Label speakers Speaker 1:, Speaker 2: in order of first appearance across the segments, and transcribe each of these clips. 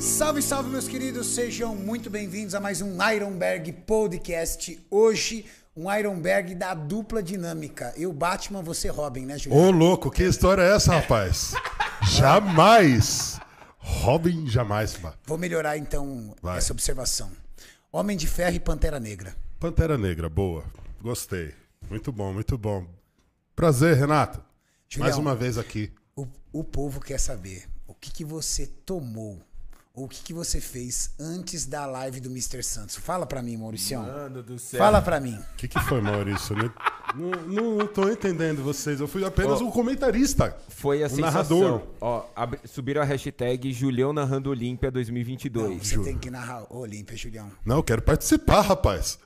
Speaker 1: Salve, salve, meus queridos, sejam muito bem-vindos a mais um Ironberg Podcast. Hoje, um Ironberg da dupla dinâmica. Eu, Batman, você, Robin, né, Júlio?
Speaker 2: Ô, louco, que história é essa, rapaz? jamais! Robin jamais, pá.
Speaker 1: Vou melhorar então
Speaker 2: Vai.
Speaker 1: essa observação. Homem de Ferro e Pantera Negra.
Speaker 2: Pantera Negra, boa. Gostei. Muito bom, muito bom. Prazer, Renato.
Speaker 1: Julião.
Speaker 2: Mais uma vez aqui.
Speaker 1: O, o povo quer saber o que, que você tomou ou o que, que você fez antes da live do Mr. Santos. Fala pra mim, Mauricião.
Speaker 2: é
Speaker 3: Mano do céu.
Speaker 1: Fala pra mim.
Speaker 2: O que, que foi, Maurício? Me- não, não, não tô entendendo vocês. Eu fui apenas um comentarista.
Speaker 3: Foi a
Speaker 2: um
Speaker 3: sensação.
Speaker 2: narrador.
Speaker 3: Ó, abri- subiram a hashtag Julião narrando Olímpia 2022.
Speaker 1: Você tem que narrar o Olímpia, Julião.
Speaker 2: Não, eu quero participar, rapaz.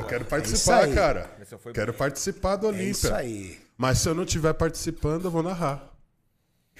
Speaker 2: Eu quero participar,
Speaker 1: É aí.
Speaker 2: cara.
Speaker 3: Essa foi
Speaker 2: Quero participar do
Speaker 1: É
Speaker 2: Olímpia.
Speaker 1: isso aí.
Speaker 2: Mas se eu não estiver participando, eu vou narrar.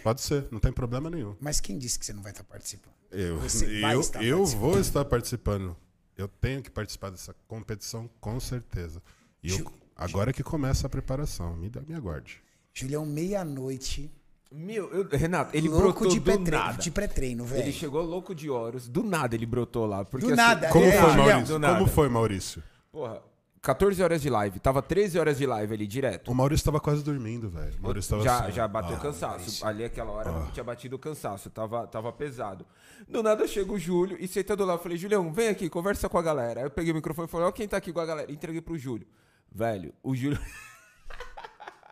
Speaker 2: Pode ser, não tem problema nenhum.
Speaker 1: Mas quem disse que você não vai estar participando?
Speaker 2: Eu,
Speaker 1: Você vai
Speaker 2: eu,
Speaker 1: estar
Speaker 2: eu
Speaker 1: participando.
Speaker 2: vou estar participando. Eu tenho que participar dessa competição, com certeza. E eu- agora que começa a preparação, me, dá- me aguarde.
Speaker 1: Julião, meia-noite,
Speaker 3: Meu, eu- Renato, ele
Speaker 1: louco
Speaker 3: brotou
Speaker 1: de
Speaker 3: do
Speaker 1: pré-treino,
Speaker 3: nada.
Speaker 1: de pré-treino,
Speaker 3: Ele
Speaker 1: velho.
Speaker 3: chegou louco de Horus, do nada ele brotou lá. Porque,
Speaker 1: Do
Speaker 3: assim,
Speaker 1: nada,
Speaker 2: Como
Speaker 1: É,
Speaker 2: foi,
Speaker 1: Julião,
Speaker 2: Maurício?
Speaker 3: do nada.
Speaker 2: Como foi, Maurício?
Speaker 3: Porra, 14 horas de live, tava 13 horas de live ali direto.
Speaker 2: O Maurício estava quase dormindo, velho. O Maurício tava
Speaker 3: Já,
Speaker 2: assim,
Speaker 3: já
Speaker 2: ó. Ah.
Speaker 3: bateu cansaço. Ali aquela hora não tinha batido o cansaço, tava, tava pesado. Do nada chega o Júlio e sentando lá, eu falei, Julião, vem aqui, conversa com a galera. Aí eu peguei o microfone e falei, ó, quem tá aqui com a galera? Entreguei pro Júlio. Velho, o Júlio.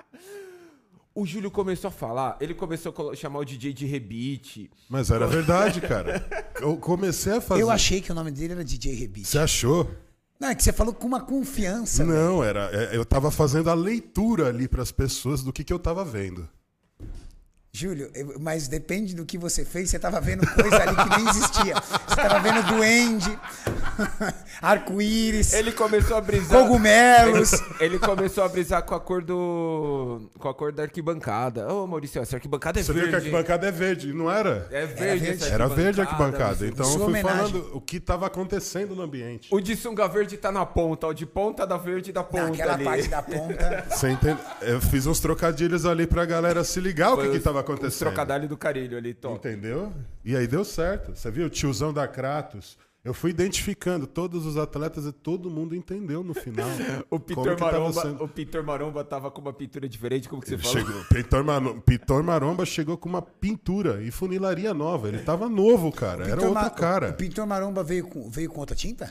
Speaker 3: o Júlio começou a falar, ele começou a colo- chamar o DJ de rebite.
Speaker 2: Mas era verdade, cara. Eu comecei a fazer.
Speaker 1: Eu achei que o nome dele era DJ Rebite.
Speaker 2: Você achou?
Speaker 1: Não, é que você falou com uma confiança. velho.
Speaker 2: Não, era. é, Eu tava fazendo a leitura ali para as pessoas do que, que eu tava vendo.
Speaker 1: Júlio, eu- mas depende do que você fez, você tava vendo coisa ali que nem existia. Você tava vendo duende, arco-íris,
Speaker 3: Ele começou a brisar.
Speaker 1: cogumelos.
Speaker 3: Ele começou a brisar com a cor do. com a cor da arquibancada. Ô, Maurício, essa arquibancada é
Speaker 2: Você viu
Speaker 3: verde.
Speaker 2: que a arquibancada é verde, não era?
Speaker 3: É verde,
Speaker 1: verde.
Speaker 3: essa
Speaker 2: Era verde a arquibancada.
Speaker 3: não sei o
Speaker 2: Então
Speaker 1: né? Sua
Speaker 2: eu fui
Speaker 1: homenagem.
Speaker 2: falando o que estava acontecendo no ambiente.
Speaker 3: O de sunga verde tá na ponta, o de ponta da verde da ponta
Speaker 1: Naquela
Speaker 3: ali.
Speaker 1: parte da ponta.
Speaker 2: Você entende? Eu fiz uns trocadilhos ali pra galera se ligar o que, que tava
Speaker 3: Os
Speaker 2: acontecendo.
Speaker 3: trocadilhos do carilho ali, top.
Speaker 2: Entendeu? E aí deu certo. Você viu? O tiozão da Kratos. Eu fui identificando todos os atletas e todo mundo entendeu no final.
Speaker 3: O
Speaker 2: como
Speaker 3: Pitor,
Speaker 2: que tava
Speaker 3: Maromba,
Speaker 2: sendo.
Speaker 3: o Pitor Maromba tava com uma pintura diferente, como que você
Speaker 2: Ele
Speaker 3: falou?
Speaker 2: chegou- Pitor, Mano- Pitor Maromba chegou com uma pintura e funilaria nova. Ele tava novo, cara. Era
Speaker 1: Pintor
Speaker 2: outra
Speaker 1: Ma- O
Speaker 2: cara.
Speaker 1: pintor Maromba veio com, veio com outra tinta?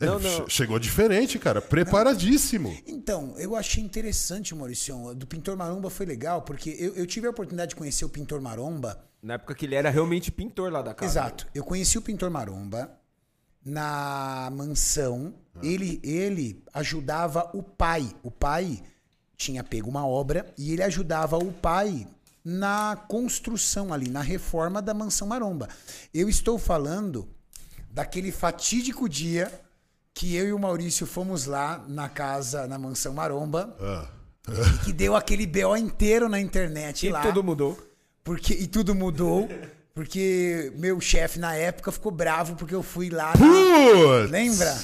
Speaker 2: Ele
Speaker 3: Não, não.
Speaker 2: che- Chegou diferente, cara. Preparadíssimo.
Speaker 1: Então, eu achei interessante, Maurício. Do Pintor Maromba foi legal, porque eu, eu tive a oportunidade de conhecer o Pintor Maromba.
Speaker 3: Na época que ele era realmente pintor lá da casa.
Speaker 1: Exato. Eu conheci o Pintor Maromba na mansão.
Speaker 3: Ah.
Speaker 1: Ele, ele ajudava o pai. O pai tinha pego uma obra e ele ajudava o pai na construção ali, na reforma da mansão Maromba. Eu estou falando daquele fatídico dia que eu e o Maurício fomos lá na casa, na mansão Maromba,
Speaker 2: Ah.
Speaker 1: e que deu aquele BO inteiro na internet
Speaker 3: E
Speaker 1: lá.
Speaker 3: tudo mudou.
Speaker 1: Porque, e tudo mudou, porque meu chefe na época ficou bravo porque eu fui lá. na-
Speaker 2: Putz!
Speaker 1: lembra?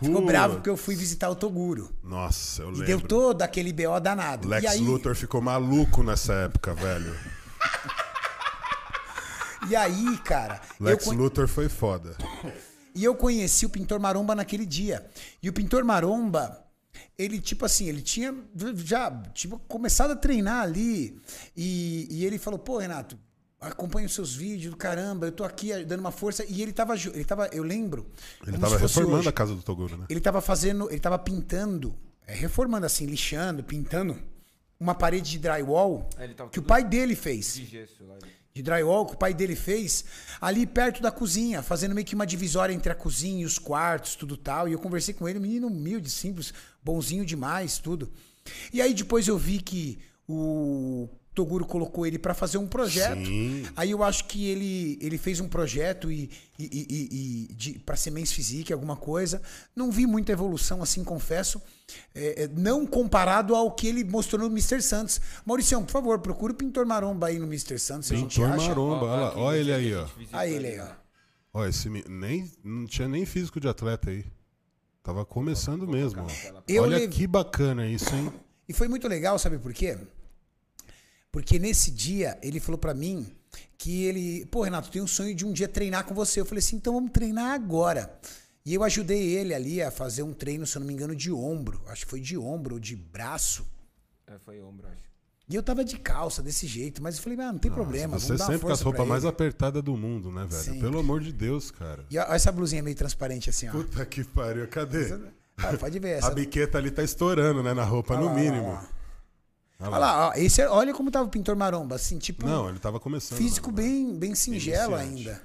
Speaker 1: Ficou
Speaker 2: Putz.
Speaker 1: bravo porque eu fui visitar o Toguro.
Speaker 2: Nossa, eu
Speaker 1: E
Speaker 2: lembro.
Speaker 1: deu todo aquele BO danado.
Speaker 2: Lex
Speaker 1: e, aí,
Speaker 2: Luthor ficou maluco nessa época, velho.
Speaker 1: e aí, cara, eu,
Speaker 2: Lex
Speaker 1: con-
Speaker 2: Luthor foi foda.
Speaker 1: e eu conheci o Pintor Maromba naquele dia. E o Pintor Maromba, ele, tipo assim, ele tinha já tipo, começado a treinar ali. E, e ele falou, pô, Renato, acompanho os seus vídeos, do caramba, eu tô aqui dando uma força. E ele tava, ju- ele tava eu lembro.
Speaker 2: Ele
Speaker 1: como
Speaker 2: tava
Speaker 1: se fosse
Speaker 2: reformando
Speaker 1: hoje.
Speaker 2: a casa do Toguro, né?
Speaker 1: ele tava fazendo, ele tava pintando, é, reformando assim, lixando, pintando uma parede de drywall
Speaker 3: É, ele tava
Speaker 1: que o
Speaker 3: tudo-
Speaker 1: pai dele fez.
Speaker 3: De gesso lá. né? ali.
Speaker 1: De drywall que o pai dele fez ali perto da cozinha, fazendo meio que uma divisória entre a cozinha e os quartos, tudo tal. E eu conversei com ele, um menino humilde, simples, bonzinho demais, tudo. E aí depois eu vi que o Toguro colocou ele pra fazer um projeto.
Speaker 2: Sim.
Speaker 1: Aí eu acho que ele, ele fez um projeto e, e, e- e- e de, pra ser Men's Physique, alguma coisa. Não vi muita evolução, assim, confesso. É, é, não comparado ao que ele mostrou no Mr. Santos. Mauricião, por favor, procura o Pintor Maromba aí no Mr. Santos, se a gente
Speaker 2: Pintor
Speaker 1: acha.
Speaker 2: maromba, olha lá.
Speaker 3: aqui,
Speaker 2: Olha ele
Speaker 3: a
Speaker 2: aí,
Speaker 3: gente
Speaker 2: ó.
Speaker 3: visitou
Speaker 1: Aí ele aí, ó.
Speaker 2: Ó, esse me- nem não tinha nem físico de atleta aí. Tava começando mesmo. ó.
Speaker 1: Eu
Speaker 2: Olha
Speaker 1: lev-
Speaker 2: que bacana isso, hein?
Speaker 1: E foi muito legal, sabe por quê? Porque nesse dia ele falou pra mim que ele, pô, Renato, tem um sonho de um dia treinar com você. Eu falei assim, então vamos treinar agora. E eu ajudei ele ali a fazer um treino, se eu não me engano, de ombro. Acho que foi de ombro ou de braço.
Speaker 3: É, foi ombro, acho.
Speaker 1: E eu tava de calça desse jeito, mas eu falei, ah, não tem problema.
Speaker 2: Você
Speaker 1: vamos dar uma
Speaker 2: sempre com
Speaker 1: força
Speaker 2: as
Speaker 1: pra
Speaker 2: roupas mais
Speaker 1: ele.
Speaker 2: apertadas do mundo, né, velho?
Speaker 1: Sempre.
Speaker 2: Pelo amor de Deus, cara.
Speaker 1: E ó, essa blusinha meio transparente assim, ó.
Speaker 2: Puta que pariu, cadê?
Speaker 1: Ah, pode ver
Speaker 2: A
Speaker 1: essa. Ah,
Speaker 2: biqueta ali tá estourando, né, na roupa, no mínimo.
Speaker 1: Olha lá, ó, esse, é- olha como tava o pintor maromba, assim, tipo,
Speaker 2: Não, ele tava começando.
Speaker 1: físico
Speaker 2: mano.
Speaker 1: bem, bem singelo
Speaker 2: Iniciante.
Speaker 1: ainda.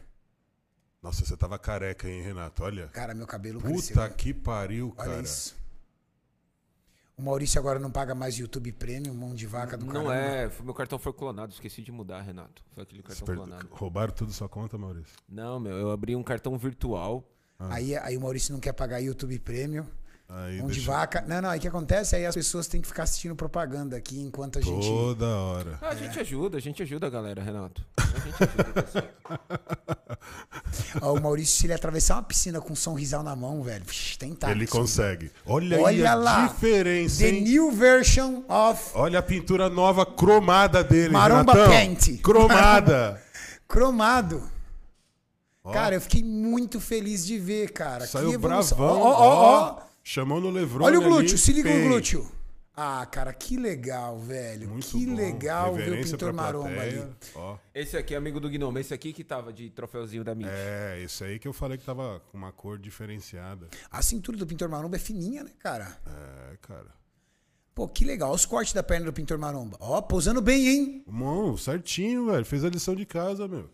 Speaker 2: Nossa, você tava careca, hein, Renato? Olha.
Speaker 1: Cara, meu cabelo cresceu.
Speaker 2: Puta que pariu,
Speaker 1: Olha
Speaker 2: cara.
Speaker 1: isso. O Maurício agora não paga mais YouTube Premium, mão de vaca do
Speaker 3: Não
Speaker 1: caramba.
Speaker 3: é, foi- meu cartão foi clonado, esqueci de mudar, Renato. Foi aquele
Speaker 2: Você
Speaker 3: cartão
Speaker 2: per-
Speaker 3: clonado.
Speaker 2: Roubaram tudo sua conta, Maurício?
Speaker 3: Não, meu, eu abri um cartão virtual.
Speaker 1: Aí, aí o Maurício não quer pagar YouTube Premium,
Speaker 2: Aí
Speaker 1: mão de
Speaker 2: deixa-
Speaker 1: vaca. Não, não, aí o que acontece? Aí as pessoas têm que ficar assistindo propaganda aqui enquanto a gente.
Speaker 2: Toda hora.
Speaker 3: Ah, a gente ajuda, a gente ajuda a galera, Renato. A gente ajuda, tá certo.
Speaker 1: Ó, Ah, o Maurício, se ele atravessar uma piscina com um sorrisal na mão, velho, vixi, tem tato.
Speaker 2: Ele consegue. Olha, aí
Speaker 1: Ah, Olha
Speaker 2: a
Speaker 1: lá.
Speaker 2: diferença,
Speaker 1: The
Speaker 2: hein?
Speaker 1: new version of
Speaker 2: Olha a pintura nova cromada dele,
Speaker 1: Maromba
Speaker 2: Renatão.
Speaker 1: Paint.
Speaker 2: Cromada.
Speaker 1: cromado. Cara, eu fiquei muito feliz de ver, cara.
Speaker 2: Saiu
Speaker 1: que evolução.
Speaker 2: bravão.
Speaker 1: Ó, ó, ó, ó.
Speaker 2: Chamou no Levron.
Speaker 1: Olha o glúteo, se liga o glúteo. Ah, cara, que legal, velho. que legal ver o pintor maromba ali.
Speaker 3: Esse aqui é amigo do Gnome, esse aqui que tava de troféuzinho da Mitch.
Speaker 2: É, esse aí que eu falei que tava com uma cor diferenciada.
Speaker 1: A cintura do pintor maromba é fininha, né, cara?
Speaker 2: É, cara.
Speaker 1: Pô, que legal. Olha os cortes da perna do pintor maromba. Ó, pousando bem, hein?
Speaker 2: Mão, certinho, velho. Fez a lição de casa, meu.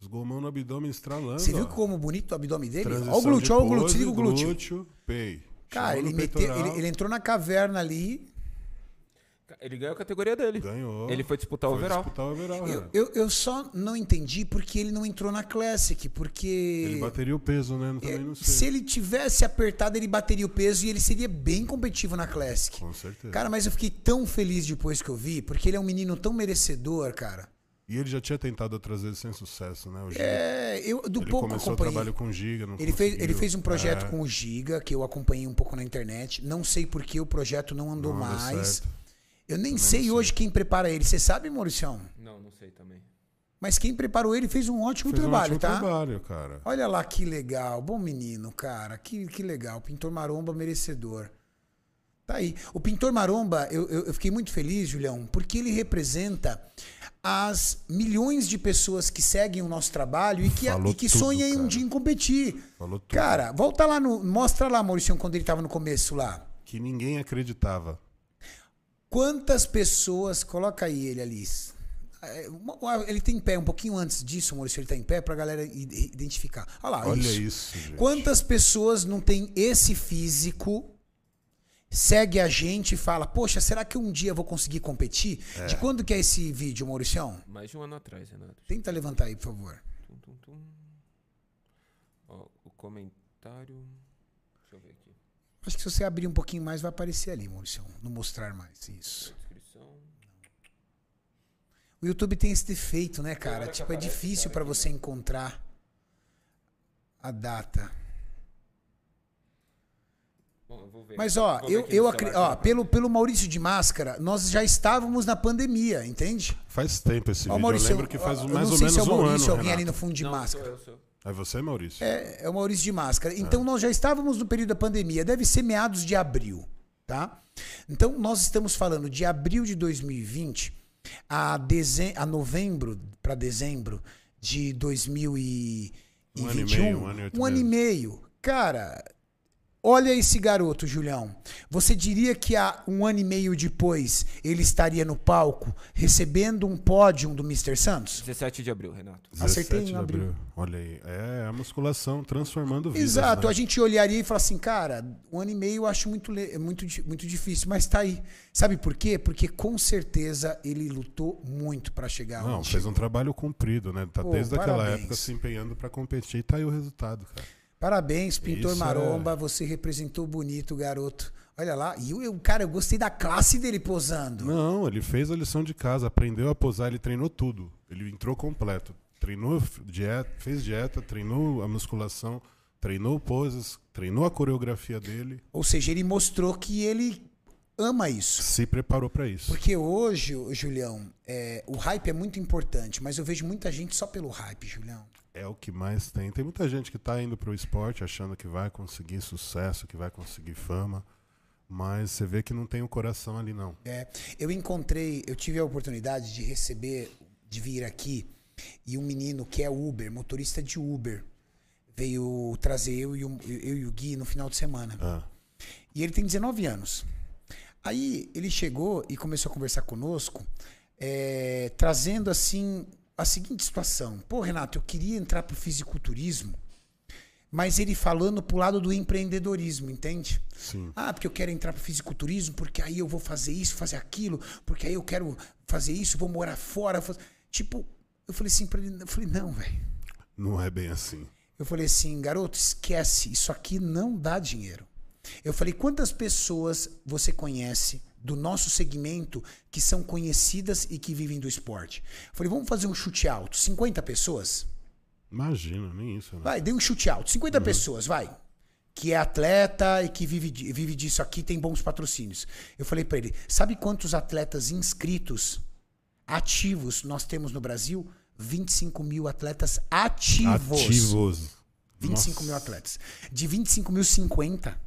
Speaker 2: Os gomão no abdômen estralando.
Speaker 1: Você viu
Speaker 2: ó.
Speaker 1: como bonito o abdômen dele?
Speaker 2: Transição
Speaker 1: Ó o glúteo,
Speaker 2: de
Speaker 1: ó o glúteo, se
Speaker 2: pose,
Speaker 1: liga o glúteo.
Speaker 2: pei.
Speaker 1: Cara,
Speaker 2: Chamou
Speaker 1: ele,
Speaker 2: no
Speaker 1: meteu,
Speaker 2: peitoral,
Speaker 1: ele, ele entrou na caverna ali.
Speaker 3: Ele ganhou a categoria dele.
Speaker 2: Ganhou.
Speaker 3: Ele foi disputar o
Speaker 2: Foi
Speaker 3: overall.
Speaker 2: disputar o overall,
Speaker 1: Eu,
Speaker 2: né?
Speaker 1: eu, eu só não entendi porque ele não entrou na Classic, porque...
Speaker 2: Ele bateria o peso, né? Eu Também não sei.
Speaker 1: Se ele tivesse apertado, ele bateria o peso e ele seria bem competitivo na Classic.
Speaker 2: Com certeza.
Speaker 1: Cara, mas eu fiquei tão feliz depois que eu vi, porque ele é um menino tão merecedor, cara.
Speaker 2: E ele já tinha tentado outras vezes sem sucesso, né? O Giga.
Speaker 1: É, eu do
Speaker 2: ele
Speaker 1: pouco que
Speaker 2: começou o
Speaker 1: acompanhei.
Speaker 2: trabalho com o Giga, não
Speaker 1: Ele fez, ele
Speaker 2: conseguiu.
Speaker 1: fez um projeto
Speaker 2: É,
Speaker 1: com o Giga, que eu acompanhei um pouco na internet. Não sei por que o projeto não andou
Speaker 2: não deu
Speaker 1: mais.
Speaker 2: certo.
Speaker 1: Eu nem sei hoje quem prepara ele. Você sabe, Mauricião?
Speaker 3: Não, não sei também.
Speaker 1: Mas quem preparou ele fez um ótimo
Speaker 2: Fez um
Speaker 1: trabalho,
Speaker 2: ótimo
Speaker 1: tá?
Speaker 2: trabalho, cara.
Speaker 1: Olha lá que legal, bom menino, cara, que, que legal, pintor maromba merecedor. Tá aí. O pintor maromba, eu, eu, eu fiquei muito feliz, Julião, porque ele representa as milhões de pessoas que seguem o nosso trabalho e que,
Speaker 2: Falou
Speaker 1: e que
Speaker 2: tudo,
Speaker 1: sonham em um
Speaker 2: cara.
Speaker 1: dia em competir.
Speaker 2: Falou tudo.
Speaker 1: Cara, volta lá no. Mostra lá, Maurício, quando ele tava no começo lá.
Speaker 2: Que ninguém acreditava.
Speaker 1: Quantas pessoas. Coloca aí ele, Alice. É, uma- uma- Ele tem pé, um pouquinho antes disso, Maurício, ele tá em pé pra galera i- identificar. Olha lá,
Speaker 2: Olha
Speaker 1: isso.
Speaker 2: isso, gente.
Speaker 1: Quantas pessoas não têm esse físico, segue a gente e fala, poxa, será que um dia eu vou conseguir competir? De quando que é esse vídeo, Mauricião?
Speaker 3: Mais de um ano atrás, Renato.
Speaker 1: Tenta levantar aí, por favor.
Speaker 3: Tum, tum, tum. Ó, o comentário. Deixa eu ver aqui.
Speaker 1: Acho que se você abrir um pouquinho mais, vai aparecer ali, Mauricião. Não mostrar mais. Isso.
Speaker 3: Descrição.
Speaker 1: O YouTube tem esse defeito, né,
Speaker 3: hora
Speaker 1: cara?
Speaker 3: que
Speaker 1: Tipo, é
Speaker 3: aparece,
Speaker 1: difícil pra
Speaker 3: cara, que
Speaker 1: você encontrar a data.
Speaker 3: Bom, eu vou ver.
Speaker 1: Mas, ó,
Speaker 3: Vou ver
Speaker 1: eu,
Speaker 3: aqui no
Speaker 1: eu
Speaker 3: celular
Speaker 1: acre-
Speaker 3: é que
Speaker 1: ó,
Speaker 3: eu-
Speaker 1: pelo, pelo Maurício de Máscara, nós já estávamos na pandemia, entende?
Speaker 2: Faz tempo esse
Speaker 1: Ó,
Speaker 2: vídeo.
Speaker 1: Maurício,
Speaker 2: eu lembro que faz
Speaker 1: eu
Speaker 2: mais
Speaker 1: não
Speaker 2: ou
Speaker 1: sei
Speaker 2: menos
Speaker 1: se é o
Speaker 2: um
Speaker 1: Maurício,
Speaker 2: ano.
Speaker 1: alguém ali
Speaker 2: Renato.
Speaker 1: no fundo de
Speaker 3: Não, sou
Speaker 1: máscara.
Speaker 3: eu, sou eu.
Speaker 2: É você, Maurício?
Speaker 1: É, é o Maurício de Máscara. Então, nós já estávamos no período da pandemia, deve ser meados de abril, tá? Então, nós estamos falando de abril de 2020 a, dezem a novembro para dezembro de 2021.
Speaker 2: Um ano e meio, um ano e oito
Speaker 1: Um ano e
Speaker 2: meses.
Speaker 1: meio. Cara, olha esse garoto, Julião. Você diria que há um ano e meio depois ele estaria no palco recebendo um pódio do Mr. Santos?
Speaker 3: 17 de abril, Renato.
Speaker 2: 17
Speaker 1: acertei em
Speaker 2: de
Speaker 1: abril.
Speaker 2: Olha aí. É, a musculação transformando vidas.
Speaker 1: Exato,
Speaker 2: né?
Speaker 1: a gente olharia e falaria assim, cara, um ano e meio eu acho muito, le- é muito, di- muito difícil, mas tá aí. Sabe por quê? Porque com certeza ele lutou muito pra chegar
Speaker 2: Não,
Speaker 1: onde.
Speaker 2: fez um trabalho comprido, né? Tá
Speaker 1: Pô,
Speaker 2: desde aquela
Speaker 1: parabéns.
Speaker 2: época se empenhando pra competir e tá aí o resultado, cara.
Speaker 1: Parabéns, pintor
Speaker 2: um Isso é.
Speaker 1: Maromba, você representou bonito, garoto. Olha lá, e eu, eu- cara, eu gostei da classe dele posando.
Speaker 2: Não, ele fez a lição de casa, aprendeu a posar, ele treinou tudo. Ele entrou completo. Treinou f- dieta, fez dieta, treinou a musculação, treinou poses, treinou a coreografia dele.
Speaker 1: Ou seja, ele mostrou que ele ama isso.
Speaker 2: Se preparou pra isso.
Speaker 1: Porque hoje, ô, Julião, é, o hype é muito importante, mas eu vejo muita gente só pelo hype, Julião.
Speaker 2: É o que mais tem. Tem muita gente que tá indo pro esporte achando que vai conseguir sucesso, que vai conseguir fama, mas você vê que não tem o coração ali, não.
Speaker 1: É, eu encontrei, eu tive a oportunidade de receber, de vir aqui, e um menino que é Uber, motorista de Uber, veio trazer eu e o, eu e o Gui no final de semana.
Speaker 2: Ah,
Speaker 1: E ele tem 19 anos. Aí ele chegou e começou a conversar conosco, é, trazendo assim a seguinte situação: pô, Renato, eu queria entrar pro fisiculturismo, mas ele falando pro lado do empreendedorismo, entende?
Speaker 2: sim.
Speaker 1: Ah, porque eu quero entrar pro fisiculturismo, porque aí eu vou fazer isso, fazer aquilo, porque aí eu quero fazer isso, vou morar fora. vou- Tipo, eu falei assim pra ele: eu falei, não, velho.
Speaker 2: Não é bem assim.
Speaker 1: Eu falei assim, garoto, esquece, isso aqui não dá dinheiro. Eu falei, quantas pessoas você conhece do nosso segmento que são conhecidas e que vivem do esporte? Eu falei, vamos fazer um chute alto, 50 pessoas?
Speaker 2: Imagina, nem isso, né?
Speaker 1: Vai, dei um chute alto, 50 pessoas, vai. Que é atleta e que vive, di- vive disso aqui, tem bons patrocínios. Eu falei pra ele, sabe quantos atletas inscritos, ativos, nós temos no Brasil? 25 mil atletas ativos.
Speaker 2: Ativos.
Speaker 1: 25 mil
Speaker 2: Nossa,
Speaker 1: atletas. De 25 mil, 50.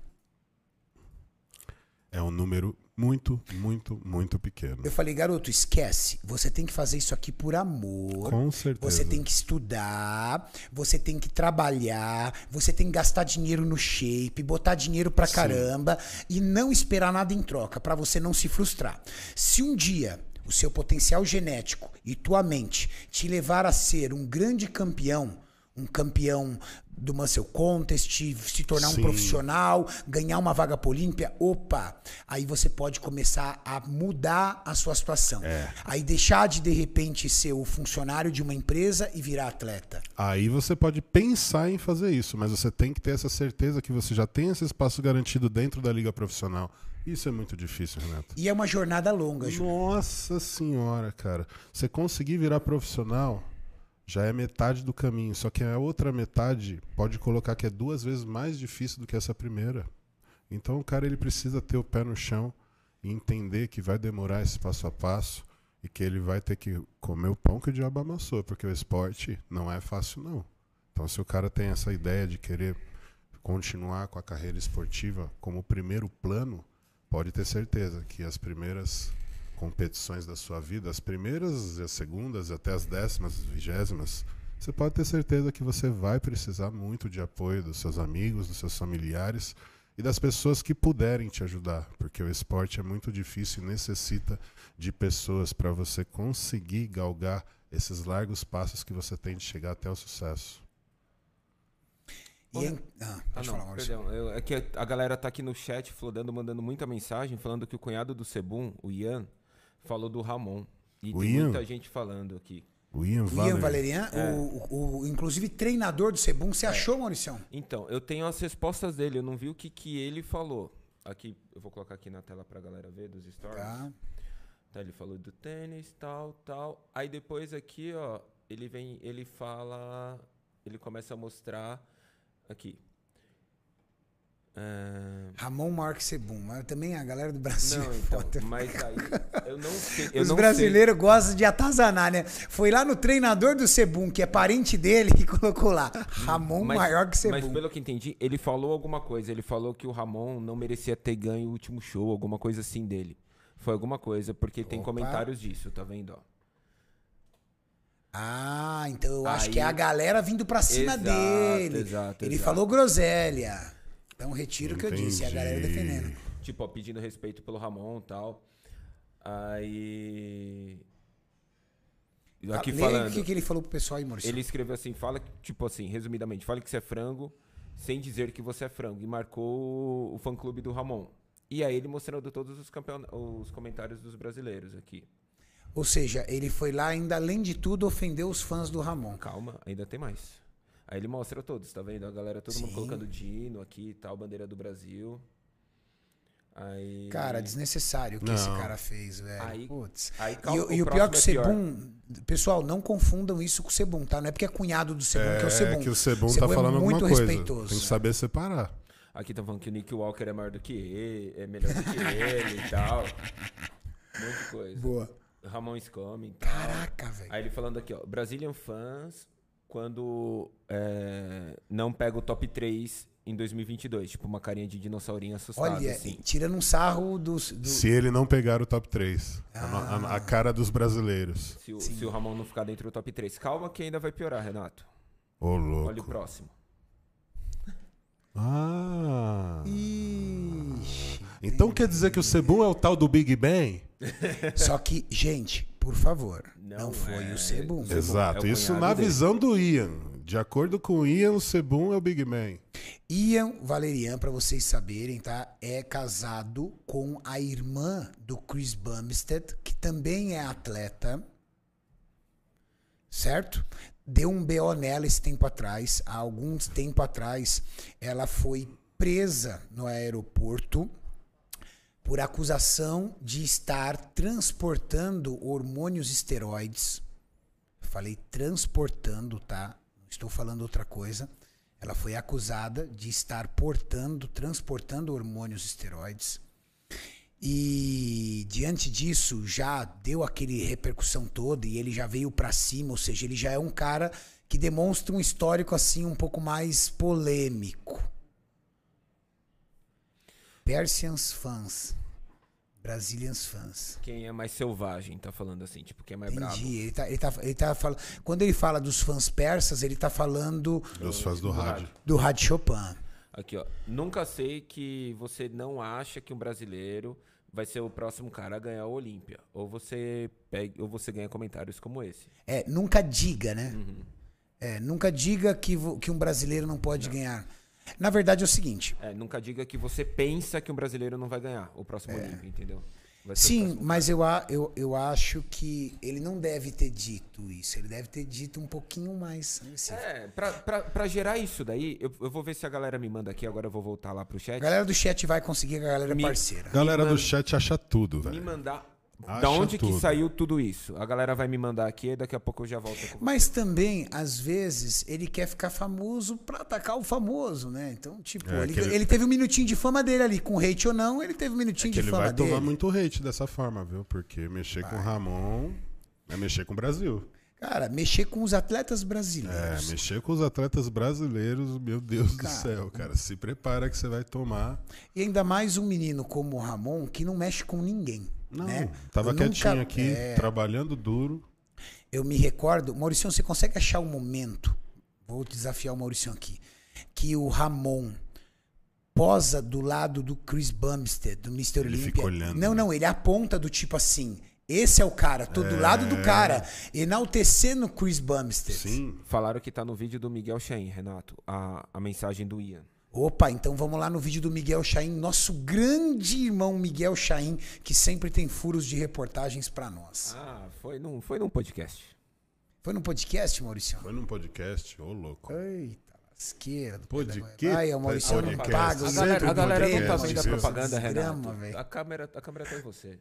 Speaker 2: É um número muito, muito, muito pequeno.
Speaker 1: Eu falei, garoto, esquece. Você tem que fazer isso aqui por amor.
Speaker 2: Com certeza.
Speaker 1: Você tem que estudar, você tem que trabalhar, você tem que gastar dinheiro no shape, botar dinheiro pra caramba e não esperar nada em troca, pra você não se frustrar. Se um dia o seu potencial genético e tua mente te levar a ser um grande campeão, um campeão do Muscle Contest, se tornar um
Speaker 2: Sim.
Speaker 1: profissional, ganhar uma vaga pra Olímpia, opa, aí você pode começar a mudar a sua situação. Aí deixar de, de repente, ser o funcionário de uma empresa e virar atleta.
Speaker 2: Aí você pode pensar em fazer isso, mas você tem que ter essa certeza que você já tem esse espaço garantido dentro da liga profissional. Isso é muito difícil, Renato.
Speaker 1: E é uma jornada longa, Ju.
Speaker 2: Nossa senhora, cara. Você conseguir virar profissional já é metade do caminho. Só que a outra metade pode colocar que é duas vezes mais difícil do que essa primeira. Então o cara ele precisa ter o pé no chão e entender que vai demorar esse passo a passo e que ele vai ter que comer o pão que o diabo amassou, porque o esporte não é fácil não. Então se o cara tem essa ideia de querer continuar com a carreira esportiva como primeiro plano, pode ter certeza que as primeiras competições da sua vida, as primeiras, as segundas, até as décimas, as vigésimas, você pode ter certeza que você vai precisar muito de apoio dos seus amigos, dos seus familiares e das pessoas que puderem te ajudar, porque o esporte é muito difícil e necessita de pessoas para você conseguir galgar esses largos passos que você tem de chegar até o sucesso.
Speaker 1: E é... ah,
Speaker 3: Ah,
Speaker 1: pode
Speaker 3: não,
Speaker 1: falar, Maurício.
Speaker 3: perdão. Eu- é que a galera tá aqui no chat flodando, mandando muita mensagem, falando que o cunhado do Sebum, o Ian, falou do Ramon. E
Speaker 2: O
Speaker 3: tem
Speaker 2: Ian?
Speaker 3: muita gente falando aqui.
Speaker 2: O Ian
Speaker 1: O Ian
Speaker 2: Valer,
Speaker 1: Valerian,
Speaker 3: É.
Speaker 1: o, o- o- inclusive treinador do Sebum, você achou, Mauricião?
Speaker 3: Então, eu tenho as respostas dele, eu não vi o que, que ele falou. Aqui, eu vou colocar aqui na tela pra galera ver dos stories.
Speaker 1: Tá.
Speaker 3: Tá, ele falou do tênis, tal, tal. Aí depois aqui, ó, ele vem, ele fala, ele começa a mostrar aqui. É,
Speaker 1: Ramon maior que Sebum. Mas também a galera do Brasil
Speaker 3: Não,
Speaker 1: é
Speaker 3: então,
Speaker 1: foda.
Speaker 3: mas aí eu não sei. Eu
Speaker 1: Os
Speaker 3: não
Speaker 1: brasileiros gostam de atazanar, né? Foi lá no treinador do Sebum, que é parente dele, que colocou lá. Ramon
Speaker 3: sei, mas,
Speaker 1: maior que
Speaker 3: Mas
Speaker 1: Sebum.
Speaker 3: pelo que entendi, ele falou alguma coisa. Ele falou que o Ramon não merecia ter ganho o último show, alguma coisa assim dele. Foi alguma coisa, porque tem
Speaker 1: Opa.
Speaker 3: comentários disso, tá vendo? Ó.
Speaker 1: Ah, então eu acho que é
Speaker 3: Aí-
Speaker 1: a galera vindo pra cima
Speaker 3: Exato,
Speaker 1: dele.
Speaker 3: exato,
Speaker 1: Ele
Speaker 3: exato.
Speaker 1: falou groselha. Então retiro o que eu disse, é a galera
Speaker 2: Entendi.
Speaker 1: defendendo.
Speaker 3: Tipo, ó, pedindo respeito pelo Ramon e tal. Aí. Aqui
Speaker 1: Lê
Speaker 3: falando.
Speaker 1: o Ah, que, que ele falou pro pessoal aí, Maurício.
Speaker 3: Ele escreveu assim, fala, que- tipo assim, resumidamente, fala que você é frango, sem dizer que você é frango. E marcou o- o fã clube do Ramon. E aí ele mostrando todos os, campeon... os comentários dos brasileiros aqui.
Speaker 1: Ou seja, ele foi lá ainda, além de tudo, ofendeu os fãs do Ramon.
Speaker 3: Calma, ainda tem mais. Aí ele mostra todos, tá vendo? A galera, todo mundo
Speaker 1: Sim.
Speaker 3: colocando Dino aqui e tal, bandeira do Brasil. Aí.
Speaker 1: Cara, desnecessário o que esse
Speaker 2: Não.
Speaker 1: cara fez, velho.
Speaker 3: Aí-
Speaker 1: Putz.
Speaker 3: aí
Speaker 1: e,
Speaker 3: cal-
Speaker 1: o- e o
Speaker 3: próximo
Speaker 1: pior que o
Speaker 3: é pior.
Speaker 1: Sebum. Pessoal, não confundam isso com o Sebum, tá? Não é porque é cunhado do Sebum que é o Sebum.
Speaker 2: que o Sebum tá
Speaker 1: Sebum é
Speaker 2: falando
Speaker 1: muito
Speaker 2: alguma coisa.
Speaker 1: respeitoso.
Speaker 2: Tem que saber separar.
Speaker 3: Aqui estão falando que o Nick Walker é maior do que ele, é melhor do que ele e tal. Um monte de coisa.
Speaker 1: Boa.
Speaker 3: Ramon Scome e tal.
Speaker 1: Caraca, velho.
Speaker 3: Aí ele falando aqui, ó. Brazilian fans quando é, não pega o top 3 em 2022. Tipo, uma carinha de dinossaurinho assustado,
Speaker 1: Olha,
Speaker 3: assim.
Speaker 1: tirando um sarro dos. do-
Speaker 2: Se ele não pegar o top 3, a no- a, a cara dos brasileiros.
Speaker 3: Se o, se o Ramon não ficar dentro do top 3. Calma que ainda vai piorar, Renato.
Speaker 2: Ô,
Speaker 3: Olha o
Speaker 2: louco.
Speaker 3: próximo.
Speaker 2: Ah.
Speaker 1: Ixi.
Speaker 2: Então quer dizer que o Sebum é o tal do Big Bang?
Speaker 1: Só que, gente, por favor, não,
Speaker 3: Não
Speaker 1: foi
Speaker 3: é-
Speaker 1: o Sebum.
Speaker 3: Sebum.
Speaker 2: Exato.
Speaker 3: é o
Speaker 2: Isso
Speaker 3: cunhado
Speaker 2: na
Speaker 3: dele.
Speaker 2: visão do Ian. De acordo com o Ian, o Sebum é o Big Bang.
Speaker 1: Ian Valerian, pra vocês saberem, tá? É casado com a irmã do Chris Bumstead, que também é atleta. Certo? Deu um BO nela esse tempo atrás. Há alguns tempo atrás, ela foi presa no aeroporto por acusação de estar transportando hormônios esteroides. Falei transportando, tá? Não Estou falando outra coisa. Ela foi acusada de estar portando, transportando hormônios esteroides. E diante disso já deu aquele repercussão toda e ele já veio pra cima, ou seja, ele já é um cara que demonstra um histórico assim um pouco mais polêmico. Persians fans, Brazilians fans.
Speaker 3: Quem é mais selvagem, tá falando assim. Tipo, quem é mais brabo.
Speaker 1: Entendi. Ele tá, ele, tá, ele tá falando. Quando ele fala dos fãs persas, ele tá falando
Speaker 2: Dos fãs do rádio.
Speaker 1: do Rádio Chopin.
Speaker 3: Aqui, ó. Nunca sei que você não acha que um brasileiro vai ser o próximo cara a ganhar o Olímpia. Ou você pega, ou você ganha comentários como esse.
Speaker 1: É, nunca diga, né?
Speaker 3: Uhum.
Speaker 1: É, nunca diga que, vo- que um brasileiro não pode ganhar. Na verdade é o seguinte.
Speaker 3: É, nunca diga que você pensa que um brasileiro não vai ganhar o próximo Olímpia, entendeu? Vai ser o
Speaker 1: É. Sim,
Speaker 3: próximo
Speaker 1: mas eu, a- eu, eu acho que ele não deve ter dito isso. Ele deve ter dito um pouquinho mais. agressivo.
Speaker 3: É, pra, pra, pra gerar isso daí, eu, eu vou ver se a galera me manda aqui, agora eu vou voltar lá pro
Speaker 1: A
Speaker 3: chat.
Speaker 1: galera do chat vai conseguir, a galera é
Speaker 3: Me-
Speaker 1: parceira.
Speaker 2: Galera do
Speaker 3: manda-
Speaker 2: chat acha tudo,
Speaker 3: Me
Speaker 2: velho.
Speaker 3: mandar da
Speaker 2: Acha
Speaker 3: onde que
Speaker 2: tudo.
Speaker 3: saiu tudo isso. A galera vai me mandar aqui e daqui a pouco eu já volto com
Speaker 1: Mas também, às vezes, ele quer ficar famoso pra atacar o famoso, né? Então, tipo,
Speaker 2: É,
Speaker 1: ele,
Speaker 2: aquele-
Speaker 1: ele teve um minutinho de fama dele ali, com hate ou não, ele teve um minutinho
Speaker 2: Que
Speaker 1: de
Speaker 2: ele
Speaker 1: fama
Speaker 2: vai
Speaker 1: dele.
Speaker 2: tomar muito hate dessa forma, viu? Porque mexer com o Ramon é mexer com o Brasil.
Speaker 1: Cara, mexer com os atletas
Speaker 2: É,
Speaker 1: brasileiros.
Speaker 2: mexer com os atletas brasileiros, meu Deus
Speaker 1: Cara.
Speaker 2: do céu, cara. Se prepara que você vai tomar.
Speaker 1: E ainda mais um menino como o Ramon, que não mexe com ninguém.
Speaker 2: Não,
Speaker 1: né?
Speaker 2: tava
Speaker 1: Eu nunca- É,
Speaker 2: quietinho aqui, trabalhando duro.
Speaker 1: Eu me recordo, Mauricião, você consegue achar o momento? Vou desafiar o Mauricião aqui. Que o Ramon posa do lado do Chris Bumstead, do Mr.
Speaker 2: Ele
Speaker 1: Olympia.
Speaker 2: fica olhando,
Speaker 1: Não,
Speaker 2: né?
Speaker 1: não, ele aponta do tipo assim: esse é o cara, tô do lado do cara, enaltecendo o Chris Bumstead.
Speaker 2: Sim.
Speaker 3: Falaram que tá no vídeo do Miguel Chain, Renato, a, a mensagem do Ian.
Speaker 1: Opa, então vamos lá no vídeo do Miguel Chaim, nosso grande irmão Miguel Chaim, que sempre tem furos de reportagens pra nós.
Speaker 3: Ah, foi num, foi num podcast.
Speaker 1: Foi no podcast, Mauricião?
Speaker 2: Foi num podcast, ô louco.
Speaker 1: É. Eita, lasqueira. do
Speaker 2: Pô, de
Speaker 1: Paraguai.
Speaker 2: que
Speaker 1: Ai, o Maurício não
Speaker 2: podcast?
Speaker 1: paga.
Speaker 3: A
Speaker 1: os
Speaker 2: Sempre
Speaker 3: galera, a
Speaker 1: outros
Speaker 3: galera não tá
Speaker 1: podcasts,
Speaker 2: podcast,
Speaker 3: vendo a
Speaker 1: viu?
Speaker 2: Deus.
Speaker 3: propaganda, Renato.
Speaker 1: Desgrama, velho.
Speaker 3: A câmera, a câmera tá em você.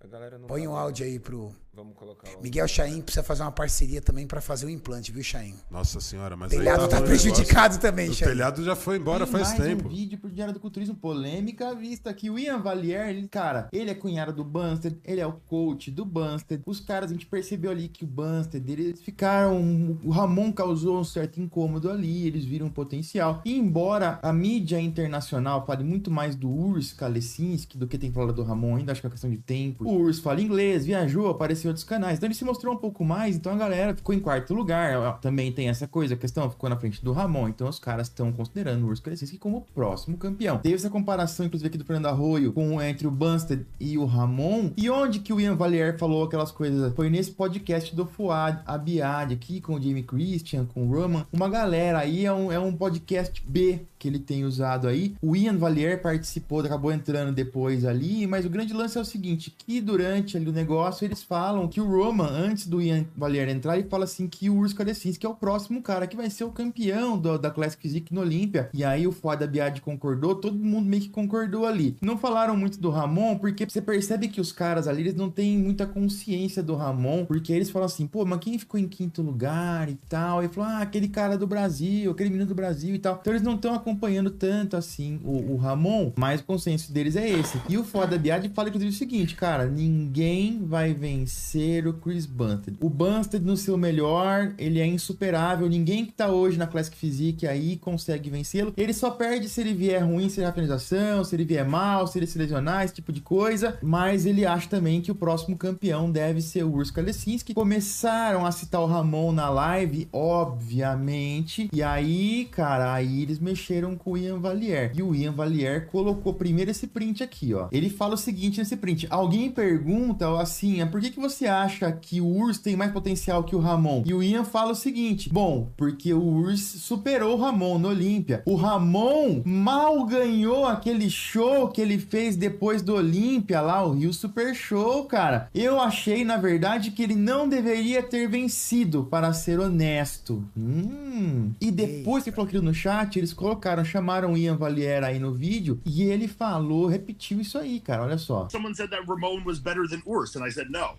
Speaker 3: A galera não
Speaker 1: Põe
Speaker 3: tá
Speaker 1: o
Speaker 3: vendo.
Speaker 1: áudio aí pro...
Speaker 3: Vamos colocar o...
Speaker 1: Miguel Chaim precisa fazer uma parceria também pra fazer o implante, viu, Chaim?
Speaker 2: Nossa senhora, mas
Speaker 1: O telhado
Speaker 2: aí
Speaker 1: tá
Speaker 2: ruim o
Speaker 1: prejudicado também,
Speaker 2: negócio. O
Speaker 1: Chaim.
Speaker 2: telhado já foi embora
Speaker 4: Tem
Speaker 2: faz
Speaker 4: mais
Speaker 2: tempo.
Speaker 4: um vídeo pro Diário do Culturismo polêmica à vista que o Ian Valier, ele, cara, ele é cunhado do Bunstead, ele é o coach do Bunstead. Os caras, a gente percebeu ali que o Bunstead, eles ficaram... O Ramon causou um certo incômodo ali, eles viram um potencial. E embora a mídia internacional fale muito mais do Urs Kalesinski do que tem falado do Ramon ainda, acho que é uma questão de tempo. O Urs fala inglês, viajou, apareceu em outros canais. Então ele se mostrou um pouco mais, então a galera ficou em quarto lugar. Também tem essa coisa, a questão ficou na frente do Ramon. Então os caras estão considerando o Urso Kalesinski como o próximo campeão. Teve essa comparação, inclusive, aqui do Fernando Arroio com, é, entre o Bunstead e o Ramon. E onde que o Ian Valier falou aquelas coisas? Foi nesse podcast do Fuad Abiad aqui com o Jamie Christian, com o Roman. Uma galera aí é um, é um podcast B que ele tem usado aí. O Ian Valier participou, acabou entrando depois ali, mas o grande lance é o seguinte, que E durante ali o negócio, eles falam que o Roman, antes do Ian Valier entrar, ele fala assim que o Urs Kadecinski é o próximo cara que vai ser o campeão do- da Classic Physique no Olímpia. E aí o Foda Biad concordou, todo mundo meio que concordou ali. Não falaram muito do Ramon, porque você percebe que os caras ali, eles não têm muita consciência do Ramon, porque eles falam assim, pô, mas quem ficou em quinto lugar e tal? E falou, ah, aquele cara do Brasil, aquele menino do Brasil e tal. Então eles não estão acompanhando tanto assim o, o Ramon, mas o consenso deles é esse. E o Foda Biad fala inclusive o seguinte, cara, ninguém vai vencer o Chris Bunted. O Bunted no seu melhor, ele é insuperável, ninguém que tá hoje na Classic Physique aí consegue vencê-lo. Ele só perde se ele vier ruim, se ele finalização, se ele vier mal, se ele se lesionar, esse tipo de coisa, mas ele acha também que o próximo campeão deve ser o Urs Kalesinski. Começaram a citar o Ramon na live, obviamente, e aí, cara, aí eles mexeram com o Ian Valier. E o Ian Valier colocou primeiro esse print aqui, ó. Ele fala o seguinte nesse print: alguém pergunta ó, assim, "Ah, por que, que você acha que o Urs tem mais potencial que o Ramon? E o Ian fala o seguinte: bom, porque o Urs superou o Ramon no Olímpia. O Ramon mal ganhou aquele show que ele fez depois do Olímpia lá, o Rio Super Show, cara. Eu achei, na verdade, que ele não deveria ter vencido, para ser honesto. Hum. E depois que falou aquilo no chat, eles colocaram, chamaram o Ian Valier aí no vídeo e ele falou, repetiu isso aí, cara. Olha só.
Speaker 5: someone said that Ramon was better than Urs, and I said no.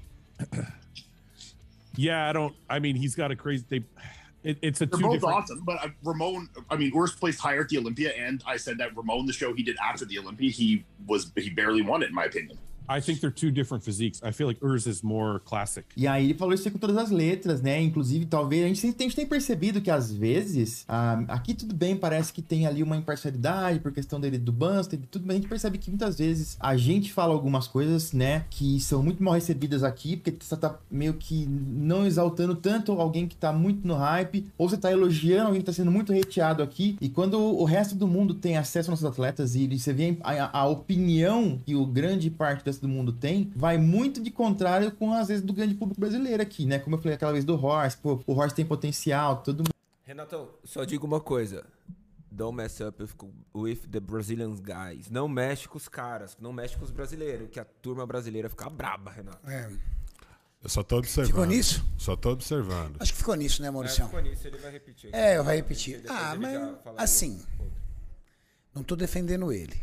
Speaker 6: Yeah, I don't. I mean, he's got a crazy. They, it, it's a
Speaker 5: They're
Speaker 6: two
Speaker 5: both
Speaker 6: different.
Speaker 5: awesome, but uh, Ramon, I mean, Urs placed higher at the Olympia, and I said that Ramon, the show he did after the Olympia, he was he barely won it, in my opinion.
Speaker 6: I think they're two different physiques. I feel like Urs is more classic.
Speaker 4: E aí ele falou isso aí com todas as letras, né? Inclusive, talvez, a gente, a gente tem percebido que às vezes, ah, aqui tudo bem, parece que tem ali uma imparcialidade por questão dele do Buster e tudo, mas a gente percebe que muitas vezes a gente fala algumas coisas, né, que são muito mal recebidas aqui, porque você tá meio que não exaltando tanto alguém que tá muito no hype, ou você tá elogiando alguém que tá sendo muito hateado aqui, e quando o resto do mundo tem acesso aos nossos atletas e você vê a, a opinião que o grande parte desse do mundo tem, vai muito de contrário com, às vezes, do grande público brasileiro aqui, né? Como eu falei aquela vez do Horse, pô, o Horse tem potencial, todo
Speaker 3: Renatão, só digo uma coisa. Don't mess up with- with the Brazilian guys. Não mexe com os caras, não mexe com os brasileiros, que a turma brasileira fica braba, Renato.
Speaker 1: É,
Speaker 2: Eu só tô observando.
Speaker 1: Ficou nisso?
Speaker 2: Só tô observando.
Speaker 1: acho que ficou nisso, né, Mauricião?
Speaker 3: nisso, ele vai repetir.
Speaker 1: É, eu vou repetir.
Speaker 3: Depois
Speaker 1: Ah,
Speaker 3: ele
Speaker 1: mas
Speaker 3: já fala
Speaker 1: assim, não tô defendendo ele,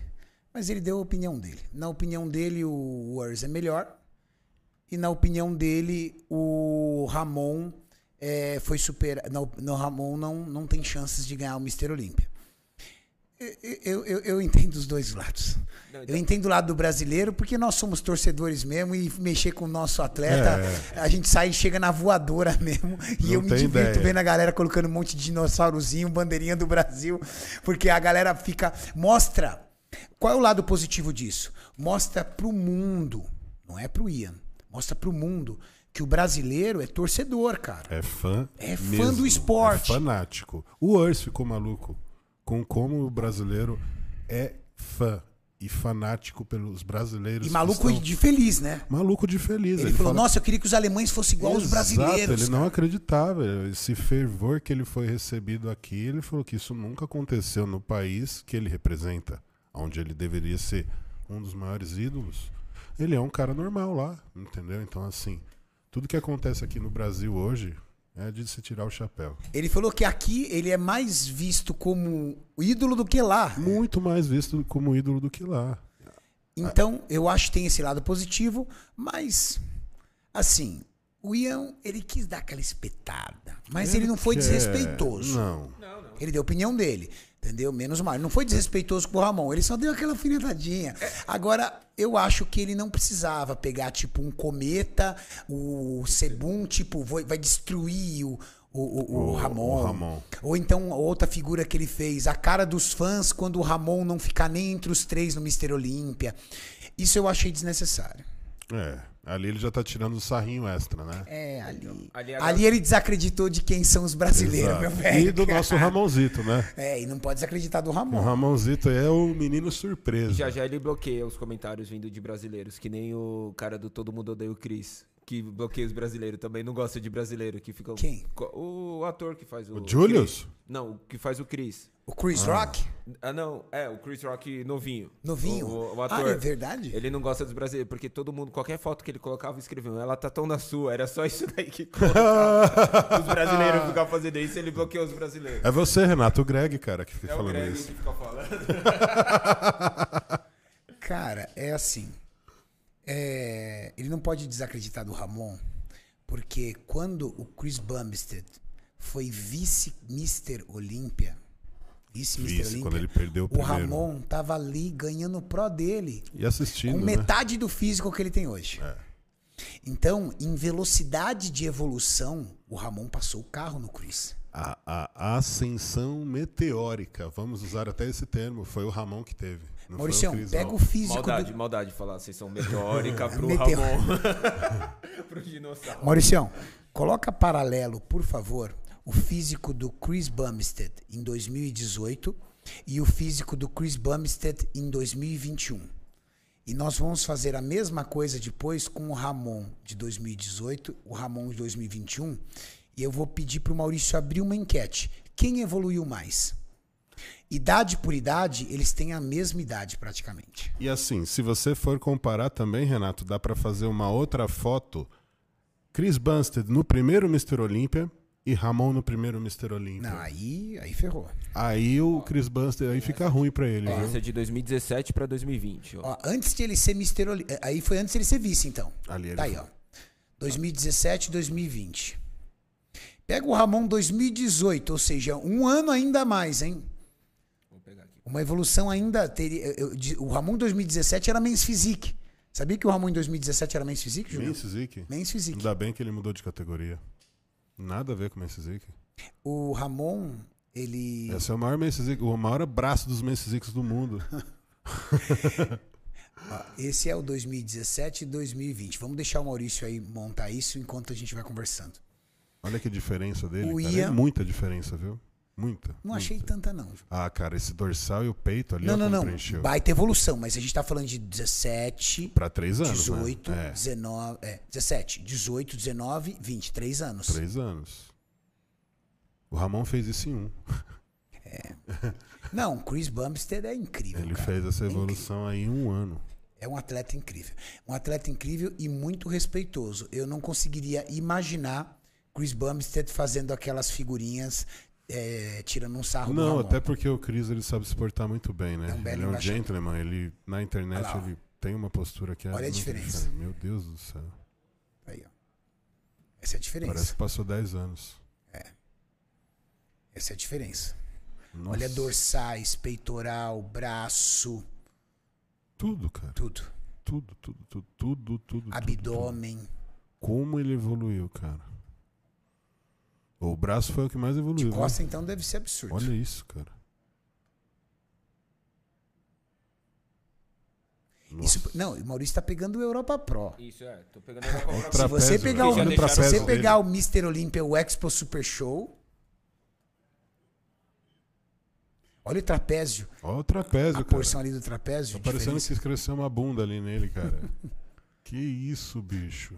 Speaker 1: mas ele deu a opinião dele. Na opinião dele, o Urs é melhor e na opinião dele, o Ramon é, foi superar. Não, não, o Ramon não, não tem chances de ganhar o Mister Olímpia. Eu- Eu, eu, eu entendo os dois lados. Eu entendo o lado do brasileiro, porque nós somos torcedores mesmo e mexer com o nosso atleta, a gente sai e chega na voadora mesmo. E
Speaker 2: É. Não
Speaker 1: eu me
Speaker 2: tem
Speaker 1: divirto
Speaker 2: ideia.
Speaker 1: vendo a galera colocando um monte de dinossaurozinho, bandeirinha do Brasil, porque a galera fica. Mostra. Qual é o lado positivo disso? Mostra pro mundo, não é pro Ian, mostra pro mundo que o brasileiro é torcedor, cara.
Speaker 2: É fã.
Speaker 1: É fã
Speaker 2: mesmo.
Speaker 1: do esporte.
Speaker 2: É fanático. O Urs ficou maluco com como o brasileiro é fã e fanático pelos brasileiros.
Speaker 1: E
Speaker 2: que
Speaker 1: maluco
Speaker 2: estão-
Speaker 1: de feliz, né?
Speaker 2: Maluco de feliz.
Speaker 1: Ele, falou,
Speaker 2: fala-
Speaker 1: nossa, eu queria que os alemães fossem igual aos
Speaker 2: Exato,
Speaker 1: brasileiros.
Speaker 2: Ele não acreditava. Esse fervor que ele foi recebido aqui, ele falou que isso nunca aconteceu no país que ele representa, onde ele deveria ser um dos maiores ídolos. Ele é um cara normal lá, entendeu? Então, assim, tudo que acontece aqui no Brasil hoje é de se tirar o chapéu.
Speaker 1: Ele falou que aqui ele é mais visto como o ídolo do que lá.
Speaker 2: Muito mais visto como ídolo do que lá.
Speaker 1: Então, eu acho que tem esse lado positivo, mas assim, o Ian, ele quis dar aquela espetada, mas ele não foi
Speaker 2: Que é-
Speaker 1: desrespeitoso.
Speaker 2: Não.
Speaker 1: Ele deu a opinião dele, entendeu? Menos mal. Ele não foi desrespeitoso com o Ramon, ele só deu aquela alfinetadinha. Agora, eu acho que ele não precisava pegar, tipo, um cometa, o Sebum, tipo, vai vai destruir o, o, o- o
Speaker 2: O-
Speaker 1: Ramon.
Speaker 2: o Ramon.
Speaker 1: Ou então, outra figura que ele fez, a cara dos fãs quando o Ramon não ficar nem entre os três no Mister Olímpia. Isso eu achei desnecessário.
Speaker 2: É. Ali ele já tá tirando o sarrinho extra, né?
Speaker 1: É, ali. Ali,
Speaker 3: ali agora-
Speaker 1: ele desacreditou de quem são os brasileiros,
Speaker 2: Exato.
Speaker 1: meu velho.
Speaker 2: E do nosso Ramonzito, né?
Speaker 1: É, e não pode desacreditar do
Speaker 2: O
Speaker 1: Ramon.
Speaker 2: Ramonzito é o menino surpresa.
Speaker 3: Já já ele bloqueia os comentários vindo de brasileiros, que nem o cara do Todo Mundo Odeia o Cris. que bloqueia os brasileiros também, não gosta de brasileiro, que fica.
Speaker 1: Quem?
Speaker 3: Co- O ator que faz o.
Speaker 2: O Julius?
Speaker 3: Chris. Não, o que faz o Chris.
Speaker 1: O
Speaker 2: Uhum.
Speaker 1: Chris Rock?
Speaker 3: Ah, não, é, o Chris Rock novinho.
Speaker 1: Novinho?
Speaker 3: O, o- o
Speaker 1: Ah,
Speaker 3: ator.
Speaker 1: é verdade?
Speaker 3: Ele não gosta dos brasileiros, porque todo mundo, qualquer foto que ele colocava, escreviam, ela tá tão na sua, era só isso daí que colocava. os brasileiros ficavam fazendo isso, ele bloqueou os brasileiros.
Speaker 2: É você, Renato, o Greg, cara, que fica
Speaker 3: É o
Speaker 2: falando
Speaker 3: Greg
Speaker 2: isso.
Speaker 3: que fica falando.
Speaker 1: Cara, é assim. é, ele não pode desacreditar do Ramon, porque quando o Chris Bumstead foi vice-Mister Olímpia, vice-Mister
Speaker 2: Vice, quando ele perdeu o
Speaker 1: o
Speaker 2: primeiro.
Speaker 1: Ramon tava ali ganhando o pró dele,
Speaker 2: E assistindo,
Speaker 1: com
Speaker 2: né? É.
Speaker 1: metade do físico que ele tem hoje. Então, em velocidade de evolução, o Ramon passou o carro no Chris.
Speaker 2: A, a ascensão meteórica, vamos usar até esse termo, foi o Ramon que teve. Não
Speaker 1: Mauricião,
Speaker 2: foi o Cris,
Speaker 1: pega
Speaker 2: não.
Speaker 1: o físico
Speaker 3: Maldade,
Speaker 1: do...
Speaker 3: maldade falar, vocês são meteórica pro
Speaker 1: Meteo-
Speaker 3: Ramon. pro dinossauro.
Speaker 1: Mauricião, coloca paralelo, por favor, o físico do Chris Bumstead em 2018 e o físico do Chris Bumstead em 2021. E nós vamos fazer a mesma coisa depois com o Ramon de 2018, o Ramon de 2021. E eu vou pedir para o Maurício abrir uma enquete. Quem evoluiu mais? Idade por idade, eles têm a mesma idade praticamente.
Speaker 2: E assim, se você for comparar também, Renato, dá pra fazer uma outra foto. Chris Bumstead no primeiro Mr. Olímpia e Ramon no primeiro Mr. Olímpia.
Speaker 1: Não, aí, aí ferrou.
Speaker 2: Aí o Chris Bumstead aí fica ruim pra ele, viu?
Speaker 3: Essa é de 2017 pra 2020. Ó.
Speaker 1: Ó, antes de ele ser Mr. Oli- eh, Aí foi antes de ele ser vice, então.
Speaker 2: Ali ele
Speaker 1: tá aí,
Speaker 2: foi.
Speaker 1: ó. 2017 2020. Pega o Ramon 2018, ou seja, um ano ainda mais, hein?
Speaker 3: Vou pegar aqui.
Speaker 1: Uma evolução ainda teria. eu- eu di- o Ramon 2017 era Men's Physique. Sabia que o Ramon em 2017 era Men's Physique, Júlio?
Speaker 2: Men's Physique.
Speaker 1: Men's Physique.
Speaker 2: Ainda bem que ele mudou de categoria. Nada a ver com o Men's Physique.
Speaker 1: O Ramon, ele.
Speaker 2: Esse é o maior Men's Physique, o maior braço dos Men's Physiques do mundo.
Speaker 1: Esse é o 2017 e 2020. Vamos deixar o Maurício aí montar isso enquanto a gente vai conversando.
Speaker 2: Olha que diferença dele,
Speaker 1: O
Speaker 2: cara.
Speaker 1: Ian-
Speaker 2: É muita diferença, viu? Muita.
Speaker 1: Não achei tanta, não. Ju.
Speaker 2: Ah, cara, esse dorsal e o peito ali
Speaker 1: Não,
Speaker 2: ó,
Speaker 1: não,
Speaker 2: como
Speaker 1: não.
Speaker 2: preencheu.
Speaker 1: Baita evolução, mas a gente tá falando de 17,
Speaker 2: Pra três anos,
Speaker 1: 18,
Speaker 2: né? É,
Speaker 1: 19. É, 17, 18, 19, 23 anos.
Speaker 2: três anos. O Ramon fez isso em um.
Speaker 1: Não, Chris Bumstead é incrível.
Speaker 2: Ele
Speaker 1: cara.
Speaker 2: fez essa
Speaker 1: É incrível.
Speaker 2: evolução aí em um ano.
Speaker 1: É um atleta incrível. Um atleta incrível e muito respeitoso. Eu não conseguiria imaginar Chris Bumstead fazendo aquelas figurinhas é, tirando um sarro do
Speaker 2: Não,
Speaker 1: Ramon.
Speaker 2: até porque o Chris ele sabe se portar muito bem, né?
Speaker 1: É um belo
Speaker 2: ele é um
Speaker 1: embaixador.
Speaker 2: gentleman, ele na internet
Speaker 1: Olha lá, ó.
Speaker 2: ele tem uma postura que é
Speaker 1: Olha a
Speaker 2: muito
Speaker 1: diferença.
Speaker 2: diferente. Meu Deus do céu.
Speaker 1: Aí, ó. Essa é a diferença.
Speaker 2: Parece que passou 10 anos.
Speaker 1: Essa é a diferença.
Speaker 2: Nossa,
Speaker 1: Olha dorsais, peitoral, braço,
Speaker 2: tudo, cara.
Speaker 1: tudo.
Speaker 2: Tudo, tudo, tudo, tudo, tudo, tudo. tudo.
Speaker 1: Abdômen.
Speaker 2: Como ele evoluiu, cara. O braço foi o que mais
Speaker 1: De
Speaker 2: evoluiu. né?
Speaker 1: costa, então, deve ser absurdo.
Speaker 2: Olha isso, cara.
Speaker 1: Isso, não, e o Maurício tá pegando o Europa Pro.
Speaker 3: Isso, é. Tô pegando a Europa
Speaker 1: Se
Speaker 3: pra-
Speaker 1: você
Speaker 2: Trapézio,
Speaker 1: pegar,
Speaker 2: velho.
Speaker 1: o, se
Speaker 3: Vocês já deixaram
Speaker 1: você
Speaker 2: o-
Speaker 1: pegar o Mr. Olympia, o Expo Super Show. Olha o trapézio.
Speaker 2: Olha o trapézio,
Speaker 1: A
Speaker 2: cara.
Speaker 1: porção é ali do trapézio.
Speaker 2: Tá parecendo
Speaker 1: diferença.
Speaker 2: que cresceu uma bunda ali nele, cara. que isso, bicho.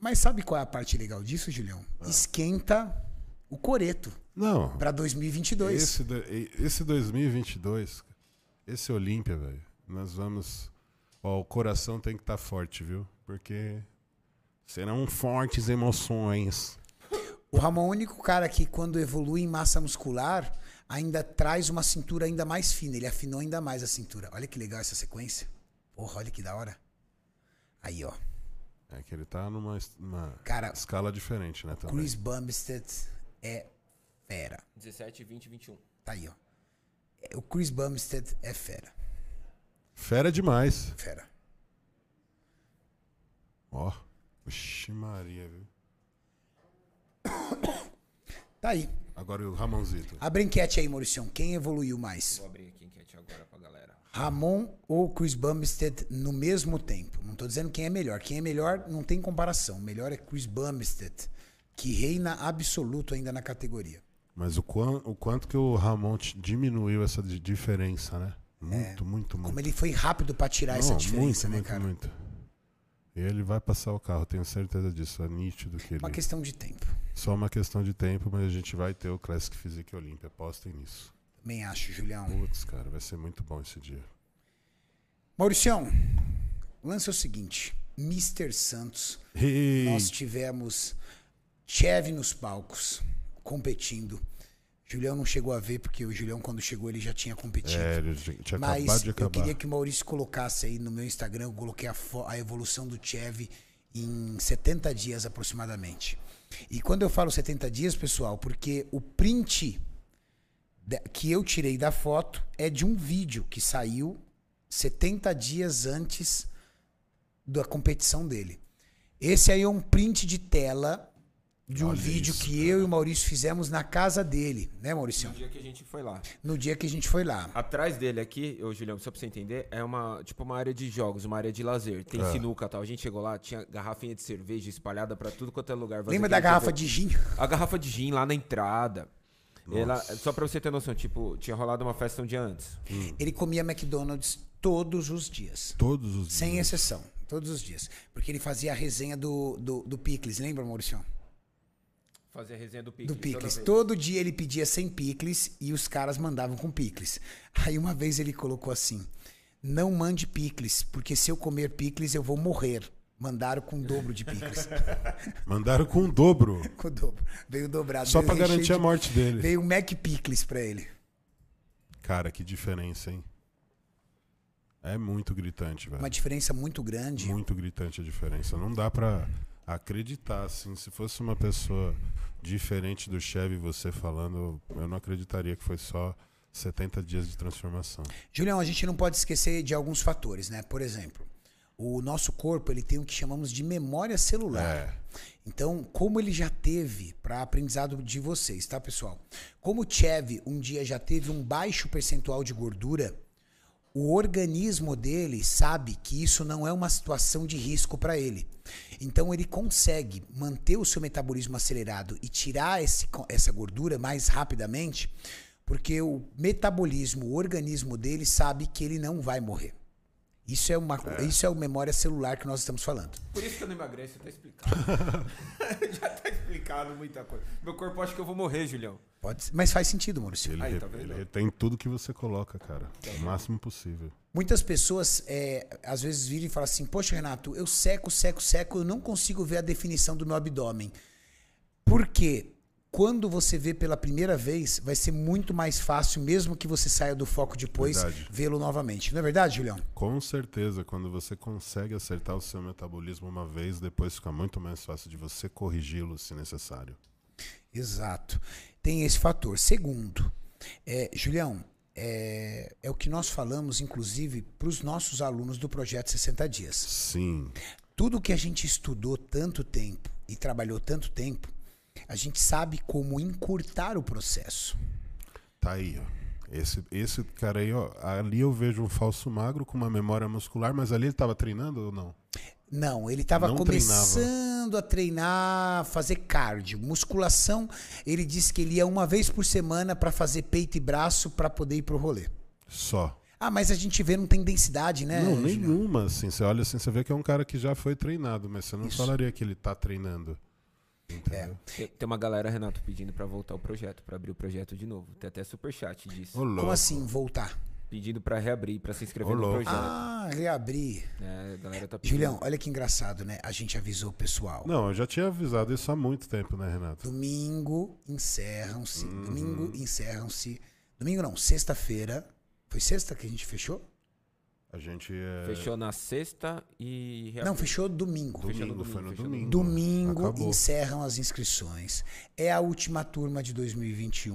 Speaker 1: Mas sabe qual é a parte legal disso, Julião?
Speaker 2: Ah.
Speaker 1: Esquenta o coreto
Speaker 2: Não.
Speaker 1: pra 2022.
Speaker 2: Esse, do- e- esse 2022, esse Olímpia, velho, nós vamos. Ó, o coração tem que estar forte, viu? Porque serão fortes emoções.
Speaker 1: O Ramon é o único cara que, quando evolui em massa muscular, ainda traz uma cintura ainda mais fina. Ele afinou ainda mais a cintura. Olha que legal essa sequência. Porra, olha que da hora. Aí, ó.
Speaker 2: É que ele tá numa, es- numa
Speaker 1: Cara,
Speaker 2: escala diferente, né? Também.
Speaker 1: Chris Bumstead é fera.
Speaker 3: 17, 20, 21.
Speaker 1: Tá aí, ó. É, O Chris Bumstead é fera.
Speaker 2: Fera demais.
Speaker 1: Fera.
Speaker 2: Ó. Oxi, Maria, viu?
Speaker 1: Tá aí.
Speaker 2: Agora o Ramonzito.
Speaker 1: Abre enquete aí, Mauricião. Quem evoluiu mais?
Speaker 3: Vou abrir aqui a enquete agora pra galera.
Speaker 1: Ramon ou Chris Bumstead no mesmo tempo? Não tô dizendo quem é melhor. Quem é melhor não tem comparação. O melhor é Chris Bumstead, que reina absoluto ainda na categoria.
Speaker 2: Mas o, quan- o quanto que o Ramon t- diminuiu essa di- diferença, né? Muito, muito, muito.
Speaker 1: Como ele É, foi rápido pra tirar essa
Speaker 2: Não,
Speaker 1: diferença,
Speaker 2: muito,
Speaker 1: né,
Speaker 2: muito,
Speaker 1: cara?
Speaker 2: muito. E ele vai passar o carro, tenho certeza disso. É nítido que
Speaker 1: Uma
Speaker 2: ele.
Speaker 1: questão de tempo.
Speaker 2: Só uma questão de tempo, mas a gente vai ter o Classic Physique Olímpia. Apostem nisso.
Speaker 1: Também acho, Julião.
Speaker 2: Putz, cara, vai ser muito bom esse dia.
Speaker 1: Mauricião, lance é o seguinte. Mr. Santos,
Speaker 2: E...
Speaker 1: nós tivemos Cheve nos palcos, competindo. Julião não chegou a ver, porque o Julião, quando chegou, ele já tinha competido.
Speaker 2: É, ele tinha acabado
Speaker 1: tipo, Mas
Speaker 2: de
Speaker 1: eu
Speaker 2: acabar.
Speaker 1: queria que o Maurício colocasse aí no meu Instagram, eu coloquei a, fo- a evolução do Chevy em 70 dias aproximadamente. E quando eu falo 70 dias, pessoal, porque o print da- que eu tirei da foto é de um vídeo que saiu 70 dias antes da competição dele. Esse aí é um print de tela de um
Speaker 2: Olha
Speaker 1: vídeo
Speaker 2: isso,
Speaker 1: que eu e o Maurício fizemos na casa dele, né, Maurício?
Speaker 3: No Um dia que a gente foi lá.
Speaker 1: No dia que a gente foi lá.
Speaker 3: Atrás dele aqui, ô Julião, só pra você entender, é uma, tipo, uma área de jogos, uma área de lazer.
Speaker 1: Ah.
Speaker 3: Tem sinuca e tal. A gente chegou lá, tinha garrafinha de cerveja espalhada pra tudo quanto é lugar. Vazia
Speaker 1: Lembra
Speaker 3: que
Speaker 1: da
Speaker 3: a gente
Speaker 1: garrafa
Speaker 3: jogou-
Speaker 1: de gin?
Speaker 3: A garrafa de gin lá na entrada. Ela, só pra você ter noção, tipo, tinha rolado uma festa um dia antes.
Speaker 1: Ele comia McDonald's todos os dias.
Speaker 2: Todos os
Speaker 1: Sem
Speaker 2: dias.
Speaker 1: exceção. Todos os dias. Porque ele fazia a resenha do, do, do Picles, lembra, Maurício?
Speaker 3: Fazer a resenha do Pix.
Speaker 1: Do Picles. Todo dia ele pedia 100 Picles e os caras mandavam com Picles. Aí uma vez ele colocou assim: Não mande Picles, porque se eu comer Picles eu vou morrer. Mandaram com o dobro de Picles.
Speaker 2: Mandaram com o dobro.
Speaker 1: com o dobro. Veio dobrado.
Speaker 2: Só
Speaker 1: veio
Speaker 2: pra
Speaker 1: recheio
Speaker 2: garantir a
Speaker 1: Ah, de-
Speaker 2: morte dele.
Speaker 1: Veio um Mac Picles pra ele.
Speaker 2: Cara, que diferença, hein? É muito gritante, velho.
Speaker 1: Uma diferença muito grande.
Speaker 2: Muito gritante a diferença. Não dá pra acreditar, assim. Se fosse uma pessoa diferente do Chevy você falando, eu não acreditaria que foi só 70 dias de transformação.
Speaker 1: Julião, a gente não pode esquecer de alguns fatores, né? Por exemplo, o nosso corpo ele tem o que chamamos de memória celular.
Speaker 2: É.
Speaker 1: Então, como ele já teve, para aprendizado de vocês, tá, pessoal? Como o Chev um dia já teve um baixo percentual de gordura, o organismo dele sabe que isso não é uma situação de risco para ele. Então ele consegue manter o seu metabolismo acelerado e tirar esse co- essa gordura mais rapidamente, porque o metabolismo, o organismo dele sabe que ele não vai morrer. Isso é uma co- isso é o memória celular que nós estamos falando.
Speaker 3: Por isso que eu não emagreço, tá explicado. Já tá explicado muita coisa. Meu corpo acha que eu vou morrer, Julião.
Speaker 1: Pode, ser- mas faz sentido, Maurício.
Speaker 2: Ele,
Speaker 3: Aí,
Speaker 2: re-
Speaker 3: tá vendo?
Speaker 2: ele retém tudo que você coloca, cara. É O máximo possível.
Speaker 1: Muitas pessoas é, às vezes viram e falam assim: Poxa, Renato, eu seco, seco, seco, eu não consigo ver a definição do meu abdômen. Porque quando você vê pela primeira vez, vai ser muito mais fácil, mesmo que você saia do foco depois,
Speaker 2: Verdade.
Speaker 1: vê-lo novamente. Não é verdade, Julião?
Speaker 2: Com certeza, quando você consegue acertar o seu metabolismo uma vez, depois fica muito mais fácil de você corrigi-lo se necessário.
Speaker 1: Exato. Tem esse fator. Segundo, é, Julião, é, é o que nós falamos, inclusive, para os nossos alunos do projeto 60 Dias.
Speaker 2: Sim.
Speaker 1: tudo que a gente estudou tanto tempo e trabalhou tanto tempo, a gente sabe como encurtar o processo.
Speaker 2: Tá aí, ó. Esse, esse cara aí, ó, ali eu vejo um falso magro com uma memória muscular, mas ali ele tava treinando ou não?
Speaker 1: Não, ele estava
Speaker 2: Não
Speaker 1: começando a treinar, fazer cardio, musculação. Ele disse que ele ia uma vez por semana para fazer peito e braço para poder ir pro rolê.
Speaker 2: Só.
Speaker 1: Ah, mas a gente vê não tem densidade, né?
Speaker 2: não,
Speaker 1: Julião?
Speaker 2: nenhuma, assim. Você olha assim, você vê que é um cara que já foi treinado, mas você não
Speaker 1: Isso.
Speaker 2: falaria que ele tá treinando. Entendeu?
Speaker 3: Tem, tem uma galera, Renato, pedindo pra voltar o projeto, pra abrir o projeto de novo. Tem até superchat disso.
Speaker 2: Ô, louco.
Speaker 1: Como assim voltar?
Speaker 3: Pedindo pra reabrir, pra se inscrever
Speaker 2: Ô,
Speaker 3: no
Speaker 2: louco.
Speaker 3: projeto.
Speaker 1: Ah, reabrir.
Speaker 3: É, a galera tá pedindo.
Speaker 1: Julião, olha que engraçado, né? A gente avisou o pessoal.
Speaker 2: Não, eu já tinha avisado isso há muito tempo, né, Renato?
Speaker 1: Domingo encerram-se.
Speaker 2: Uhum.
Speaker 1: Domingo encerram-se. Domingo não, sexta-feira. Foi sexta que a gente fechou?
Speaker 2: A gente é.
Speaker 3: Fechou na sexta e. reabriu.
Speaker 1: Não, fechou domingo.
Speaker 2: Domingo,
Speaker 3: Fechou no
Speaker 2: foi no
Speaker 3: domingo, fechou no
Speaker 2: domingo.
Speaker 1: Domingo
Speaker 2: Acabou.
Speaker 1: encerram as inscrições. É a última turma de 2021.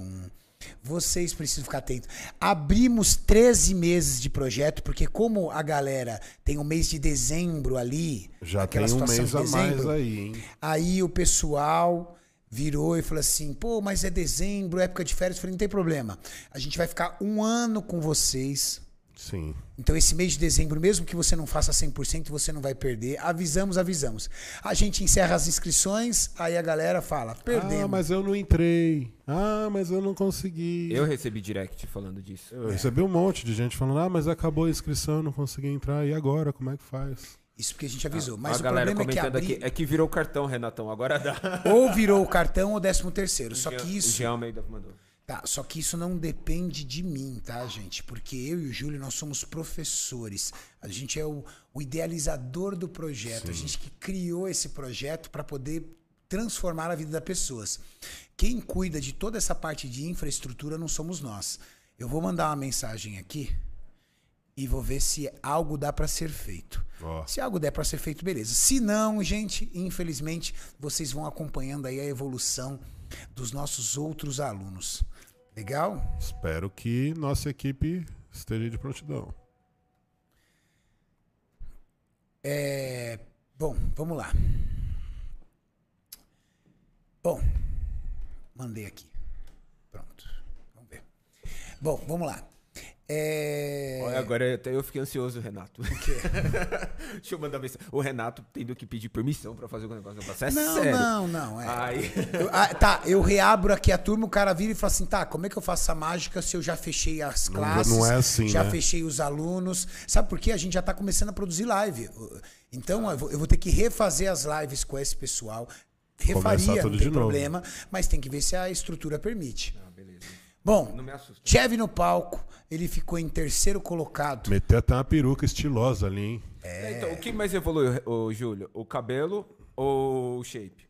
Speaker 1: Vocês precisam ficar atentos. Abrimos 13 meses de projeto, porque como a galera tem o mês de dezembro ali,
Speaker 2: Já tem
Speaker 1: aquela
Speaker 2: um
Speaker 1: situação
Speaker 2: mês
Speaker 1: de
Speaker 2: a mais
Speaker 1: dezembro,
Speaker 2: aí, hein?
Speaker 1: Aí o pessoal virou e falou assim: pô, mas é dezembro, época de férias. Eu falei: não tem problema. A gente vai ficar um ano com vocês.
Speaker 2: Sim. Ah,
Speaker 1: Então, esse mês de dezembro, mesmo que você não faça 100%, você não vai perder. Avisamos, avisamos. A gente encerra as inscrições, aí a galera fala: perdemos.
Speaker 2: Ah, mas eu não entrei. Ah, mas eu não consegui.
Speaker 3: Eu recebi direct falando disso.
Speaker 2: Eu recebi um monte de gente falando, ah, mas acabou a inscrição, eu não consegui entrar, e agora, como é que faz?
Speaker 1: Isso porque a gente avisou.
Speaker 3: Ó,
Speaker 1: Mas
Speaker 3: a
Speaker 1: o
Speaker 3: galera
Speaker 1: problema é que
Speaker 3: comentando
Speaker 1: abrir
Speaker 3: aqui. É que virou cartão, Renatão. Agora dá.
Speaker 1: ou virou o cartão ou décimo terceiro. Só que
Speaker 3: O
Speaker 1: isso.
Speaker 3: Jean Almeida mandou.
Speaker 1: Tá, só que isso não depende de mim, tá, gente? Porque eu e o Júlio, nós somos professores. A gente é o, o idealizador do projeto. A gente que criou esse projeto para poder transformar a vida das pessoas. Quem cuida de toda essa parte de infraestrutura não somos nós. Eu vou mandar uma mensagem aqui e vou ver se algo dá para ser feito.
Speaker 2: Ó.
Speaker 1: Se algo der para ser feito, beleza. Se não, gente, infelizmente, vocês vão acompanhando aí a evolução dos nossos outros alunos. Legal?
Speaker 2: Espero que nossa equipe esteja de prontidão.
Speaker 1: É, bom, vamos lá. Bom, mandei aqui. Pronto. Vamos ver. Bom, vamos lá. É,
Speaker 3: Olha, agora até eu fiquei ansioso, Renato.
Speaker 1: quê?
Speaker 3: Deixa eu mandar mensagem. O Renato tendo que pedir permissão pra fazer o negócio. Não, é
Speaker 1: não,
Speaker 3: sério.
Speaker 1: não, não. É.
Speaker 3: Aí,
Speaker 1: Eu- ah, tá, eu reabro aqui a turma, o cara vira e fala assim: tá, como é que eu faço essa mágica se eu já fechei as
Speaker 2: Não-
Speaker 1: classes?
Speaker 2: não é assim,
Speaker 1: Já
Speaker 2: né?
Speaker 1: fechei os alunos. Sabe por quê? A gente já tá começando a produzir live. Então eu vou, eu vou ter que refazer as lives com esse pessoal. Refaria,
Speaker 2: tudo
Speaker 1: não
Speaker 2: de
Speaker 1: tem
Speaker 2: novo.
Speaker 1: problema, mas tem que ver se a estrutura permite.
Speaker 3: Ah, beleza.
Speaker 1: Bom,
Speaker 3: Não me assusta.
Speaker 1: Cheve no palco, ele ficou em terceiro colocado.
Speaker 2: Meteu até uma peruca estilosa ali, hein?
Speaker 1: É.
Speaker 3: Então, o que mais evoluiu, ô, Júlio? O cabelo ou o shape?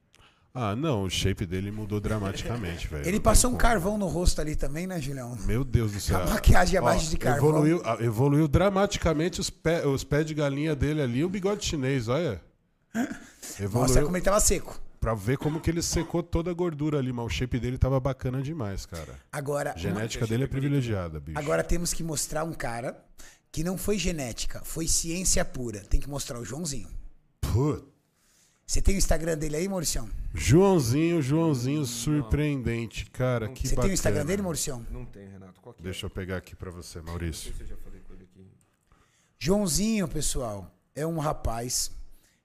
Speaker 2: Ah, não, o shape dele mudou dramaticamente, velho.
Speaker 1: Ele
Speaker 2: Não
Speaker 1: passou
Speaker 2: tem
Speaker 1: um
Speaker 2: como.
Speaker 1: carvão no rosto ali também, né, Julião?
Speaker 2: Meu Deus do céu.
Speaker 1: A maquiagem é base de carvão.
Speaker 2: Evoluiu, ah, evoluiu dramaticamente os pés os pé de galinha dele ali, o bigode chinês, olha.
Speaker 1: Nossa,
Speaker 2: Evoluiu
Speaker 1: como ele tava seco.
Speaker 2: pra ver como que ele secou toda a gordura ali, mas o shape dele tava bacana demais, cara.
Speaker 1: Agora,
Speaker 2: A genética dele é privilegiada, bicho.
Speaker 1: Agora temos que mostrar um cara que não foi genética, foi ciência pura. Tem que mostrar o Joãozinho.
Speaker 2: Putz.
Speaker 1: Você tem o Instagram dele aí, Mauricião?
Speaker 2: Joãozinho, Joãozinho surpreendente, cara, que
Speaker 1: Você
Speaker 2: bacana.
Speaker 1: tem o Instagram dele, Mauricião?
Speaker 3: Não tem, Renato. Qual que é?
Speaker 2: Deixa eu pegar aqui pra você, Maurício.
Speaker 3: Eu já falei com ele aqui.
Speaker 1: Joãozinho, pessoal, é um rapaz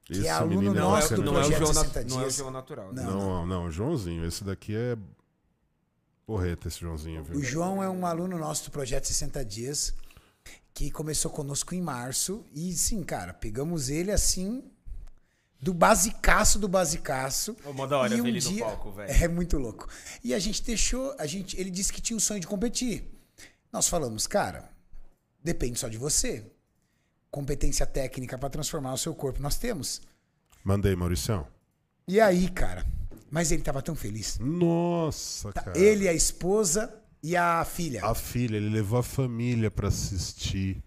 Speaker 1: que
Speaker 2: Esse
Speaker 1: é aluno
Speaker 2: menino é
Speaker 3: Não,
Speaker 1: nosso
Speaker 3: é,
Speaker 1: do
Speaker 3: não, é o
Speaker 1: projeto
Speaker 3: João, nat-
Speaker 1: 60
Speaker 3: não é o
Speaker 1: dias.
Speaker 3: João natural. né?
Speaker 1: Não.
Speaker 2: Não, não, Joãozinho, esse daqui é porreta esse Joãozinho, viu?
Speaker 1: O João é um aluno nosso do projeto 60 dias que começou conosco em março e sim, cara, pegamos ele assim do basicaço do basicaço.
Speaker 3: Ô, mó da hora
Speaker 1: E um
Speaker 3: ver ele no palco, velho.
Speaker 1: É muito louco. E a gente deixou, a gente, ele disse que tinha o sonho de competir. Nós falamos, cara, depende só de você. Competência técnica pra transformar o seu corpo nós temos.
Speaker 2: Mandei, Mauricião.
Speaker 1: E aí, cara, mas ele tava tão feliz.
Speaker 2: Nossa, cara.
Speaker 1: Tá, Ele, a esposa e a filha.
Speaker 2: A filha, ele levou a família pra assistir.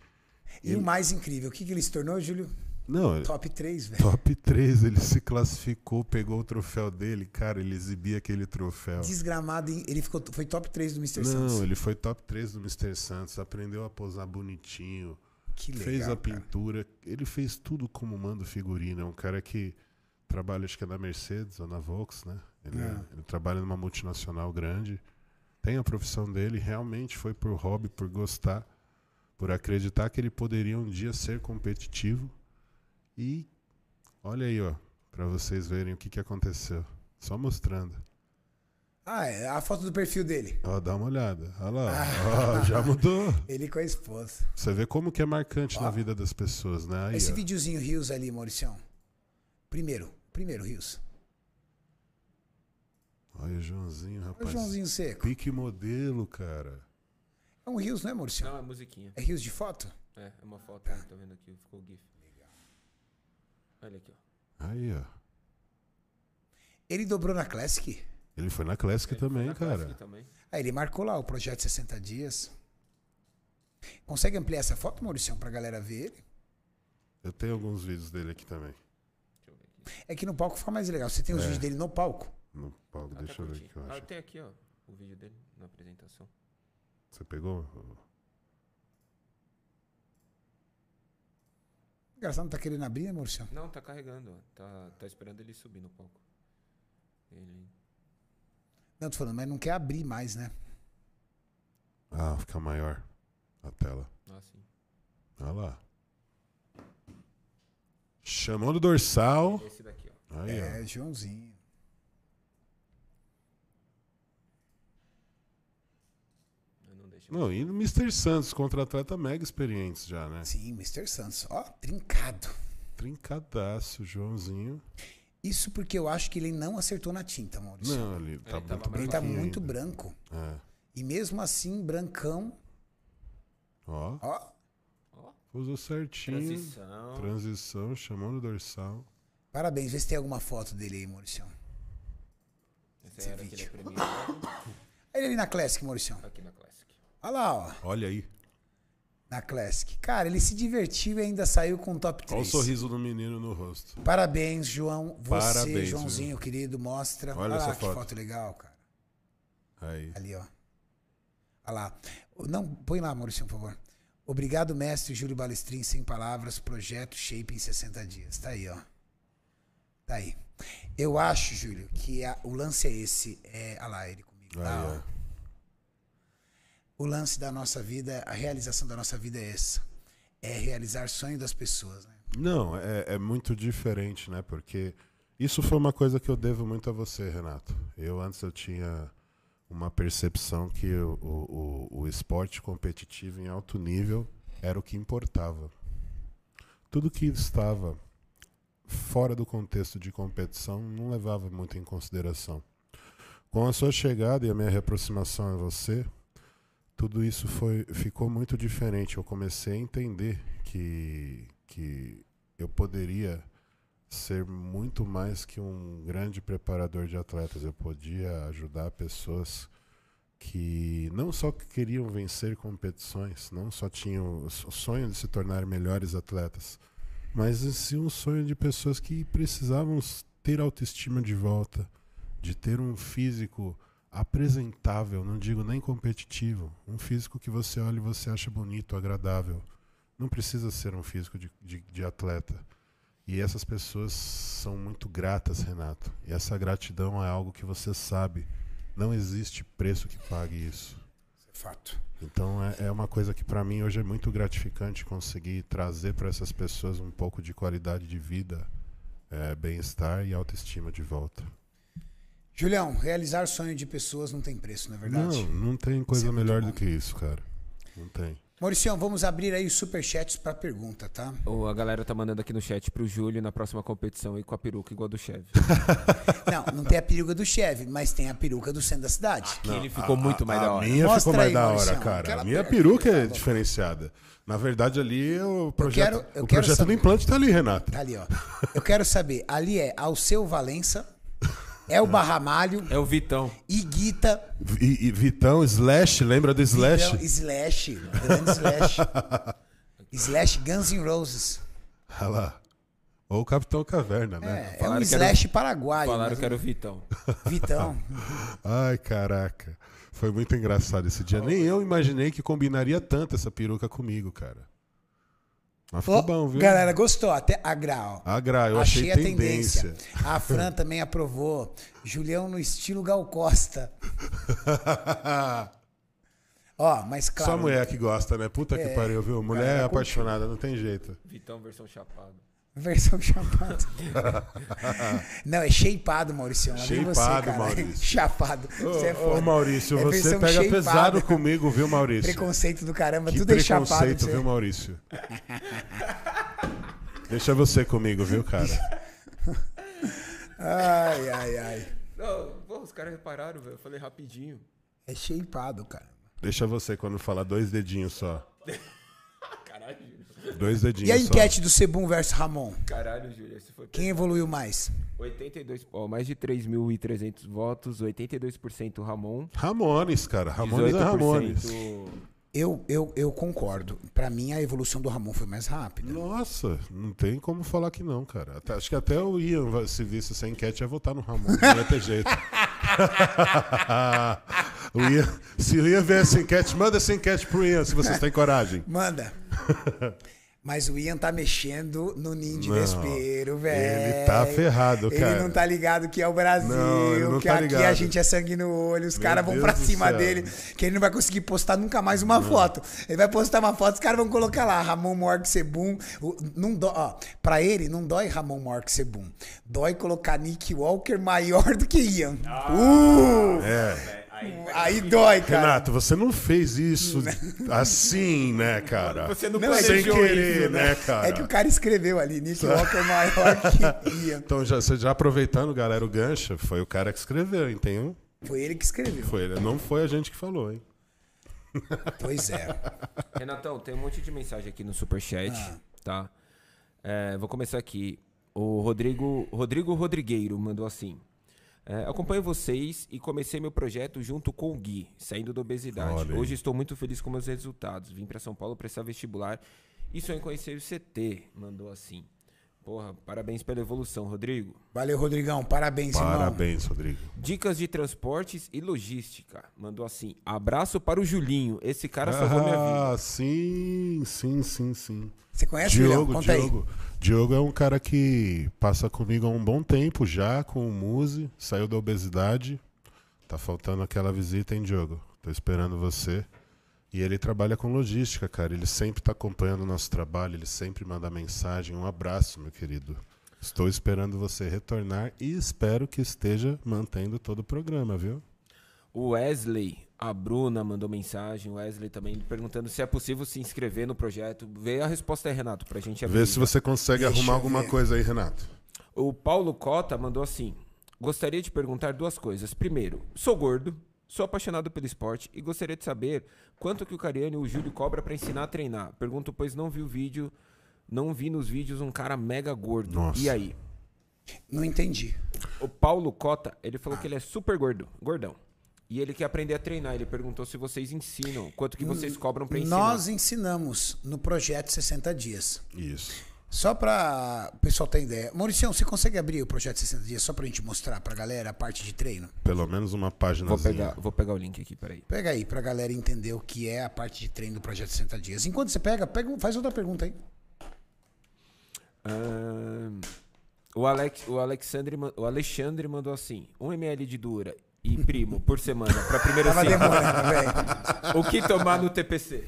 Speaker 1: E o mais incrível, o que, que ele se tornou, Júlio?
Speaker 2: Não, ele-
Speaker 1: Top 3, velho.
Speaker 2: top 3, ele se classificou, pegou o troféu dele, cara, ele exibia aquele troféu.
Speaker 1: Desgramado, hein? ele ficou, foi top 3 do Mr.
Speaker 2: Não,
Speaker 1: Santos.
Speaker 2: ele foi top 3 do Mr. Santos, aprendeu a posar bonitinho,
Speaker 1: Que legal,
Speaker 2: fez
Speaker 1: cara.
Speaker 2: a pintura, ele fez tudo como manda o figurino, é um cara que trabalha acho que é na Mercedes ou na Volks, né? Ele,
Speaker 1: É.
Speaker 2: ele trabalha numa multinacional grande, tem a profissão dele, realmente foi por hobby, por gostar, por acreditar que ele poderia um dia ser competitivo e olha aí, ó, pra vocês verem o que que aconteceu. Só mostrando.
Speaker 1: Ah, é a foto do perfil dele.
Speaker 2: Ó, dá uma olhada. Olha lá. ó, já mudou.
Speaker 1: Ele com a esposa.
Speaker 2: Você vê como que é marcante na vida das pessoas, né? Aí,
Speaker 1: Esse
Speaker 2: ó.
Speaker 1: videozinho Rios ali, Mauricião. Primeiro, primeiro Rios.
Speaker 2: Olha o Joãozinho,
Speaker 1: É o
Speaker 2: rapaz.
Speaker 1: Joãozinho Seco.
Speaker 2: Pique modelo, cara.
Speaker 1: É um Rios, não é, Mauricião?
Speaker 3: Não, é musiquinha.
Speaker 1: É Rios de foto?
Speaker 3: É, é uma foto. Tá vendo aqui? Ficou o GIF. Olha aqui, ó.
Speaker 2: Aí, ó.
Speaker 1: Ele dobrou na Classic?
Speaker 2: Ele foi na Classic também, cara.
Speaker 3: Tá Aqui também.
Speaker 1: Ah, ele marcou lá o projeto 60 dias. Consegue ampliar essa foto, Mauricião, pra galera ver ele?
Speaker 2: Eu tenho alguns vídeos dele aqui também.
Speaker 1: É que no palco fica mais legal. Você tem
Speaker 2: É.
Speaker 1: os vídeos dele no palco?
Speaker 2: No palco,
Speaker 3: Até
Speaker 2: deixa eu ver
Speaker 3: curti.
Speaker 2: o que eu
Speaker 3: Ah,
Speaker 2: acho.
Speaker 3: tem aqui, ó, o vídeo dele na apresentação.
Speaker 2: Você pegou?
Speaker 1: Engraçado, não tá querendo abrir, né, Mauricião?
Speaker 3: Não, tá carregando, ó. Tá, tá esperando ele subir no palco. Ele...
Speaker 1: Não, tô falando, mas não quer abrir mais, né?
Speaker 2: Ah, fica maior a tela.
Speaker 3: Ah, sim.
Speaker 2: Olha lá. Chamou no dorsal.
Speaker 3: É Esse daqui, ó.
Speaker 2: Aí,
Speaker 1: É,
Speaker 2: ó.
Speaker 1: Joãozinho.
Speaker 3: Eu não deixo.
Speaker 2: Não, e o Mr. Santos, contra-atleta mega experiente já, né?
Speaker 1: Sim, Mr. Santos. Ó, trincado.
Speaker 2: Trincadaço, Joãozinho.
Speaker 1: Isso porque eu acho que ele não acertou na tinta, Maurício.
Speaker 2: Não, ele tá
Speaker 3: Ele tava
Speaker 2: muito
Speaker 1: ele tá
Speaker 2: branquinho
Speaker 1: muito
Speaker 2: ainda.
Speaker 1: branco.
Speaker 2: É.
Speaker 1: E mesmo assim, brancão,
Speaker 2: Ó,
Speaker 1: ó,
Speaker 2: usou certinho.
Speaker 3: Transição.
Speaker 2: Transição, chamando o dorsal.
Speaker 1: parabéns. Vê se tem alguma foto dele aí, Maurício.
Speaker 3: Essa era aquele premiado
Speaker 1: Ele ali na Classic, Maurício.
Speaker 3: aqui na Classic.
Speaker 1: Olha lá, ó.
Speaker 2: Olha aí.
Speaker 1: Na Classic. Cara, ele se divertiu e ainda saiu com o top 3.
Speaker 2: Olha o sorriso do menino no rosto.
Speaker 1: Parabéns, João. Você,
Speaker 2: Parabéns,
Speaker 1: Joãozinho, querido, mostra.
Speaker 2: Olha
Speaker 1: lá,
Speaker 2: essa
Speaker 1: que
Speaker 2: foto.
Speaker 1: foto legal, cara.
Speaker 2: Aí.
Speaker 1: Ali, ó. Olha lá. Não, põe lá, Maurício, por favor. Obrigado, mestre Júlio Balestrin, sem palavras, projeto Shape em 60 dias. Tá aí, ó. Tá aí. Eu acho, Júlio, que a- o lance é esse. É, olha lá, ele comigo. lá, ó.
Speaker 2: Aí, ó.
Speaker 1: O lance da nossa vida, a realização da nossa vida é essa. É realizar sonho das pessoas, né?
Speaker 2: Não, é, é muito diferente, né? Porque isso foi uma coisa que eu devo muito a você, Renato. Eu antes eu tinha uma percepção que o, o, o- o esporte competitivo em alto nível era o que importava. Tudo que estava fora do contexto de competição não levava muito em consideração. Com a sua chegada e a minha reaproximação a você, tudo isso foi ficou muito diferente. Eu comecei a entender que que eu poderia ser muito mais que um grande preparador de atletas. Eu podia ajudar pessoas que não só queriam vencer competições, não só tinham o sonho de se tornar melhores atletas, mas sim um sonho de pessoas que precisavam ter autoestima de volta, de ter um físico apresentável, não digo nem competitivo, um físico que você olha e você acha bonito, agradável. Não precisa ser um físico de, de, de atleta. E essas pessoas são muito gratas, Renato. E essa gratidão é algo que você sabe. Não existe preço que pague isso.
Speaker 1: Isso é fato.
Speaker 2: Então é, é uma coisa que para mim hoje é muito gratificante conseguir trazer para essas pessoas um pouco de qualidade de vida, eh, bem-estar e autoestima de volta.
Speaker 1: Julião, realizar sonho de pessoas não tem preço, não é verdade?
Speaker 2: Não, não tem coisa
Speaker 1: Isso é muito
Speaker 2: melhor
Speaker 1: bom.
Speaker 2: do que isso, cara. Não tem.
Speaker 1: Mauricião, vamos abrir aí os superchats pra pergunta, tá?
Speaker 3: Ô, a galera tá mandando aqui no chat pro Júlio na próxima competição e com a peruca igual a do chefe.
Speaker 1: Não, não tem a peruca do chefe, mas tem a peruca do centro da cidade.
Speaker 3: Que ele ficou muito mais
Speaker 2: a
Speaker 3: da hora.
Speaker 2: minha
Speaker 1: Mostra
Speaker 2: ficou mais
Speaker 1: aí,
Speaker 2: da hora,
Speaker 1: Mauricião,
Speaker 2: cara.
Speaker 1: aquela
Speaker 2: A minha
Speaker 1: perna,
Speaker 2: peruca
Speaker 1: tá
Speaker 2: é
Speaker 1: bom.
Speaker 2: diferenciada. Na verdade, ali é o projeto,
Speaker 1: quero- eu
Speaker 2: o
Speaker 1: quero
Speaker 2: projeto
Speaker 1: saber.
Speaker 2: do implante tá ali, Renato.
Speaker 1: Tá ali, ó. Eu quero saber, ali é Alceu Valença, é o Barramalho,
Speaker 3: É o Vitão.
Speaker 1: Iguita,
Speaker 2: E, e Vitão, Slash, lembra do Slash?
Speaker 1: Então, Slash, grande Slash. Slash Guns N' Roses.
Speaker 2: Olha lá. Ou o Capitão Caverna, né?
Speaker 1: É, é um
Speaker 3: Falaram que era o-
Speaker 1: Slash paraguaio.
Speaker 3: Falaram
Speaker 1: mas
Speaker 3: que era o Vitão.
Speaker 1: Vitão.
Speaker 2: Ai, caraca. Foi muito engraçado esse dia. Nem eu imaginei que combinaria tanto essa peruca comigo, cara. Mas
Speaker 3: Tá
Speaker 2: ficou
Speaker 1: Ó,
Speaker 2: bom, viu?
Speaker 1: Galera, gostou. Até a grau.
Speaker 2: A Gra, eu achei, tendência.
Speaker 1: A Fran também aprovou. Julião no estilo Gal Costa. Ó, mas claro. É,
Speaker 2: Só mulher que gosta, né? Puta que pariu, viu? Mulher é
Speaker 1: Galera,
Speaker 2: apaixonada, não tem jeito.
Speaker 3: Vitão versão chapado.
Speaker 1: Versão chapada. Não, é shapeado, Maurício. Lá vem você,
Speaker 2: Shapeado,
Speaker 1: cara.
Speaker 2: Maurício.
Speaker 1: Chapado. Você é
Speaker 2: Ô,
Speaker 1: foda.
Speaker 2: Maurício,
Speaker 1: É
Speaker 2: você
Speaker 1: versão
Speaker 2: pega
Speaker 1: shapeado.
Speaker 2: pesado comigo, viu, Maurício?
Speaker 1: Preconceito do caramba.
Speaker 2: que
Speaker 1: Tudo é chapado. pra
Speaker 2: preconceito,
Speaker 1: você.
Speaker 2: viu, Maurício? Deixa você comigo, viu, cara?
Speaker 1: Ai, ai, ai.
Speaker 3: Não, pô, os caras repararam, velho. Eu falei rapidinho.
Speaker 1: É shapeado, cara.
Speaker 2: Deixa você quando falar dois dedinhos só.
Speaker 3: Caralho, Júlio.
Speaker 2: Dois dedinhos
Speaker 1: E a
Speaker 2: só.
Speaker 1: enquete do Sebum versus Ramon?
Speaker 3: Caralho, Júlio. Esse foi
Speaker 1: Quem evoluiu mais?
Speaker 3: 82, ó, mais de 3.300 votos, 82% Ramon.
Speaker 2: Ramones, cara. Ramones é
Speaker 3: 18%
Speaker 2: Ramones.
Speaker 1: Eu, eu, eu concordo. Pra mim, a evolução do Ramon foi mais rápida.
Speaker 2: Nossa, não tem como falar que não, cara. Até- acho que até o Ian, vai- se visse essa enquete, ia votar no Ramon. Não ia ter jeito. o Ian, se o Ian ver essa enquete, manda essa enquete pro Ian, se vocês têm coragem.
Speaker 1: Manda. Mas o Ian tá mexendo no ninho de
Speaker 2: Não,
Speaker 1: vespeiro, velho.
Speaker 2: ele tá ferrado,
Speaker 1: Ele
Speaker 2: cara.
Speaker 1: não tá ligado que é o Brasil,
Speaker 2: Não, ele não
Speaker 1: que
Speaker 2: tá
Speaker 1: aqui a
Speaker 2: ligado.
Speaker 1: gente é sangue no olho, os caras vão
Speaker 2: Deus
Speaker 1: pra
Speaker 2: do
Speaker 1: cima
Speaker 2: céu.
Speaker 1: dele, que ele não vai conseguir postar nunca mais uma foto. Ele vai postar uma foto, os caras vão colocar lá, Ramon Morg Sebum. O- Não dó, ó, pra ele, não dói Ramon Morg Sebum. Dói colocar Nick Walker maior do que Ian. uh!
Speaker 2: É.
Speaker 1: Aí dói, cara.
Speaker 2: Renato, você não fez isso assim, né, cara?
Speaker 3: Você não
Speaker 1: Não, é
Speaker 2: Sem
Speaker 1: que-
Speaker 3: planejou
Speaker 2: querer,
Speaker 3: isso, né?
Speaker 2: né, cara? Tá.
Speaker 1: É que o cara escreveu ali, Nick Walker é maior que Ian.
Speaker 2: Então, já, você já aproveitando, galera, o gancho, foi o cara que escreveu, entendeu?
Speaker 1: Foi ele que escreveu.
Speaker 2: Foi ele. Não foi a gente que falou, hein?
Speaker 1: Pois é.
Speaker 3: Renatão, tem um monte de mensagem aqui no Superchat,
Speaker 2: Ah.
Speaker 3: tá? É, vou começar aqui. O Rodrigo, Rodrigo Rodrigueiro mandou assim. É, acompanho vocês e comecei meu projeto junto com o Gui, saindo da obesidade.
Speaker 2: Olha aí.
Speaker 3: Hoje estou muito feliz com meus resultados. Vim para São Paulo prestar vestibular e só em conhecer o CT, mandou assim. Porra, parabéns pela evolução, Rodrigo.
Speaker 1: Valeu, Rodrigão. Parabéns, irmão.
Speaker 2: Parabéns, Rodrigo.
Speaker 3: Dicas de transportes e logística. Mandou assim: abraço para o Julinho. Esse cara salvou minha vida.
Speaker 2: Ah, sim, sim, sim, sim.
Speaker 1: Você conhece o Julião?
Speaker 2: Diogo,
Speaker 1: É Conta
Speaker 2: Diogo. Diogo é um cara que passa comigo há um bom tempo já, com o Muse, saiu da obesidade. Tá faltando aquela visita, hein, Diogo? Tô esperando você. E ele trabalha com logística, cara. Ele sempre tá acompanhando o nosso trabalho, ele sempre manda mensagem. Um abraço, meu querido. Estou esperando você retornar e espero que esteja mantendo todo o programa, viu?
Speaker 3: O Wesley, a Bruna mandou mensagem. O Wesley também perguntando se é possível se inscrever no projeto. Vê a resposta aí, Renato, pra gente abrir.
Speaker 2: Vê se você consegue
Speaker 1: Deixa
Speaker 2: arrumar
Speaker 1: eu
Speaker 2: alguma
Speaker 1: ver.
Speaker 2: coisa aí, Renato.
Speaker 3: O Paulo Cota mandou assim: Gostaria de perguntar duas coisas. Primeiro, sou gordo, sou apaixonado pelo esporte e gostaria de saber quanto que o Cariani e o Júlio cobra pra ensinar a treinar. Pergunto, pois não vi o vídeo, não vi nos vídeos um cara mega gordo.
Speaker 2: Nossa.
Speaker 3: E aí?
Speaker 1: aí. Não entendi.
Speaker 3: O Paulo Cota, ele
Speaker 1: Ah.
Speaker 3: falou que ele é super gordo, gordão. E ele quer aprender a treinar. Ele perguntou se vocês ensinam, quanto que vocês cobram pra ensinar.
Speaker 1: Nós ensinamos no projeto 60 dias.
Speaker 2: Isso.
Speaker 1: Só pra o pessoal ter ideia. Mauricião, você consegue abrir o projeto 60 dias só pra gente mostrar pra galera a parte de treino?
Speaker 2: Pelo menos uma página.
Speaker 3: Vou pegar, vou pegar o link aqui, peraí.
Speaker 1: Pega aí pra galera entender o que é a parte de treino do projeto 60 dias. Enquanto você pega, pega um- faz outra pergunta aí.
Speaker 3: Ahn, o, Alex, o, Alexandre, ma- o Alexandre mandou assim: 1 ml de dura e primo por semana pra primeira
Speaker 1: Tava
Speaker 3: cena.
Speaker 1: demorando, né, velho.
Speaker 3: O que tomar no TPC?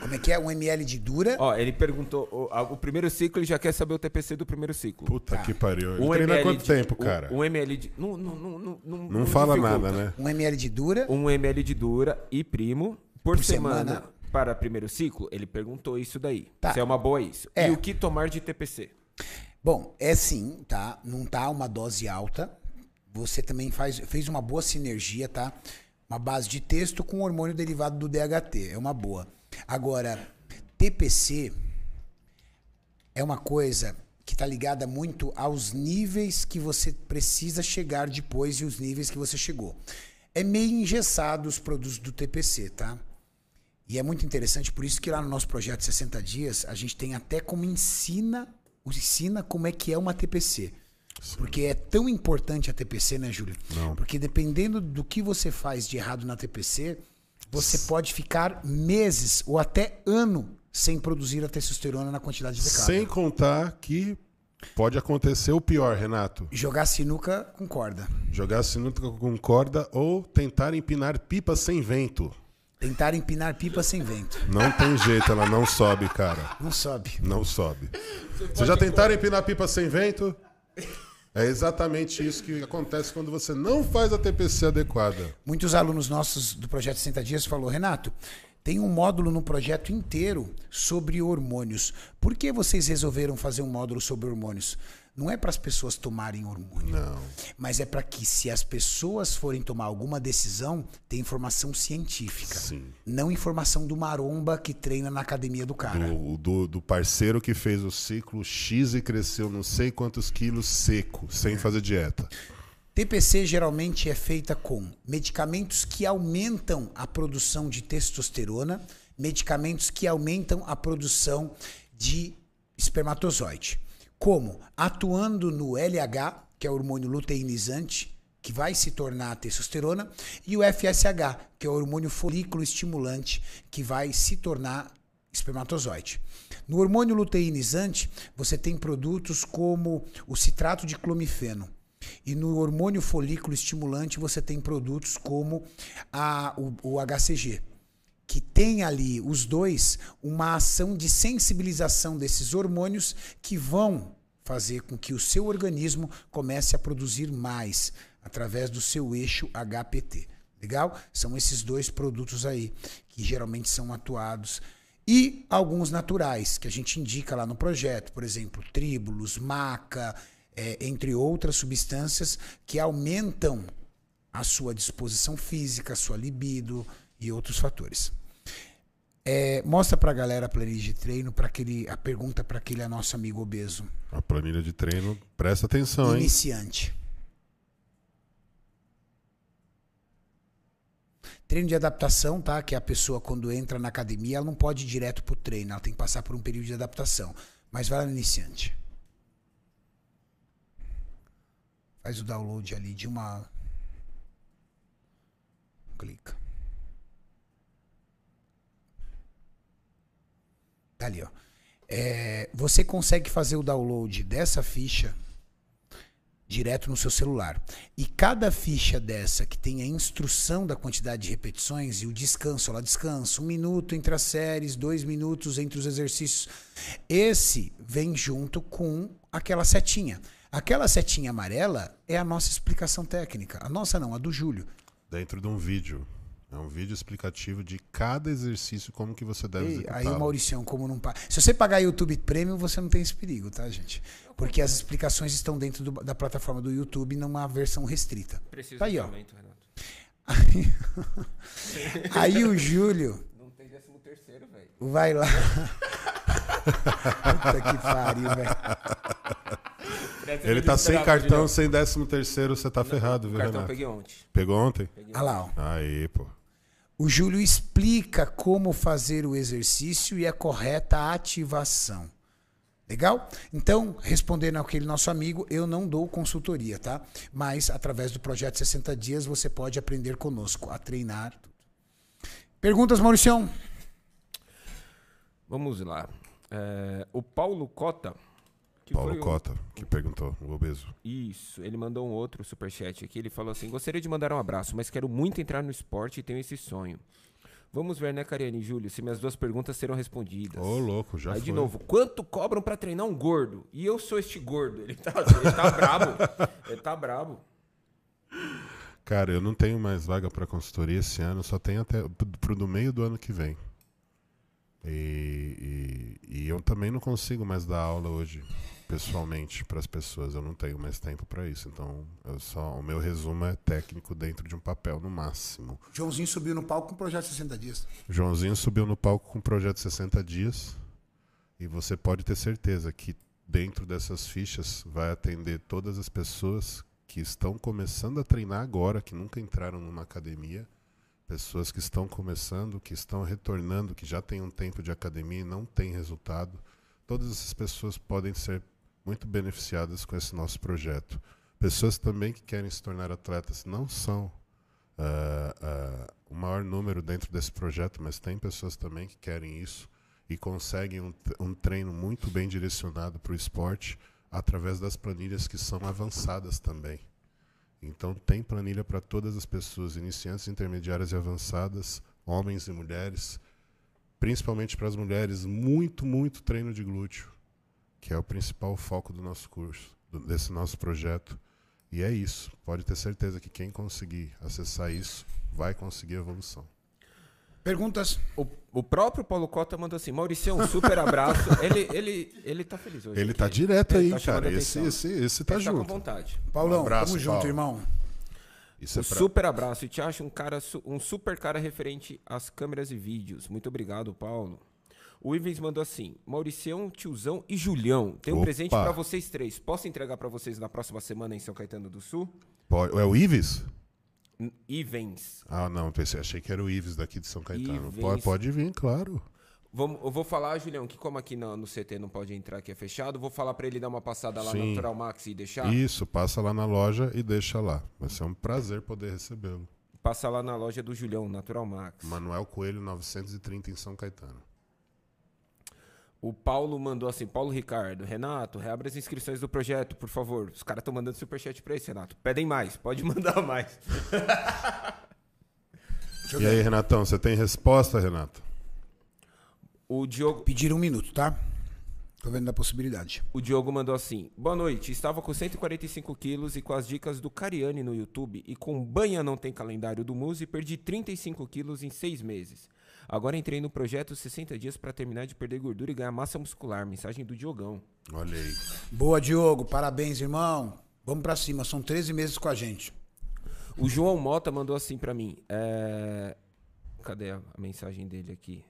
Speaker 1: Como é que é? Um ml de dura.
Speaker 3: Ó, ele perguntou: o, a- o primeiro ciclo, ele já quer saber o TPC do primeiro ciclo.
Speaker 2: Puta que pariu. Ele
Speaker 3: Um
Speaker 2: treina
Speaker 3: ML
Speaker 2: quanto
Speaker 3: de-
Speaker 2: tempo,
Speaker 3: um-
Speaker 2: cara?
Speaker 3: Um, ml de. Não, não, não, não, não,
Speaker 2: Não
Speaker 3: não
Speaker 2: fala
Speaker 3: dificulta.
Speaker 2: nada, né?
Speaker 1: Um ml de dura.
Speaker 3: 1 ml de dura e primo por,
Speaker 1: Por
Speaker 3: semana,
Speaker 1: semana.
Speaker 3: para primeiro ciclo? Ele perguntou isso daí.
Speaker 1: Tá.
Speaker 3: Se é uma boa isso.
Speaker 1: É.
Speaker 3: E o que tomar de TPC?
Speaker 1: Bom, é sim, tá? Não tá uma dose alta. Você também faz, fez uma boa sinergia, tá? Uma base de texto com hormônio derivado do DHT. É uma boa. Agora, TPC é uma coisa que tá ligada muito aos níveis que você precisa chegar depois e os níveis que você chegou. É meio engessado os produtos do TPC, tá? E é muito interessante, por isso que lá no nosso projeto 60 dias, a gente tem até como ensina, ensina como é que é uma TPC. Porque é tão importante a TPC, né, Júlio? Porque dependendo do que você faz de errado na TPC, você pode ficar meses ou até ano sem produzir a testosterona na quantidade de
Speaker 2: Sem contar que pode acontecer o pior, Renato.
Speaker 1: Jogar sinuca com corda.
Speaker 2: Jogar sinuca com corda ou tentar empinar pipa sem vento.
Speaker 1: Tentar empinar pipa sem vento.
Speaker 2: Não tem jeito, ela não sobe, cara.
Speaker 1: Não sobe.
Speaker 2: Não sobe. Vocês já tentaram empinar pipa sem vento? É exatamente isso que acontece quando você não faz a TPC adequada.
Speaker 1: Muitos alunos nossos do projeto 60 dias falou: "Renato, tem um módulo no projeto inteiro sobre hormônios. Por que vocês resolveram fazer um módulo sobre hormônios? Não é para as pessoas tomarem hormônio,
Speaker 2: Não.
Speaker 1: mas é para que se as pessoas forem tomar alguma decisão, tem informação científica,
Speaker 2: Sim.
Speaker 1: não informação do maromba que treina na academia do cara.
Speaker 2: Do, do, do parceiro que fez o ciclo X e cresceu não sei quantos quilos seco, sem fazer dieta.
Speaker 1: TPC geralmente é feita com medicamentos que aumentam a produção de testosterona, medicamentos que aumentam a produção de espermatozoide, como atuando no LH, que é o hormônio luteinizante, que vai se tornar a testosterona, e o FSH, que é o hormônio folículo estimulante, que vai se tornar espermatozoide. No hormônio luteinizante, você tem produtos como o citrato de clomifeno. E no hormônio folículo estimulante, você tem produtos como a- o, o HCG, que tem ali os dois uma ação de sensibilização desses hormônios que vão fazer com que o seu organismo comece a produzir mais através do seu eixo HPT. Legal? São esses dois produtos aí que geralmente são atuados. E alguns naturais que a gente indica lá no projeto, por exemplo, tríbulos, maca, é, entre outras substâncias que aumentam a sua disposição física, a sua libido e outros fatores. É, mostra pra galera a planilha de treino, para aquele, a pergunta para aquele nosso amigo obeso,
Speaker 2: A planilha de treino, presta atenção, hein?
Speaker 1: iniciante. Treino de adaptação, tá? Que a pessoa quando entra na academia, ela não pode ir direto pro treino, ela tem que passar por um período de adaptação. Mas vai lá no iniciante. Faz o download ali de uma. Clica. Tá ali, ó. É, você consegue fazer o download dessa ficha direto no seu celular. E cada ficha dessa que tem a instrução da quantidade de repetições e o descanso, ela descansa um minuto entre as séries, dois minutos entre os exercícios. Esse vem junto com aquela setinha. Aquela setinha amarela é a nossa explicação técnica. A nossa não, a do Júlio.
Speaker 2: Dentro de um vídeo. É um vídeo explicativo de cada exercício, como é que você deve
Speaker 1: Ei, aí o
Speaker 2: executá-lo.
Speaker 1: Mauricião, como não paga. Se você pagar YouTube Premium, você não tem esse perigo, tá, gente? Porque as explicações estão dentro do- da plataforma do YouTube numa versão restrita.
Speaker 3: Preciso
Speaker 1: Tá aí,
Speaker 3: de
Speaker 1: ó.
Speaker 3: aumento, Renato.
Speaker 1: Aí, aí o Júlio
Speaker 3: Não tem décimo terceiro, velho.
Speaker 1: vai lá. Puta que pariu, velho.
Speaker 2: Ele tá sem cartão, sem décimo terceiro, você tá ferrado,
Speaker 3: O
Speaker 2: viu,
Speaker 3: cartão eu
Speaker 2: Renato?
Speaker 3: peguei ontem.
Speaker 2: Pegou ontem?
Speaker 1: Olha lá, ó.
Speaker 2: Aí, pô.
Speaker 1: O Júlio explica como fazer o exercício e a correta ativação. Legal? Então, respondendo aquele nosso amigo, eu não dou consultoria, tá? Mas através do projeto 60 dias você pode aprender conosco a treinar. Perguntas, Mauricião?
Speaker 3: Vamos lá. É, o Paulo Cota. que
Speaker 2: Paulo
Speaker 3: foi o-
Speaker 2: Cota, que perguntou, o obeso.
Speaker 3: Isso, ele mandou um outro superchat aqui. Ele falou assim: Gostaria de mandar um abraço, mas quero muito entrar no esporte e tenho esse sonho. Vamos ver, né, Cariane e Júlio, se minhas duas perguntas serão respondidas.
Speaker 2: Ô, louco, já
Speaker 3: Aí,
Speaker 2: foi.
Speaker 3: de novo, quanto cobram pra treinar um gordo? E eu sou este gordo. Ele tá, ele tá brabo. Ele tá brabo.
Speaker 2: Cara, eu não tenho mais vaga pra consultoria esse ano, só tenho até pro- pro do meio do ano que vem. E, e- e eu também não consigo mais dar aula hoje, pessoalmente, pras pessoas. Eu não tenho mais tempo pra isso. Então, eu só o meu resumo é técnico dentro de um papel, no máximo.
Speaker 1: Joãozinho subiu no palco com o projeto 60 dias.
Speaker 2: Joãozinho subiu no palco com o projeto 60 dias e você pode ter certeza que dentro dessas fichas vai atender todas as pessoas que estão começando a treinar agora, que nunca entraram numa academia, pessoas que estão começando, que estão retornando, que já têm um tempo de academia e não têm resultado. Todas essas pessoas podem ser muito beneficiadas com esse nosso projeto. Pessoas também que querem se tornar atletas não são ah, ah, o maior número dentro desse projeto, mas tem pessoas também que querem isso e conseguem um, t- um treino muito bem direcionado para o esporte através das planilhas que são avançadas também. Então tem planilha para todas as pessoas, iniciantes, intermediárias e avançadas, homens e mulheres, principalmente para as mulheres, muito, muito treino de glúteo, que é o principal foco do nosso curso, do- desse nosso projeto. E é isso. Pode ter certeza que quem conseguir acessar isso vai conseguir evolução.
Speaker 1: Perguntas?
Speaker 3: O, o próprio Paulo Cota mandou assim: Maurício, um super abraço. ele, ele, ele tá feliz hoje.
Speaker 2: Ele
Speaker 3: aqui.
Speaker 2: tá direto aí,
Speaker 3: tá chamando
Speaker 2: cara.
Speaker 3: a
Speaker 2: Esse,
Speaker 3: atenção.
Speaker 2: esse, esse tá
Speaker 3: Ele tá com
Speaker 2: junto.
Speaker 3: vontade.
Speaker 1: Paulão,
Speaker 2: Um abraço,
Speaker 1: tamo junto,
Speaker 2: Paulo.
Speaker 1: irmão.
Speaker 2: Isso é
Speaker 3: um
Speaker 2: pra...
Speaker 3: super abraço e te acho um cara su- um super cara referente às câmeras e vídeos. Muito obrigado, Paulo. O Ivens mandou assim: Mauricião, Tiozão e Julião, tem um
Speaker 2: Opa.
Speaker 3: presente pra vocês três. Posso entregar pra vocês na próxima semana em São Caetano do Sul?
Speaker 2: Pode- É o Ives?
Speaker 3: N- Ivens,
Speaker 2: Ah, não. Pensei, achei que era o Ives daqui de São Caetano.
Speaker 3: Ives.
Speaker 2: Pode, pode vir, claro.
Speaker 3: Vamos, eu vou falar, Julião, que como aqui no, no CT não pode entrar, que é fechado, vou falar pra ele dar uma passada lá no
Speaker 2: Sim.
Speaker 3: Natural Max e deixar.
Speaker 2: Isso, passa lá na loja e deixa lá. Vai ser um prazer poder recebê-lo.
Speaker 3: Passar lá na loja do Julião, Natural Max.
Speaker 2: Manuel Coelho, 930 em São Caetano.
Speaker 3: O Paulo mandou assim, Paulo Ricardo, Renato, reabre as inscrições do projeto, por favor. Os caras estão mandando superchat pra esse, Renato. Pedem mais, pode mandar mais.
Speaker 2: E aí, Renatão, você tem resposta, Renato?
Speaker 3: O Diogo,
Speaker 1: Pedir um minuto, tá? Tô vendo a possibilidade.
Speaker 3: O Diogo mandou assim: Boa noite, estava com 145 quilos e com as dicas do Cariani no YouTube e com banha não tem calendário do Muse, perdi 35 quilos em seis meses. Agora entrei no projeto 60 dias para terminar de perder gordura e ganhar massa muscular. Mensagem do Diogão.
Speaker 2: Olha aí.
Speaker 1: Boa, Diogo. Parabéns, irmão. Vamos pra cima. São 13 meses com a gente.
Speaker 3: O João Mota mandou assim pra mim. é, Cadê a a mensagem dele aqui?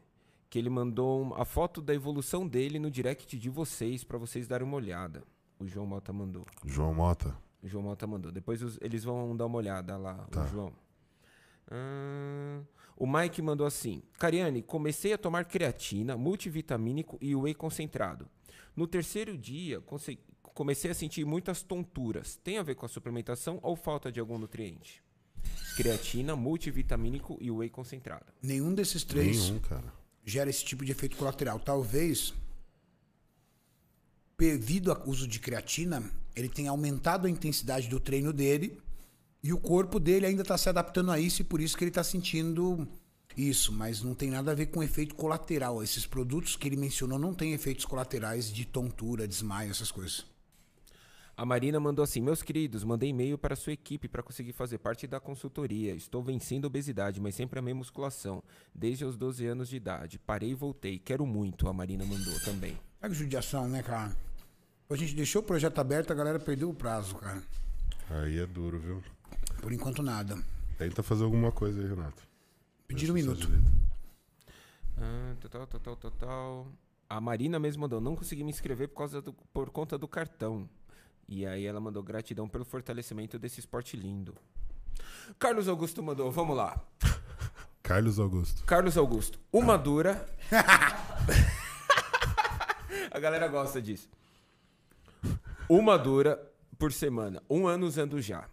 Speaker 3: Que ele mandou um- a foto da evolução dele no direct de vocês, pra vocês darem uma olhada. O João Mota mandou.
Speaker 2: João Mota.
Speaker 3: O João Mota mandou. Depois os- eles vão dar uma olhada lá, o João. Ahn, o Mike mandou assim: Cariane, comecei a tomar creatina, multivitamínico e whey concentrado. No terceiro dia, conse- comecei a sentir muitas tonturas. Tem a ver com a suplementação ou falta de algum nutriente? Creatina, multivitamínico e whey concentrado.
Speaker 1: Nenhum desses três
Speaker 2: Nenhum, cara.
Speaker 1: gera esse tipo de efeito colateral. Talvez, devido ao uso de creatina, ele tenha aumentado a intensidade do treino dele e o corpo dele ainda está se adaptando a isso e por isso que ele está sentindo isso. Mas não tem nada a ver com efeito colateral. Esses produtos que ele mencionou não têm efeitos colaterais de tontura, desmaio, essas coisas.
Speaker 3: A Marina mandou assim: Meus queridos, mandei e-mail para sua equipe para conseguir fazer parte da consultoria. Estou vencendo a obesidade, mas sempre amei musculação. Desde os 12 anos de idade. Parei e voltei. Quero muito. A Marina mandou também.
Speaker 1: É que judiação, né, cara? A gente deixou o projeto aberto, a galera perdeu o prazo, cara.
Speaker 2: Aí é duro, viu?
Speaker 1: Por enquanto, nada.
Speaker 2: Tenta fazer alguma coisa aí, Renato.
Speaker 1: Pediram um minuto.
Speaker 3: Ah, total, total, total. A Marina mesmo mandou: Não consegui me inscrever por, causa do- por conta do cartão. E aí ela mandou gratidão pelo fortalecimento desse esporte lindo. Carlos Augusto mandou: Vamos lá.
Speaker 2: Carlos Augusto.
Speaker 3: Carlos Augusto,
Speaker 1: Ah.
Speaker 3: uma dura. A galera gosta disso. Uma dura por semana. Um ano usando já.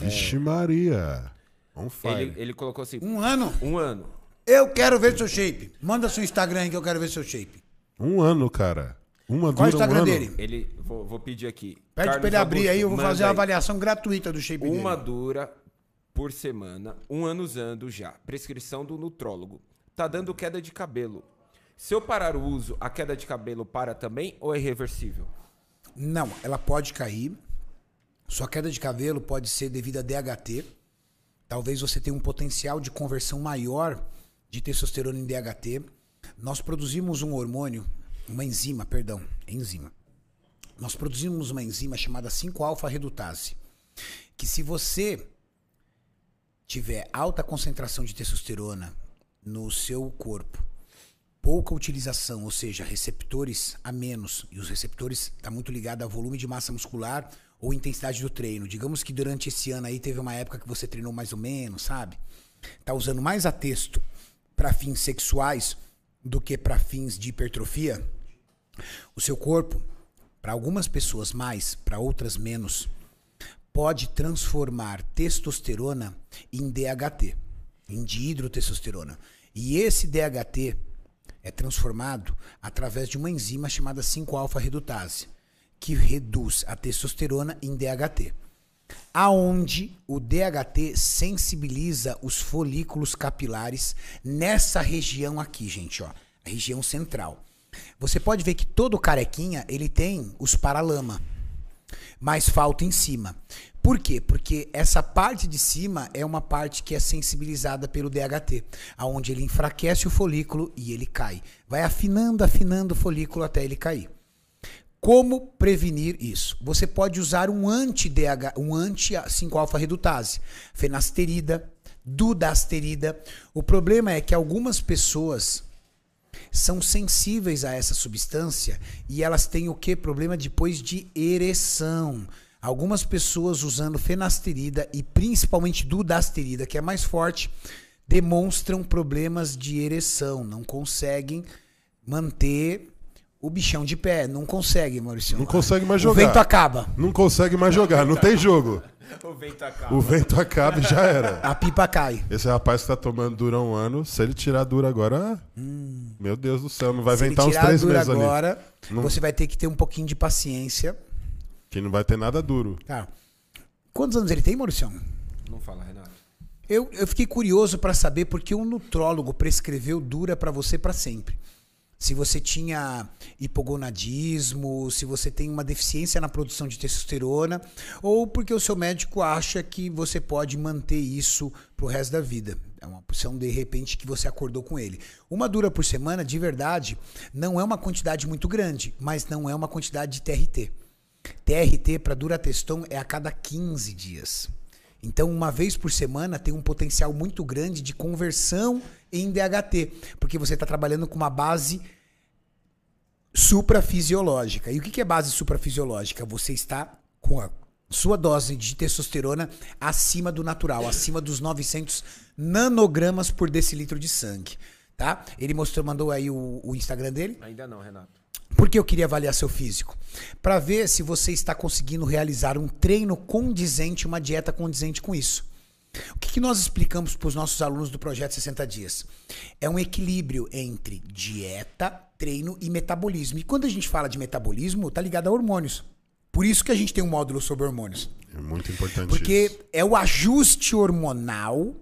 Speaker 1: É.
Speaker 2: Vixe Maria. On fire.
Speaker 3: Ele, ele colocou assim:
Speaker 1: Um ano?
Speaker 3: um ano.
Speaker 1: Eu quero ver seu shape. Manda seu Instagram aí que eu quero ver seu shape.
Speaker 2: Um ano, cara. Uma
Speaker 1: Qual o
Speaker 2: dura um
Speaker 1: Instagram
Speaker 2: ano.
Speaker 1: dele?
Speaker 3: Ele, vou, vou pedir aqui.
Speaker 1: Pede
Speaker 3: Carlos
Speaker 1: pra ele abrir
Speaker 3: Augusto,
Speaker 1: aí, eu vou
Speaker 3: manda
Speaker 1: fazer uma
Speaker 3: aí.
Speaker 1: avaliação gratuita do shape
Speaker 3: Uma
Speaker 1: dele.
Speaker 3: dura por semana, um ano usando já. Prescrição do nutrólogo. Tá dando queda de cabelo. Se eu parar o uso, a queda de cabelo para também ou é reversível?
Speaker 1: Não, ela pode cair. Sua queda de cabelo pode ser devido a DHT. Talvez você tenha um potencial de conversão maior de testosterona em DHT. Nós produzimos um hormônio, uma enzima, perdão, enzima. Nós produzimos uma enzima chamada 5-alfa-redutase, que se você tiver alta concentração de testosterona no seu corpo, pouca utilização, ou seja, receptores a menos, e os receptores está muito ligado ao volume de massa muscular ou intensidade do treino. Digamos que durante esse ano aí teve uma época que você treinou mais ou menos, sabe? Tá usando mais a texto para fins sexuais do que para fins de hipertrofia. O seu corpo, para algumas pessoas mais, para outras menos, pode transformar testosterona em DHT, em dihidrotestosterona. E esse DHT é transformado através de uma enzima chamada 5-alfa-redutase, que reduz a testosterona em DHT. Aonde o DHT sensibiliza os folículos capilares nessa região aqui, gente, ó, a região central. Você pode ver que todo carequinha, ele tem os paralama mas falta em cima. Por quê? Porque essa parte de cima é uma parte que é sensibilizada pelo DHT, aonde ele enfraquece o folículo e ele cai. Vai afinando, afinando o folículo até ele cair. Como prevenir isso? Você pode usar um anti-DH, um anti-5-alfa-redutase, fenasterida, dudasterida. O problema é que algumas pessoas são sensíveis a essa substância e elas têm o que? Problema depois de ereção. Algumas pessoas usando fenasterida e principalmente dudasterida, que é mais forte, demonstram problemas de ereção, não conseguem manter o bichão de pé, não consegue, Maurício.
Speaker 2: Não consegue mais
Speaker 1: O
Speaker 2: jogar.
Speaker 1: vento acaba,
Speaker 2: Não consegue mais jogar, não tem jogo.
Speaker 3: O vento acaba.
Speaker 2: O vento acaba e já era.
Speaker 1: a pipa cai.
Speaker 2: Esse rapaz que tá tomando dura um ano, se ele tirar dura agora, ah, meu Deus do céu, não vai ventar
Speaker 1: Hum. Se ele
Speaker 2: uns
Speaker 1: tirar a
Speaker 2: três
Speaker 1: dura
Speaker 2: meses ali.
Speaker 1: agora,
Speaker 2: Não-
Speaker 1: você vai ter que ter um pouquinho de paciência,
Speaker 2: Que não vai ter nada duro.
Speaker 1: tá? Quantos anos ele tem, Maurício?
Speaker 3: Não fala, Renato.
Speaker 1: Eu, eu fiquei curioso para saber porque um nutrólogo prescreveu dura para você para sempre. se você tinha hipogonadismo, se você tem uma deficiência na produção de testosterona, ou porque o seu médico acha que você pode manter isso pro resto da vida. É uma opção de repente que você acordou com ele. Uma dura por semana, de verdade, não é uma quantidade muito grande, mas não é uma quantidade de TRT. TRT para durateston é a cada 15 dias. Então, uma vez por semana tem um potencial muito grande de conversão em DHT, porque você está trabalhando com uma base suprafisiológica. E o que que é base suprafisiológica? Você está com a sua dose de testosterona acima do natural, acima dos 900 nanogramas por decilitro de sangue, tá? Ele mostrou, mandou aí o, o Instagram dele.
Speaker 3: Ainda não, Renato.
Speaker 1: Por que eu queria avaliar seu físico? Para ver se você está conseguindo realizar um treino condizente, uma dieta condizente com isso. O que, que nós explicamos para os nossos alunos do projeto 60 Dias? É um equilíbrio entre dieta, treino e metabolismo. E quando a gente fala de metabolismo, tá ligado a hormônios. Por isso que a gente tem um módulo sobre hormônios.
Speaker 2: É muito importante isso.
Speaker 1: Porque é o ajuste hormonal,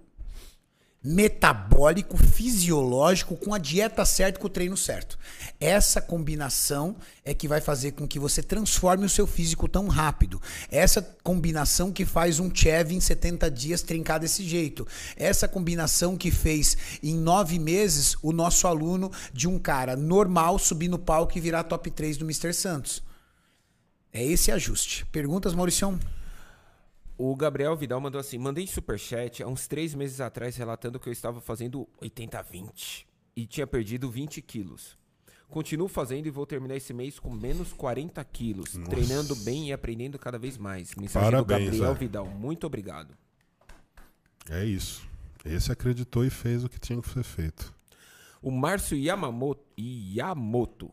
Speaker 1: metabólico, fisiológico, com a dieta certa, com o treino certo. Essa combinação é que vai fazer com que você transforme o seu físico tão rápido. Essa combinação que faz um Chev em 70 dias trincar desse jeito. Essa combinação que fez em nove meses o nosso aluno de um cara normal subir no palco e virar top 3 do Mr. Santos. É esse ajuste. Perguntas, Mauricião?
Speaker 3: O Gabriel Vidal mandou assim: mandei superchat há uns três meses atrás relatando que eu estava fazendo 80-20 e tinha perdido 20 quilos. Continuo fazendo e vou terminar esse mês com menos 40 quilos, treinando bem e aprendendo cada vez mais. Mensagem
Speaker 2: Parabéns, é.
Speaker 3: do Gabriel
Speaker 2: Zé.
Speaker 3: Vidal. Muito obrigado.
Speaker 2: É isso. Esse acreditou e fez o que tinha que ser feito.
Speaker 3: O Márcio Yamamoto. Yamoto.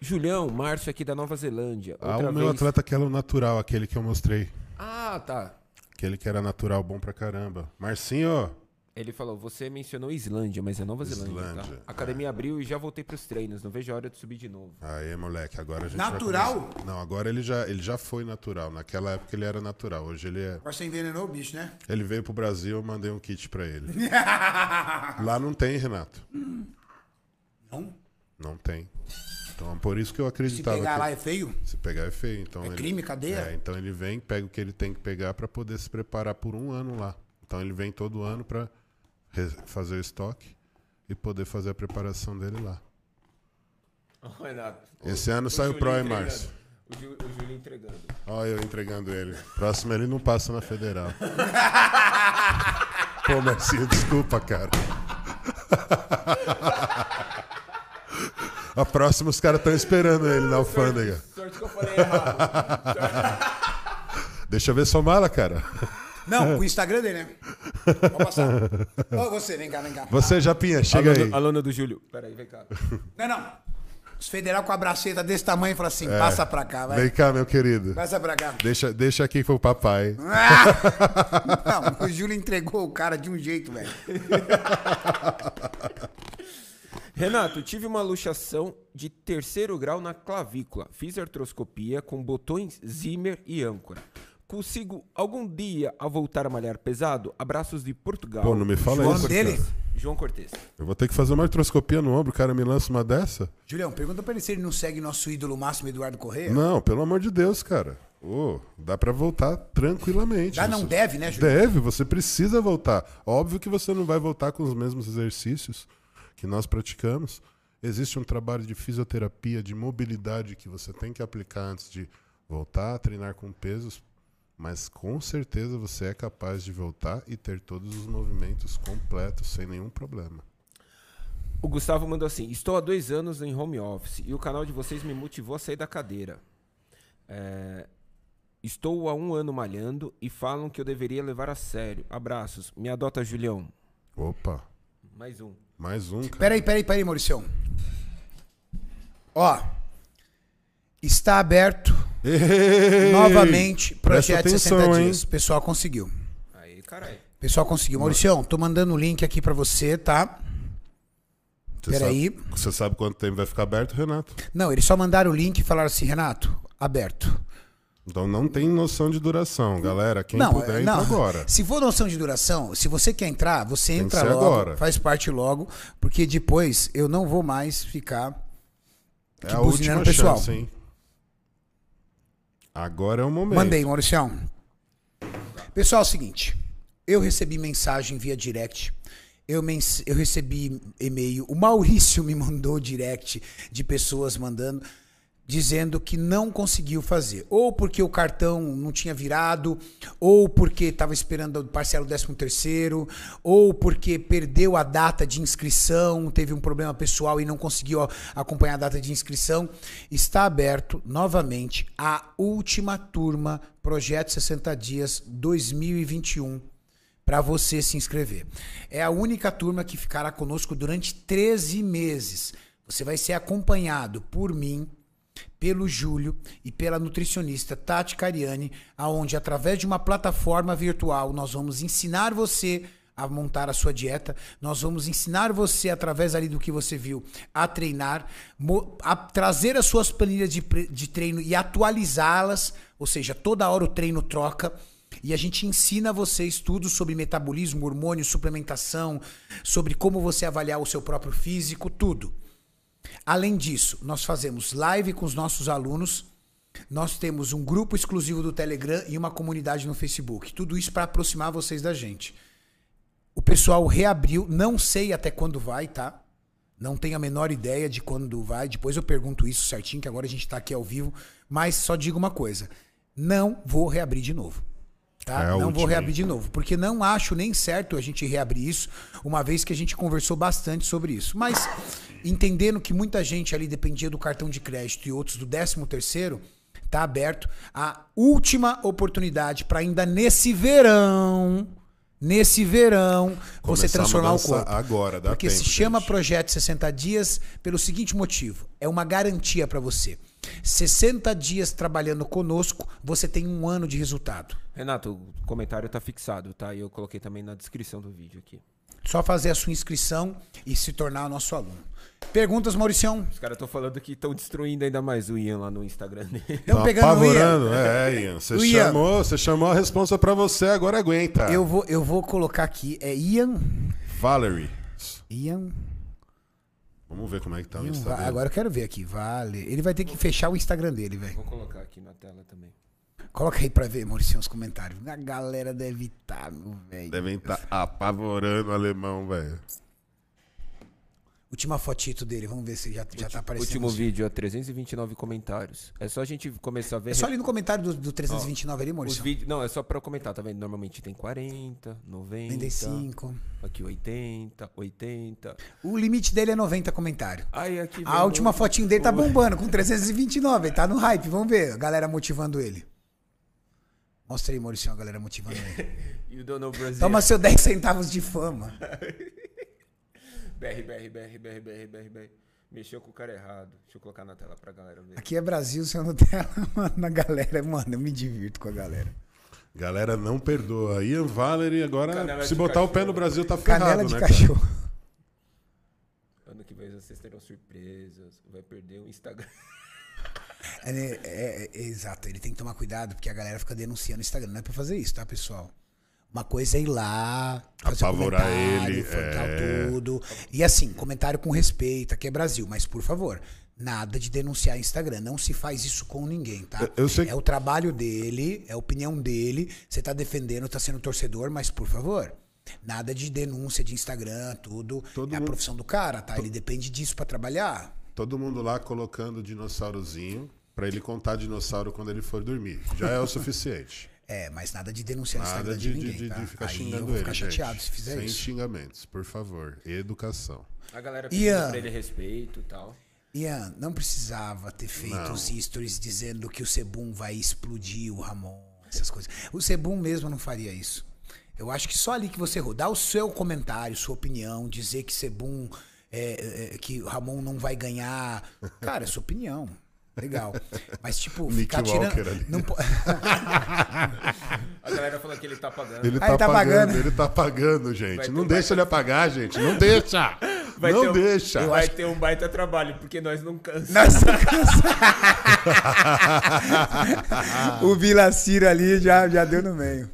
Speaker 3: Julião, Márcio aqui da Nova Zelândia.
Speaker 2: Ah,
Speaker 3: Outra
Speaker 2: o meu
Speaker 3: vez-
Speaker 2: atleta que era o natural, aquele que eu mostrei.
Speaker 3: Ah, tá.
Speaker 2: Aquele que era natural, bom pra caramba. Marcinho,
Speaker 3: Ele falou, você mencionou Islândia, mas é Nova Zelândia. tá?
Speaker 2: Islândia, é.
Speaker 3: A academia abriu e já voltei pros treinos. Não vejo a hora de subir de novo.
Speaker 2: Aê, moleque, agora a gente.
Speaker 1: Natural?
Speaker 2: Vai começar. Não, agora ele já, ele já foi natural. Naquela época ele era natural. Hoje ele é.
Speaker 1: Agora você envenenou o bicho, né?
Speaker 2: Ele veio pro Brasil, eu mandei um kit pra ele. Lá não tem, Renato.
Speaker 1: Não.
Speaker 2: Não tem. Então é por isso que eu
Speaker 1: Se
Speaker 2: acreditava.
Speaker 1: pegar
Speaker 2: que-
Speaker 1: lá é feio.
Speaker 2: Se pegar é feio. Então é
Speaker 1: crime, cadeia?
Speaker 2: É, então ele vem, pega o que ele tem que pegar pra poder se preparar por um ano lá. Então ele vem todo ano pra re- fazer o estoque e poder fazer a preparação dele lá.
Speaker 3: Renato.
Speaker 2: Esse ano sai o Pro em março.
Speaker 3: O, Ju, o Júlio entregando.
Speaker 2: Olha eu entregando ele. Próximo ele não passa na federal. Pô, Marcinho, desculpa, cara. A próxima os caras estão esperando ele na alfândega.
Speaker 3: Sorte que eu falei errado.
Speaker 2: Deixa eu ver sua mala, cara.
Speaker 1: Não, o Instagram dele, né? Pode passar. Ô, você, vem cá, vem cá.
Speaker 2: Você, Japinha, chega aí.
Speaker 3: Aluna do Júlio. Peraí, vem cá.
Speaker 1: Não, é não. Os federal com a braceta desse tamanho fala assim: passa pra cá, vai.
Speaker 2: É. Vem cá, meu querido.
Speaker 1: Passa pra cá.
Speaker 2: Deixa, deixa aqui que foi o papai.
Speaker 1: Ah! Não, o Júlio entregou o cara de um jeito, velho.
Speaker 3: Renato, tive uma luxação de terceiro grau na clavícula. Fiz artroscopia com botões Zimmer e âncora. Consigo algum dia a voltar a malhar pesado? Abraços de Portugal.
Speaker 2: Pô, não me fala
Speaker 1: O
Speaker 2: isso.
Speaker 1: nome
Speaker 2: cara.
Speaker 1: dele?
Speaker 3: João Cortez.
Speaker 2: Eu vou ter que fazer uma artroscopia no ombro, o cara me lança uma dessa?
Speaker 1: Julião, pergunta pra ele se ele não segue nosso ídolo máximo, Eduardo Correia.
Speaker 2: Não, pelo amor de Deus, cara. Ô, dá pra voltar tranquilamente.
Speaker 1: Já não
Speaker 2: Você-
Speaker 1: deve, né, Júlio?
Speaker 2: Deve, você precisa voltar. Óbvio que você não vai voltar com os mesmos exercícios que nós praticamos. Existe um trabalho de fisioterapia, de mobilidade que você tem que aplicar antes de voltar a treinar com pesos, mas com certeza você é capaz de voltar e ter todos os movimentos completos sem nenhum problema.
Speaker 3: O Gustavo mandou assim: Estou há dois anos em home office e o canal de vocês me motivou a sair da cadeira. É, Estou há um ano malhando e falam que eu deveria levar a sério. Abraços. Me adota, Julião.
Speaker 2: Opa,
Speaker 3: Mais um.
Speaker 2: mais um, cara.
Speaker 1: Peraí, peraí, peraí, Maurício. Ó, está aberto
Speaker 2: Ei!
Speaker 1: novamente
Speaker 2: Presta
Speaker 1: projeto 60
Speaker 2: atenção, hein?
Speaker 1: dias. O pessoal conseguiu.
Speaker 3: Aí, caralho.
Speaker 1: O pessoal conseguiu. Maurício, tô mandando o link aqui pra você, tá?
Speaker 2: Você
Speaker 1: Peraí.
Speaker 2: sabe- Você sabe quanto tempo vai ficar aberto, Renato?
Speaker 1: Não, eles só mandaram o link e falaram assim, Renato, aberto.
Speaker 2: Então não tem noção de duração, galera. Quem
Speaker 1: não,
Speaker 2: puder, entra
Speaker 1: não.
Speaker 2: agora.
Speaker 1: Se for noção de duração, se você quer entrar, você
Speaker 2: que
Speaker 1: entra
Speaker 2: ser
Speaker 1: logo,
Speaker 2: agora.
Speaker 1: faz parte logo, porque depois eu não vou mais ficar
Speaker 2: É
Speaker 1: Que
Speaker 2: a
Speaker 1: buzinando
Speaker 2: última
Speaker 1: o pessoal.
Speaker 2: chance, hein? Agora é o momento.
Speaker 1: Mandei, Mauricião. Pessoal, é o seguinte. Eu recebi mensagem via direct. Eu, mens- eu recebi e-mail. O Maurício me mandou direct de pessoas mandando, dizendo que não conseguiu fazer. Ou porque o cartão não tinha virado, ou porque estava esperando o parcelo 13o, ou porque perdeu a data de inscrição, teve um problema pessoal e não conseguiu a- acompanhar a data de inscrição. Está aberto novamente a última turma Projeto 60 Dias 2021 para um, você se inscrever. É a única turma que ficará conosco durante 13 meses. Você vai ser acompanhado por mim, pelo Júlio e pela nutricionista Tati Cariani, aonde através de uma plataforma virtual nós vamos ensinar você a montar a sua dieta, nós vamos ensinar você através ali do que você viu a treinar, mo- a trazer as suas planilhas de, pre- de treino e atualizá-las, ou seja, toda hora o treino troca. E a gente ensina vocês tudo sobre metabolismo, hormônio, suplementação, sobre como você avaliar o seu próprio físico, tudo. Além disso, nós fazemos live com os nossos alunos. Nós temos um grupo exclusivo do Telegram e uma comunidade no Facebook. Tudo isso para aproximar vocês da gente. O pessoal reabriu, não sei até quando vai, tá? Não tenho a menor ideia de quando vai. Depois eu pergunto isso certinho, que agora a gente tá aqui ao vivo. Mas só digo uma coisa: não vou reabrir de novo. Tá?
Speaker 2: É a
Speaker 1: não vou
Speaker 2: última,
Speaker 1: reabrir
Speaker 2: hein?
Speaker 1: de novo. Porque não acho nem certo a gente reabrir isso, uma vez que a gente conversou bastante sobre isso. Mas entendendo que muita gente ali dependia do cartão de crédito e outros do 13 terceiro, tá aberto a última oportunidade para ainda nesse verão. Nesse verão, você
Speaker 2: Começar a
Speaker 1: transformar o
Speaker 2: mudança
Speaker 1: corpo.
Speaker 2: agora, dá
Speaker 1: Porque se
Speaker 2: tempo,
Speaker 1: chama
Speaker 2: gente.
Speaker 1: Projeto 60 Dias pelo seguinte motivo: é uma garantia para você. 60 dias trabalhando conosco, você tem um ano de resultado.
Speaker 3: Renato, o comentário tá fixado, tá? E eu coloquei também na descrição do vídeo aqui.
Speaker 1: Só fazer a sua inscrição e se tornar nosso aluno. Perguntas, Mauricião?
Speaker 3: Os caras estão falando que estão destruindo ainda mais o Ian lá no Instagram dele.
Speaker 1: Estão
Speaker 2: Tá
Speaker 1: pegando o Ian.
Speaker 2: apavorando? É, Ian. Você
Speaker 1: O Ian.
Speaker 2: chamou, você chamou a responsa pra você, agora aguenta.
Speaker 1: Eu vou, eu vou colocar aqui. É Ian.
Speaker 2: Valerie.
Speaker 1: Ian.
Speaker 2: Vamos ver como é que tá o
Speaker 1: Não,
Speaker 2: Instagram.
Speaker 1: va- agora eu quero ver aqui. Vale. Ele vai ter que fechar o Instagram dele, velho.
Speaker 3: Vou colocar aqui na tela também.
Speaker 1: Coloca aí pra ver, Mauricião, os comentários. A galera deve estar, meu velho.
Speaker 2: Devem estar apavorando o alemão, velho.
Speaker 1: Última fotito dele, vamos ver se já, já tá aparecendo.
Speaker 3: Último vídeo, ó, 329 comentários. É só a gente começar a ver.
Speaker 1: É só ali no comentário do, do 329 ali,
Speaker 3: Os
Speaker 1: Maurício.
Speaker 3: vídeos. Não, é só pra eu comentar, tá vendo? Normalmente tem 40,
Speaker 2: um.
Speaker 3: 90.
Speaker 1: 95.
Speaker 3: Aqui 80, 80.
Speaker 1: O limite dele é 90 comentário.
Speaker 3: Aí aqui. vem
Speaker 1: A última
Speaker 3: o-
Speaker 1: fotinho dele tá bombando com 329, ele tá no hype, vamos ver. A galera motivando ele. Mostra aí, Maurício, a galera motivando ele.
Speaker 3: You don't know Brazil.
Speaker 1: Toma seu 10 centavos de fama.
Speaker 3: BR, BR, BR, BR, BR, BR, BR. Mexeu com o cara errado. Deixa eu colocar na tela pra galera ver.
Speaker 1: Aqui é Brasil, seu Nutella, mano. A galera, mano, eu me divirto com a galera.
Speaker 2: Galera, não perdoa. Ian Valerie agora,
Speaker 3: Canela
Speaker 2: se
Speaker 3: de
Speaker 2: botar o pé
Speaker 3: cachorro.
Speaker 2: no Brasil, tá ferrado,
Speaker 1: Canela de
Speaker 2: né, cara?
Speaker 1: cachorro.
Speaker 3: Ano que vem vocês terão surpresas. Vai perder o Instagram.
Speaker 1: É, é, é, é, exato, ele tem que tomar cuidado, porque a galera fica denunciando o Instagram. Não é pra fazer isso, tá, pessoal? Uma coisa é ir lá, fazer
Speaker 2: Apavorar
Speaker 1: comentário,
Speaker 2: ele,
Speaker 1: fancar
Speaker 2: é.
Speaker 1: tudo. E assim, comentário com respeito, aqui é Brasil, mas por favor, nada de denunciar Instagram. Não se faz isso com ninguém, tá?
Speaker 2: Eu- eu sei que-
Speaker 1: É o trabalho dele, é a opinião dele. Você tá defendendo, tá sendo torcedor, mas por favor. Nada de denúncia de Instagram, tudo.
Speaker 2: Todo
Speaker 1: é a
Speaker 2: mundo-
Speaker 1: profissão do cara, tá? Ele depende disso pra trabalhar.
Speaker 2: Todo mundo lá colocando dinossaurozinho pra ele contar dinossauro quando ele for dormir. Já é o suficiente.
Speaker 1: É, mas nada de denunciar no
Speaker 2: Nada
Speaker 1: Instagram
Speaker 2: de,
Speaker 1: de,
Speaker 2: de-
Speaker 1: ninguém,
Speaker 2: de-
Speaker 1: tá?
Speaker 2: de ficar
Speaker 1: Aí eu
Speaker 2: xingando
Speaker 1: vou
Speaker 2: ele.
Speaker 1: ficar chateado
Speaker 2: gente.
Speaker 1: se fizer
Speaker 2: Sem
Speaker 1: isso.
Speaker 2: xingamentos, por favor. Educação.
Speaker 3: A galera
Speaker 1: pedindo
Speaker 3: pedindo
Speaker 1: Ian.
Speaker 3: pra
Speaker 1: pra
Speaker 3: ele
Speaker 1: ele
Speaker 3: respeito e tal.
Speaker 1: Ian, não precisava ter feito os stories dizendo que o Sebum vai explodir o Ramon, essas coisas. O Sebum mesmo não faria isso. Eu acho que só ali que você errou. Dá o seu comentário, sua opinião, dizer que Sebum, é, é, que o Ramon não vai ganhar. Cara, é sua opinião. Legal. Mas, tipo,
Speaker 2: Nick
Speaker 1: ficar
Speaker 2: Walker ali.
Speaker 1: tirando. Não, po-
Speaker 3: A galera falou que ele tá pagando.
Speaker 2: Ele
Speaker 1: Ah, ele
Speaker 2: tá,
Speaker 1: tá
Speaker 2: pagando,
Speaker 1: pagando.
Speaker 2: ele tá pagando,
Speaker 3: Vai
Speaker 2: gente.
Speaker 3: ter
Speaker 2: Não
Speaker 3: um
Speaker 2: deixa ele apagar, gente. Não deixa. não deixa.
Speaker 3: Vai um- ter um baita trabalho, porque nós não cansamos.
Speaker 1: Nossa, o Vilaciro ali já, já deu no meio.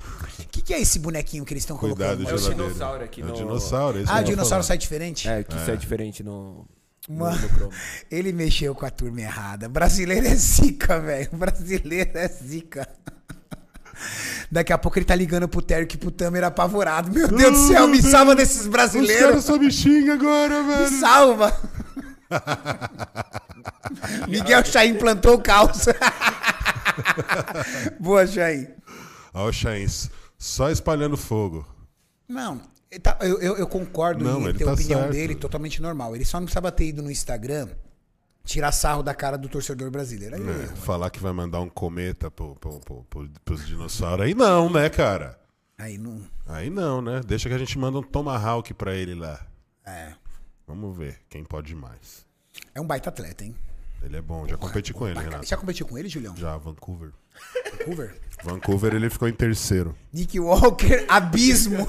Speaker 1: O que, que é esse bonequinho que eles estão
Speaker 2: Cuidado,
Speaker 1: colocando?
Speaker 3: É o
Speaker 2: geladeira.
Speaker 3: dinossauro aqui
Speaker 2: É o
Speaker 3: no-
Speaker 2: dinossauro. esse
Speaker 1: Ah, o
Speaker 2: que eu ia
Speaker 1: dinossauro
Speaker 2: falar. É,
Speaker 1: sai diferente?
Speaker 3: É, que isso é diferente no.
Speaker 1: Mano, ele mexeu com a turma errada. Brasileiro é zica, velho. Brasileiro é zica. Daqui a pouco ele tá ligando pro Terry e pro Tamer apavorado. Meu Deus do céu, me salva desses
Speaker 2: Os caras
Speaker 1: brasileiros.
Speaker 2: só me xingam agora,
Speaker 1: Me
Speaker 2: velho.
Speaker 1: salva. Miguel Chain plantou o caos. Boa, Chain.
Speaker 2: Ó, o Chains, só espalhando fogo.
Speaker 1: Não, ele tá- eu, eu- eu concordo
Speaker 2: Não,
Speaker 1: em
Speaker 2: ele
Speaker 1: ter a
Speaker 2: tá
Speaker 1: opinião
Speaker 2: certo.
Speaker 1: dele totalmente normal. Ele só não precisava ter ido no Instagram tirar sarro da cara do torcedor brasileiro. Aí,
Speaker 2: É, falar que vai mandar um cometa pro, pro, pro, pro, pros dinossauros. Aí não, né, cara?
Speaker 1: aí não.
Speaker 2: Aí não, né? Deixa que a gente manda um Tomahawk pra ele lá.
Speaker 1: É.
Speaker 2: Vamos ver quem pode mais.
Speaker 1: É um baita atleta, hein?
Speaker 2: Ele é bom, já competi com ele,
Speaker 1: Pra cá-
Speaker 2: Renato.
Speaker 1: Já competiu com ele, Julião?
Speaker 2: Já, Vancouver.
Speaker 1: Vancouver?
Speaker 2: Vancouver ele ficou em terceiro.
Speaker 1: Nick Walker, abismo.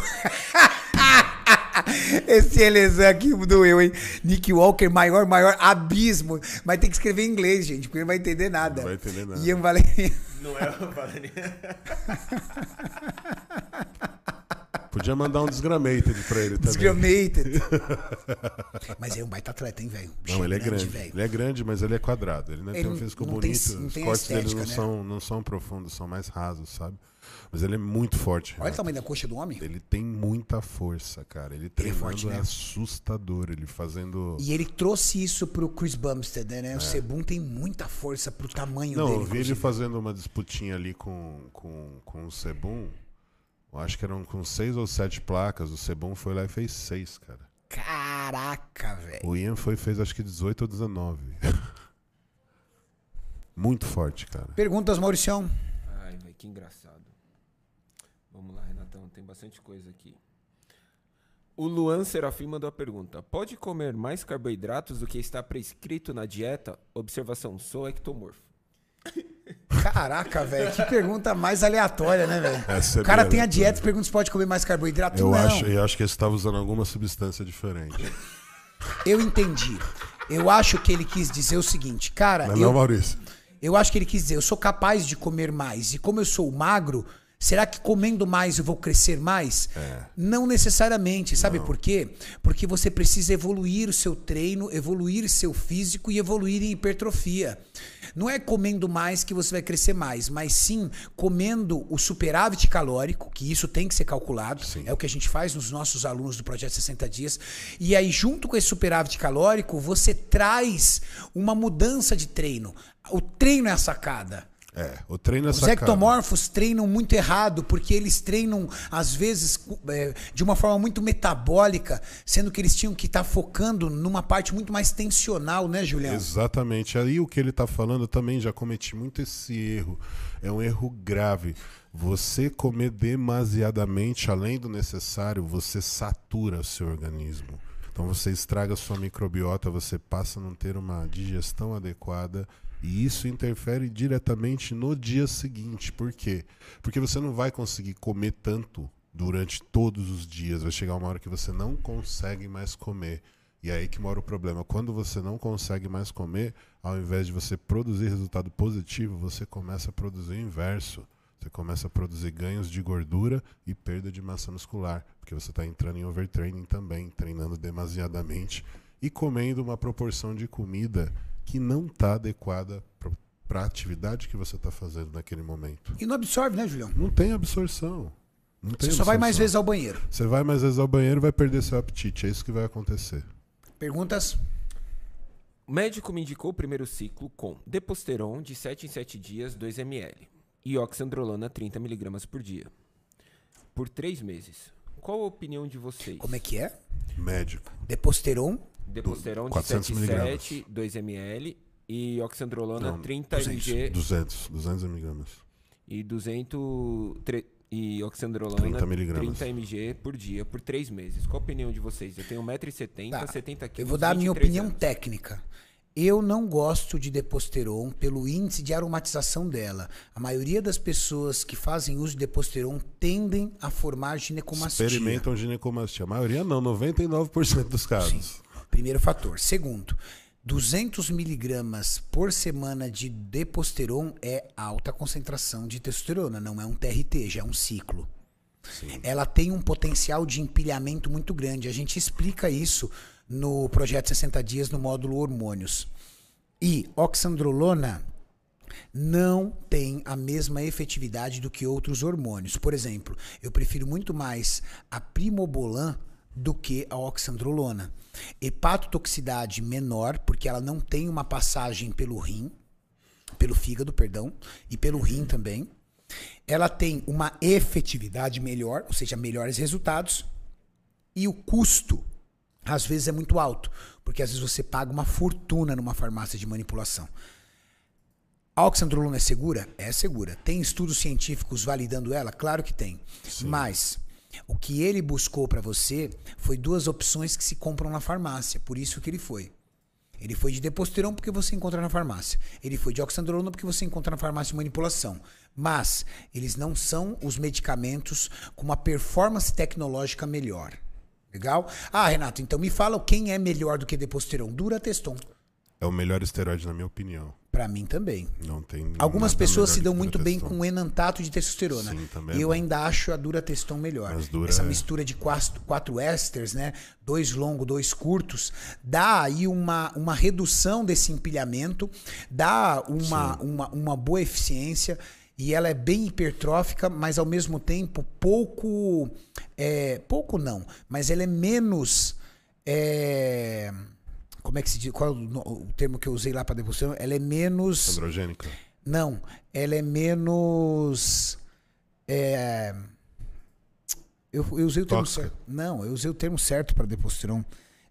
Speaker 1: Esse Elezan aqui doeu, hein? Nick Walker, maior, maior, abismo. Mas tem que escrever em inglês, gente, porque ele não vai entender nada.
Speaker 2: Não vai entender nada.
Speaker 1: Ian Valeriano.
Speaker 7: Não é o Valeriano.
Speaker 2: Podia mandar um desgramated pra ele também.
Speaker 1: Desgramated. Mas é um baita atleta, hein, velho?
Speaker 2: Não,
Speaker 1: Bicho
Speaker 2: ele é grande.
Speaker 1: velho.
Speaker 2: Ele é grande, mas ele é quadrado. Ele, né,
Speaker 1: Ele
Speaker 2: tem um
Speaker 1: não-
Speaker 2: físico
Speaker 1: não tem-
Speaker 2: bonito.
Speaker 1: não
Speaker 2: Os
Speaker 1: tem
Speaker 2: cortes dele não,
Speaker 1: estética, né?
Speaker 2: são, não são profundos, são mais rasos, sabe? Mas ele é muito forte.
Speaker 1: Olha o
Speaker 2: Renato.
Speaker 1: tamanho da coxa do homem.
Speaker 2: Ele é tem muita força, cara. Ele treinando é,
Speaker 1: forte, né?
Speaker 2: assustador. Ele fazendo.
Speaker 1: E ele trouxe isso pro Chris Bumstead, né? O Sebum tem muita força pro tamanho
Speaker 2: É. Não,
Speaker 1: dele.
Speaker 2: eu vi ele
Speaker 1: inclusive.
Speaker 2: fazendo uma disputinha ali com, com, com o Sebum. Eu acho que eram com seis ou sete placas. O Sebum foi lá e fez seis, cara.
Speaker 1: Caraca, velho.
Speaker 2: O Ian foi fez acho que 18 ou 19. Muito forte, cara.
Speaker 1: Perguntas, Mauricião.
Speaker 3: Ai, velho, que engraçado. Vamos lá, Renatão, tem bastante coisa aqui. O Luan Serafim mandou a pergunta: Pode comer mais carboidratos do que está prescrito na dieta? Observação: sou ectomorfo.
Speaker 1: Caraca, velho. Que pergunta mais aleatória, né,
Speaker 2: Essa
Speaker 1: velho?
Speaker 2: é
Speaker 1: O cara
Speaker 2: bem
Speaker 1: tem a
Speaker 2: aleatória.
Speaker 1: dieta e pergunta se pode comer mais carboidrato.
Speaker 2: Eu
Speaker 1: Não,
Speaker 2: acho, eu acho que ele estava usando alguma substância diferente.
Speaker 1: eu entendi. Eu acho que ele quis dizer o seguinte, cara,
Speaker 2: Mas
Speaker 1: eu,
Speaker 2: é não, Maurício.
Speaker 1: Eu acho que ele quis dizer, eu sou capaz de comer mais. E como eu sou magro, será que comendo mais eu vou crescer mais? Não necessariamente, sabe por quê? Porque você precisa evoluir o seu treino, evoluir seu físico e evoluir em hipertrofia. Não é comendo mais que você vai crescer mais, mas sim comendo o superávit calórico, que isso tem que ser calculado, é o que a gente faz nos nossos alunos do projeto 60 dias. E aí junto com esse superávit calórico, você traz uma mudança de treino. O treino é a sacada.
Speaker 2: É, o treino é
Speaker 1: Os
Speaker 2: sacado.
Speaker 1: ectomorfos treinam muito errado, porque eles treinam, às vezes, cu- é, de uma forma muito metabólica, sendo que eles tinham que estar focando numa parte muito mais tensional, né, Julião?
Speaker 2: Exatamente. Aí o que ele tá falando eu também já cometi muito esse erro. É um erro grave. Você comer demasiadamente além do necessário, você satura o seu organismo. Então você estraga a sua microbiota, você passa a não ter uma digestão adequada e isso interfere diretamente no dia seguinte. Por quê? Porque você não vai conseguir comer tanto durante todos os dias. Vai chegar uma hora que você não consegue mais comer. E é aí que mora o problema. Quando você não consegue mais comer, ao invés de você produzir resultado positivo, você começa a produzir o inverso. Você começa a produzir ganhos de gordura e perda de massa muscular, porque você está entrando em overtraining também, treinando demasiadamente e comendo uma proporção de comida que não está adequada para a atividade que você está fazendo naquele momento.
Speaker 1: E não absorve, né, Julião?
Speaker 2: Não tem absorção. Não tem
Speaker 1: Você só vai
Speaker 2: absorção.
Speaker 1: mais vezes ao banheiro.
Speaker 2: Você vai mais vezes ao banheiro e vai perder seu apetite. É isso que vai acontecer.
Speaker 1: Perguntas?
Speaker 3: Médico me indicou o primeiro ciclo com Deposteron de 7 em 7 dias, 2 ml, e Oxandrolona 30mg por dia, por 3 meses. Qual a opinião de vocês?
Speaker 1: Como é que é?
Speaker 2: Médico.
Speaker 1: Deposteron?
Speaker 3: Deposteron de
Speaker 2: 400
Speaker 3: 7 em 7, 2 ml, e Oxandrolona 30 mg
Speaker 2: 200, 200 miligramas.
Speaker 3: e 200 tre- e oxandrolona
Speaker 2: 30 miligramas.
Speaker 3: 30 mg por dia por 3 meses. Qual a opinião de vocês? Eu tenho 1,70m,
Speaker 1: Tá.
Speaker 3: 70 kg.
Speaker 1: Eu vou dar a minha opinião técnica. Eu não gosto de Deposteron pelo índice de aromatização dela. A maioria das pessoas que fazem uso de Deposteron tendem a formar ginecomastia.
Speaker 2: Experimentam ginecomastia. A maioria não, 99% dos casos.
Speaker 1: Primeiro fator. Segundo, 200 miligramas por semana de deposteron é alta concentração de testosterona, não é um TRT, já é um ciclo. Ela tem um potencial de empilhamento muito grande. A gente explica isso no projeto 60 dias no módulo hormônios. E oxandrolona não tem a mesma efetividade do que outros hormônios. Por exemplo, eu prefiro muito mais a primobolan do que a oxandrolona. Hepatotoxicidade menor, porque ela não tem uma passagem pelo rim, pelo fígado, perdão, e pelo rim também. Ela tem uma efetividade melhor, ou seja, melhores resultados, e o custo às vezes é muito alto, porque às vezes você paga uma fortuna numa farmácia de manipulação. A oxandrolona é segura? É segura. Tem estudos científicos validando ela? Claro que tem. Mas o que ele buscou para você foi duas opções que se compram na farmácia, por isso que ele foi. Ele foi de deposteron porque você encontra na farmácia. Ele foi de oxandrolona porque você encontra na farmácia de manipulação. Mas eles não são os medicamentos com uma performance tecnológica melhor. Legal? Ah, Renato, então me fala quem é melhor do que deposteron. Durateston.
Speaker 2: É o melhor esteroide, na minha opinião.
Speaker 1: Pra mim também.
Speaker 2: Não tem.
Speaker 1: Algumas
Speaker 2: nada
Speaker 1: pessoas
Speaker 2: É, melhor
Speaker 1: se
Speaker 2: que
Speaker 1: dão muito bem
Speaker 2: proteção.
Speaker 1: com o enantato de testosterona.
Speaker 2: Sim, também
Speaker 1: e
Speaker 2: é
Speaker 1: eu
Speaker 2: bom.
Speaker 1: ainda acho a Durateston melhor.
Speaker 2: Mas Dura
Speaker 1: Essa
Speaker 2: é-
Speaker 1: mistura de quatro, quatro ésteres, né? Dois longos, dois curtos, dá aí uma, uma redução desse empilhamento, dá uma, uma, uma boa eficiência. E ela é bem hipertrófica, mas ao mesmo tempo pouco. é, pouco não, mas ela é menos. é, como é que se diz? Qual é o, no- o termo que eu usei lá para devolução? Ela é menos.
Speaker 2: Androgênica.
Speaker 1: Não, ela é menos. é, Eu, eu usei o termo
Speaker 2: Tóxica.
Speaker 1: certo. Não, eu usei o termo certo para deposteron.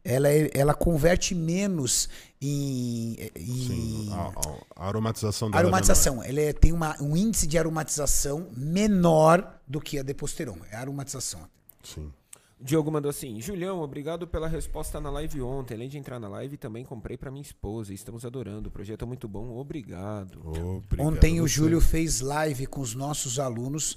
Speaker 1: Ela, é- ela converte menos em, em-
Speaker 2: Sim. A, a- a aromatização dela. é
Speaker 1: aromatização. Ela é- tem uma- um índice de aromatização menor do que a deposteron. É aromatização.
Speaker 2: menor. Sim.
Speaker 3: Diogo mandou assim: Julião, obrigado pela resposta na live ontem. Além de entrar na live, também comprei pra minha esposa. Estamos adorando. O projeto é muito bom. Obrigado.
Speaker 2: Obrigado
Speaker 1: Ontem o
Speaker 2: você.
Speaker 1: Júlio fez live com os nossos alunos,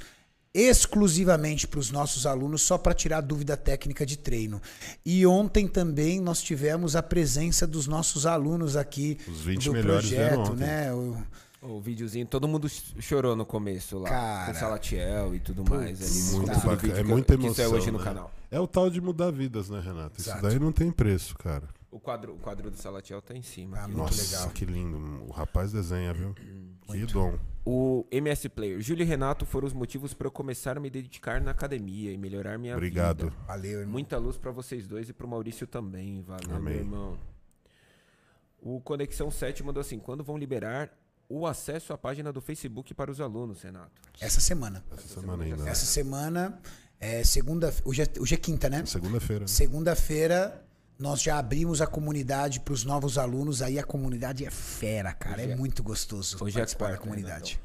Speaker 1: exclusivamente para os nossos alunos, só para tirar dúvida técnica de treino. E ontem também nós tivemos a presença dos nossos alunos aqui
Speaker 2: Os 20
Speaker 1: do
Speaker 2: melhores vieram
Speaker 1: projeto,
Speaker 2: ontem.
Speaker 1: né? O-
Speaker 3: O videozinho, todo mundo ch- chorou no começo lá.
Speaker 1: Cara.
Speaker 3: Com Salatiel e tudo mais. Ali,
Speaker 2: Muito
Speaker 3: no começo do
Speaker 2: bacana.
Speaker 3: vídeo
Speaker 2: É
Speaker 3: que-
Speaker 2: muita
Speaker 3: que
Speaker 2: emoção.
Speaker 3: saiu hoje no
Speaker 2: né?
Speaker 3: canal.
Speaker 2: É o tal de mudar vidas, né, Renato? Isso
Speaker 1: Exato.
Speaker 2: daí não tem preço, cara.
Speaker 3: O quadro, o quadro do Salatiel tá em cima. aqui.
Speaker 1: Ah, Muito
Speaker 2: Nossa,
Speaker 1: legal.
Speaker 2: que lindo. O rapaz desenha, viu? Que dom.
Speaker 3: O MS Player. Júlio e Renato foram os motivos pra eu começar a me dedicar na academia e melhorar minha
Speaker 2: Obrigado.
Speaker 3: vida.
Speaker 1: Valeu, irmão.
Speaker 3: Muita luz pra vocês dois e pro Maurício também. Valeu, meu
Speaker 2: Amém.
Speaker 3: irmão. O Conexão 7 mandou assim: quando vão liberar o acesso à página do Facebook para os alunos, Renato?
Speaker 1: Essa semana.
Speaker 2: Essa semana ainda. né?
Speaker 1: Essa semana, é segunda. Hoje é, hoje é quinta, né?
Speaker 2: Segunda-feira. né?
Speaker 1: Segunda-feira nós já abrimos a comunidade para os novos alunos. Aí a comunidade é fera, cara. É, muito gostoso
Speaker 3: hoje é
Speaker 1: participar da
Speaker 3: quarta,
Speaker 1: comunidade.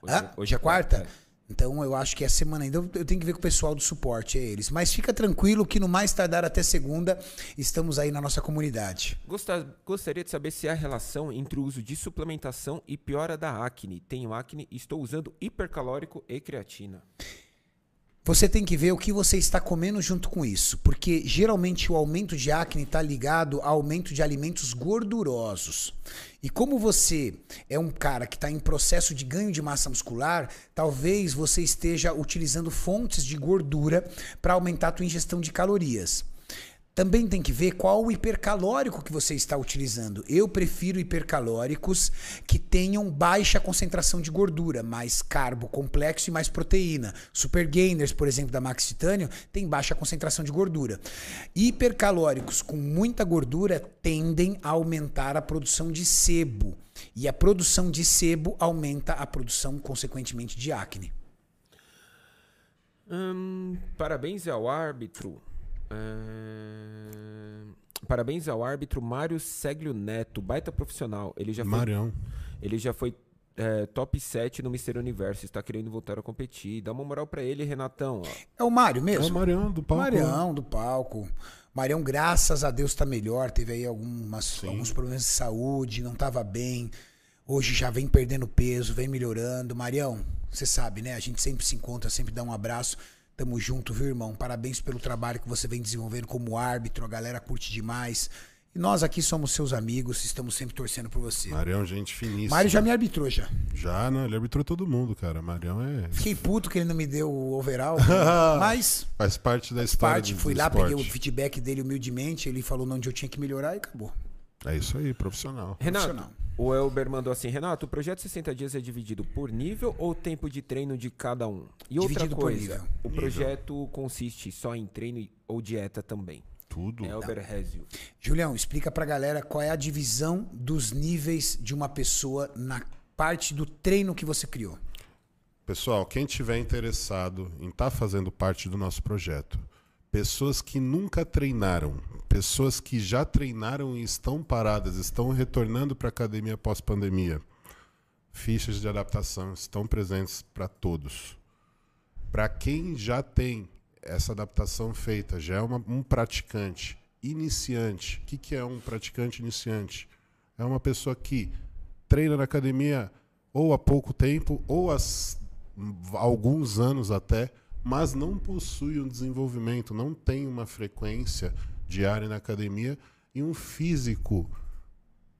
Speaker 3: Hoje,
Speaker 1: Hã? Hoje é quarta? Então eu acho que é semana ainda. Eu eu tenho que ver com o pessoal do suporte, é eles. Mas fica tranquilo que no mais tardar até segunda, estamos aí na nossa comunidade.
Speaker 3: Gosta- gostaria de saber se há relação entre o uso de suplementação e piora da acne. Tenho acne e estou usando hipercalórico e creatina.
Speaker 1: Você tem que ver o que você está comendo junto com isso, porque geralmente o aumento de acne está ligado ao aumento de alimentos gordurosos. E como você é um cara que está em processo de ganho de massa muscular, talvez você esteja utilizando fontes de gordura para aumentar a tua ingestão de calorias. Também tem que ver qual o hipercalórico que você está utilizando. Eu prefiro hipercalóricos que tenham baixa concentração de gordura, mais carbo complexo e mais proteína. Super Gainers, por exemplo, da Max Titânio, tem baixa concentração de gordura. Hipercalóricos com muita gordura tendem a aumentar a produção de sebo. E a produção de sebo aumenta a produção, consequentemente, de acne.
Speaker 3: Hum, parabéns ao árbitro. Ahn, parabéns ao árbitro Mário Seglio Neto, baita profissional. Ele já foi
Speaker 2: Marião.
Speaker 3: Ele já foi é, top 7 no Mister Universo, está querendo voltar a competir. Dá uma moral pra ele, Renatão. ó.
Speaker 1: É o Mário
Speaker 2: É
Speaker 1: mesmo?
Speaker 2: o Marião do palco.
Speaker 1: Marião do palco. Marião, graças a Deus, tá melhor. Teve aí algumas, alguns problemas de saúde, não tava bem. Hoje já vem perdendo peso, vem melhorando. Marião, você sabe, né? A gente sempre se encontra, sempre dá um abraço. Tamo junto, viu, irmão? Parabéns pelo trabalho que você vem desenvolvendo como árbitro. A galera curte demais. E nós aqui somos seus amigos, estamos sempre torcendo por você.
Speaker 2: Marião, gente finíssima.
Speaker 1: Mário já me arbitrou já.
Speaker 2: Já, né? Ele arbitrou todo mundo, cara. Marião é.
Speaker 1: Fiquei puto que ele não me deu o overall, mas
Speaker 2: Faz parte da história.
Speaker 1: parte,
Speaker 2: do-
Speaker 1: fui
Speaker 2: do
Speaker 1: lá,
Speaker 2: esporte.
Speaker 1: peguei o feedback dele humildemente, ele falou onde eu tinha que melhorar e acabou.
Speaker 2: É isso aí, profissional.
Speaker 1: Profissional.
Speaker 3: Renato, o Elber mandou assim: Renato, o projeto 60 dias é dividido por nível ou tempo de treino de cada um? E outra
Speaker 1: Dividido por
Speaker 3: coisa,
Speaker 1: nível.
Speaker 3: o projeto consiste só em treino e- ou dieta também?
Speaker 2: Tudo.
Speaker 1: É
Speaker 3: Elber Rezio.
Speaker 1: Julião, explica pra galera qual é a divisão dos níveis de uma pessoa na parte do treino que você criou.
Speaker 2: Pessoal, quem tiver interessado em estar fazendo parte do nosso projeto, pessoas que nunca treinaram, pessoas que já treinaram e estão paradas, estão retornando para a academia pós-pandemia, fichas de adaptação estão presentes para todos. Para quem já tem essa adaptação feita, já é uma- um praticante iniciante. O que, que é um praticante iniciante? É uma pessoa que treina na academia ou há pouco tempo ou há s- alguns anos até, mas não possui um desenvolvimento, não tem uma frequência diária na academia e um físico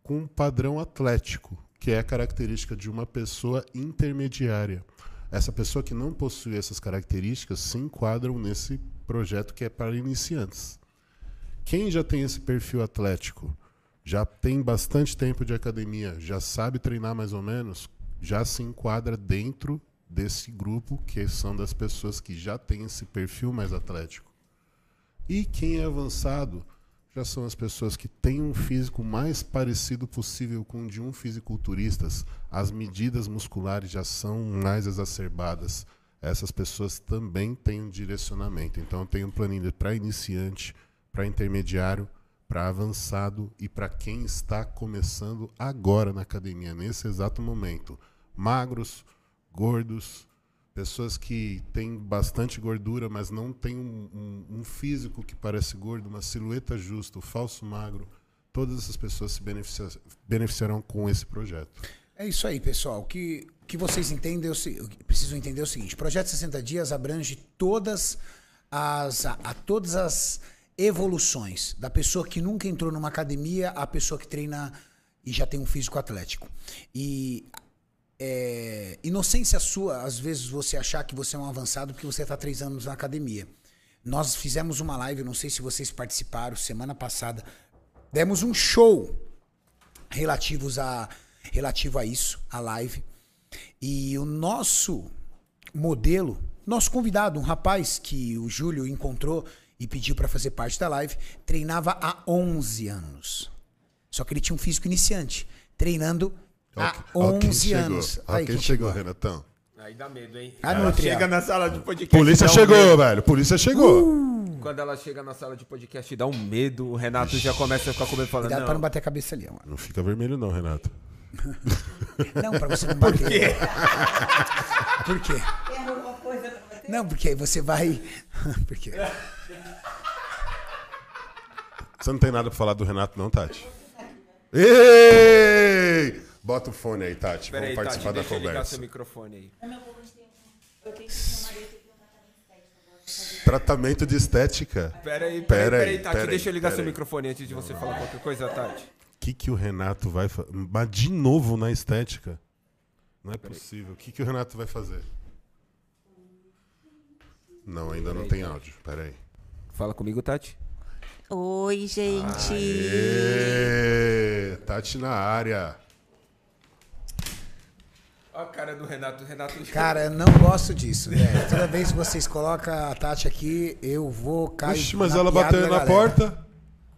Speaker 2: com um padrão atlético, que é a característica de uma pessoa intermediária. Essa pessoa que não possui essas características se enquadram nesse projeto que é para iniciantes. Quem já tem esse perfil atlético, já tem bastante tempo de academia, já sabe treinar mais ou menos, já se enquadra dentro desse grupo que são das pessoas que já têm esse perfil mais atlético. E quem é avançado já são as pessoas que têm um físico mais parecido possível com o de um fisiculturista. As medidas musculares já são mais exacerbadas. Essas pessoas também têm um direcionamento. Então, tem um planilha para iniciante, para intermediário, para avançado e para quem está começando agora na academia, nesse exato momento. Magros, gordos, pessoas que têm bastante gordura, mas não têm um, um- um físico que parece gordo, uma silhueta justa, o falso magro. Todas essas pessoas se beneficia- beneficiarão com esse projeto.
Speaker 1: É isso aí, pessoal. O que, o que vocês entendem, é o se- o que precisam entender é o seguinte: Projeto 60 Dias abrange todas as, a, a todas as evoluções da pessoa que nunca entrou numa academia à pessoa que treina e já tem um físico atlético. E é, inocência sua, às vezes, você achar que você é um avançado porque você está três anos na academia. Nós fizemos uma live, eu não sei se vocês participaram, semana passada. Demos um show relativos a relativo a isso, a live. E o nosso modelo, nosso convidado, um rapaz que o Júlio encontrou e pediu para fazer parte da live, treinava há 11 anos. Só que ele tinha um físico iniciante, treinando
Speaker 2: Ó
Speaker 1: há
Speaker 2: Então, ó quem
Speaker 1: 11
Speaker 2: chegou,
Speaker 1: anos.
Speaker 2: ó quem chegou, Renatão.
Speaker 3: Aí dá medo, hein?
Speaker 1: Ah,
Speaker 3: ela
Speaker 1: não, Triel.
Speaker 3: chega na sala de podcast.
Speaker 2: Polícia
Speaker 3: dá um
Speaker 2: chegou,
Speaker 3: medo.
Speaker 2: velho. Polícia chegou.
Speaker 3: Quando ela chega na sala de podcast e dá um medo, o Renato já começa a ficar com medo falando.
Speaker 1: Cuidado
Speaker 3: Não,
Speaker 1: para não bater a cabeça ali, mano.
Speaker 2: Não fica vermelho não, Renato.
Speaker 1: Não, para você não bater. Por quê? Por quê? Não, porque aí você vai. Por quê?
Speaker 2: Você não tem nada pra falar do Renato não, Tati? Ei! Bota o fone aí, Tati.
Speaker 3: Pera aí,
Speaker 2: Vamos participar
Speaker 3: Tati, deixa
Speaker 2: da
Speaker 3: eu ligar seu
Speaker 2: conversa.
Speaker 3: microfone aí.
Speaker 2: Tratamento de estética.
Speaker 3: Pera aí,
Speaker 2: Pera
Speaker 3: pera, aí,
Speaker 2: aí,
Speaker 3: pera aí, Tati,
Speaker 2: pera aí,
Speaker 3: deixa eu ligar
Speaker 2: pera
Speaker 3: seu
Speaker 2: aí.
Speaker 3: microfone antes de você falar qualquer coisa, Tati.
Speaker 2: O que, que o Renato vai fazer? Mas de novo na estética. Não é possível. O que, que o Renato vai fazer? Não, ainda não tem áudio. Peraí.
Speaker 3: Fala comigo, Tati.
Speaker 7: Oi, gente.
Speaker 2: Ê, É, Tati na área.
Speaker 3: Olha a cara do Renato. Renato.
Speaker 1: Cara, eu não gosto disso, velho. Toda vez que vocês colocam a Tati aqui, eu vou cair.
Speaker 2: Ixi, mas
Speaker 1: na
Speaker 2: ela
Speaker 1: piada
Speaker 2: bateu
Speaker 1: da
Speaker 2: na
Speaker 1: galera.
Speaker 2: porta, né?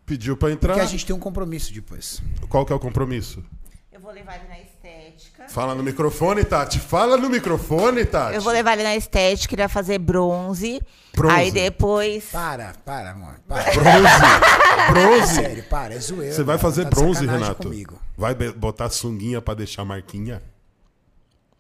Speaker 2: pediu pra entrar.
Speaker 1: Porque a gente tem um compromisso depois.
Speaker 2: Qual que é o compromisso?
Speaker 7: Eu vou levar ele na estética.
Speaker 2: Fala no microfone, Tati. Fala no microfone, Tati.
Speaker 7: Eu vou levar ele na estética, ele vai fazer bronze.
Speaker 2: Bronze.
Speaker 7: Aí depois.
Speaker 1: Para, para, amor. Para.
Speaker 2: Bronze. Bronze.
Speaker 1: Sério, para, é zoeira.
Speaker 2: Você vai
Speaker 1: mano.
Speaker 2: fazer
Speaker 1: Tá de
Speaker 2: bronze,
Speaker 1: sacanagem
Speaker 2: Renato?
Speaker 1: comigo.
Speaker 2: Vai be- botar sunguinha pra deixar marquinha?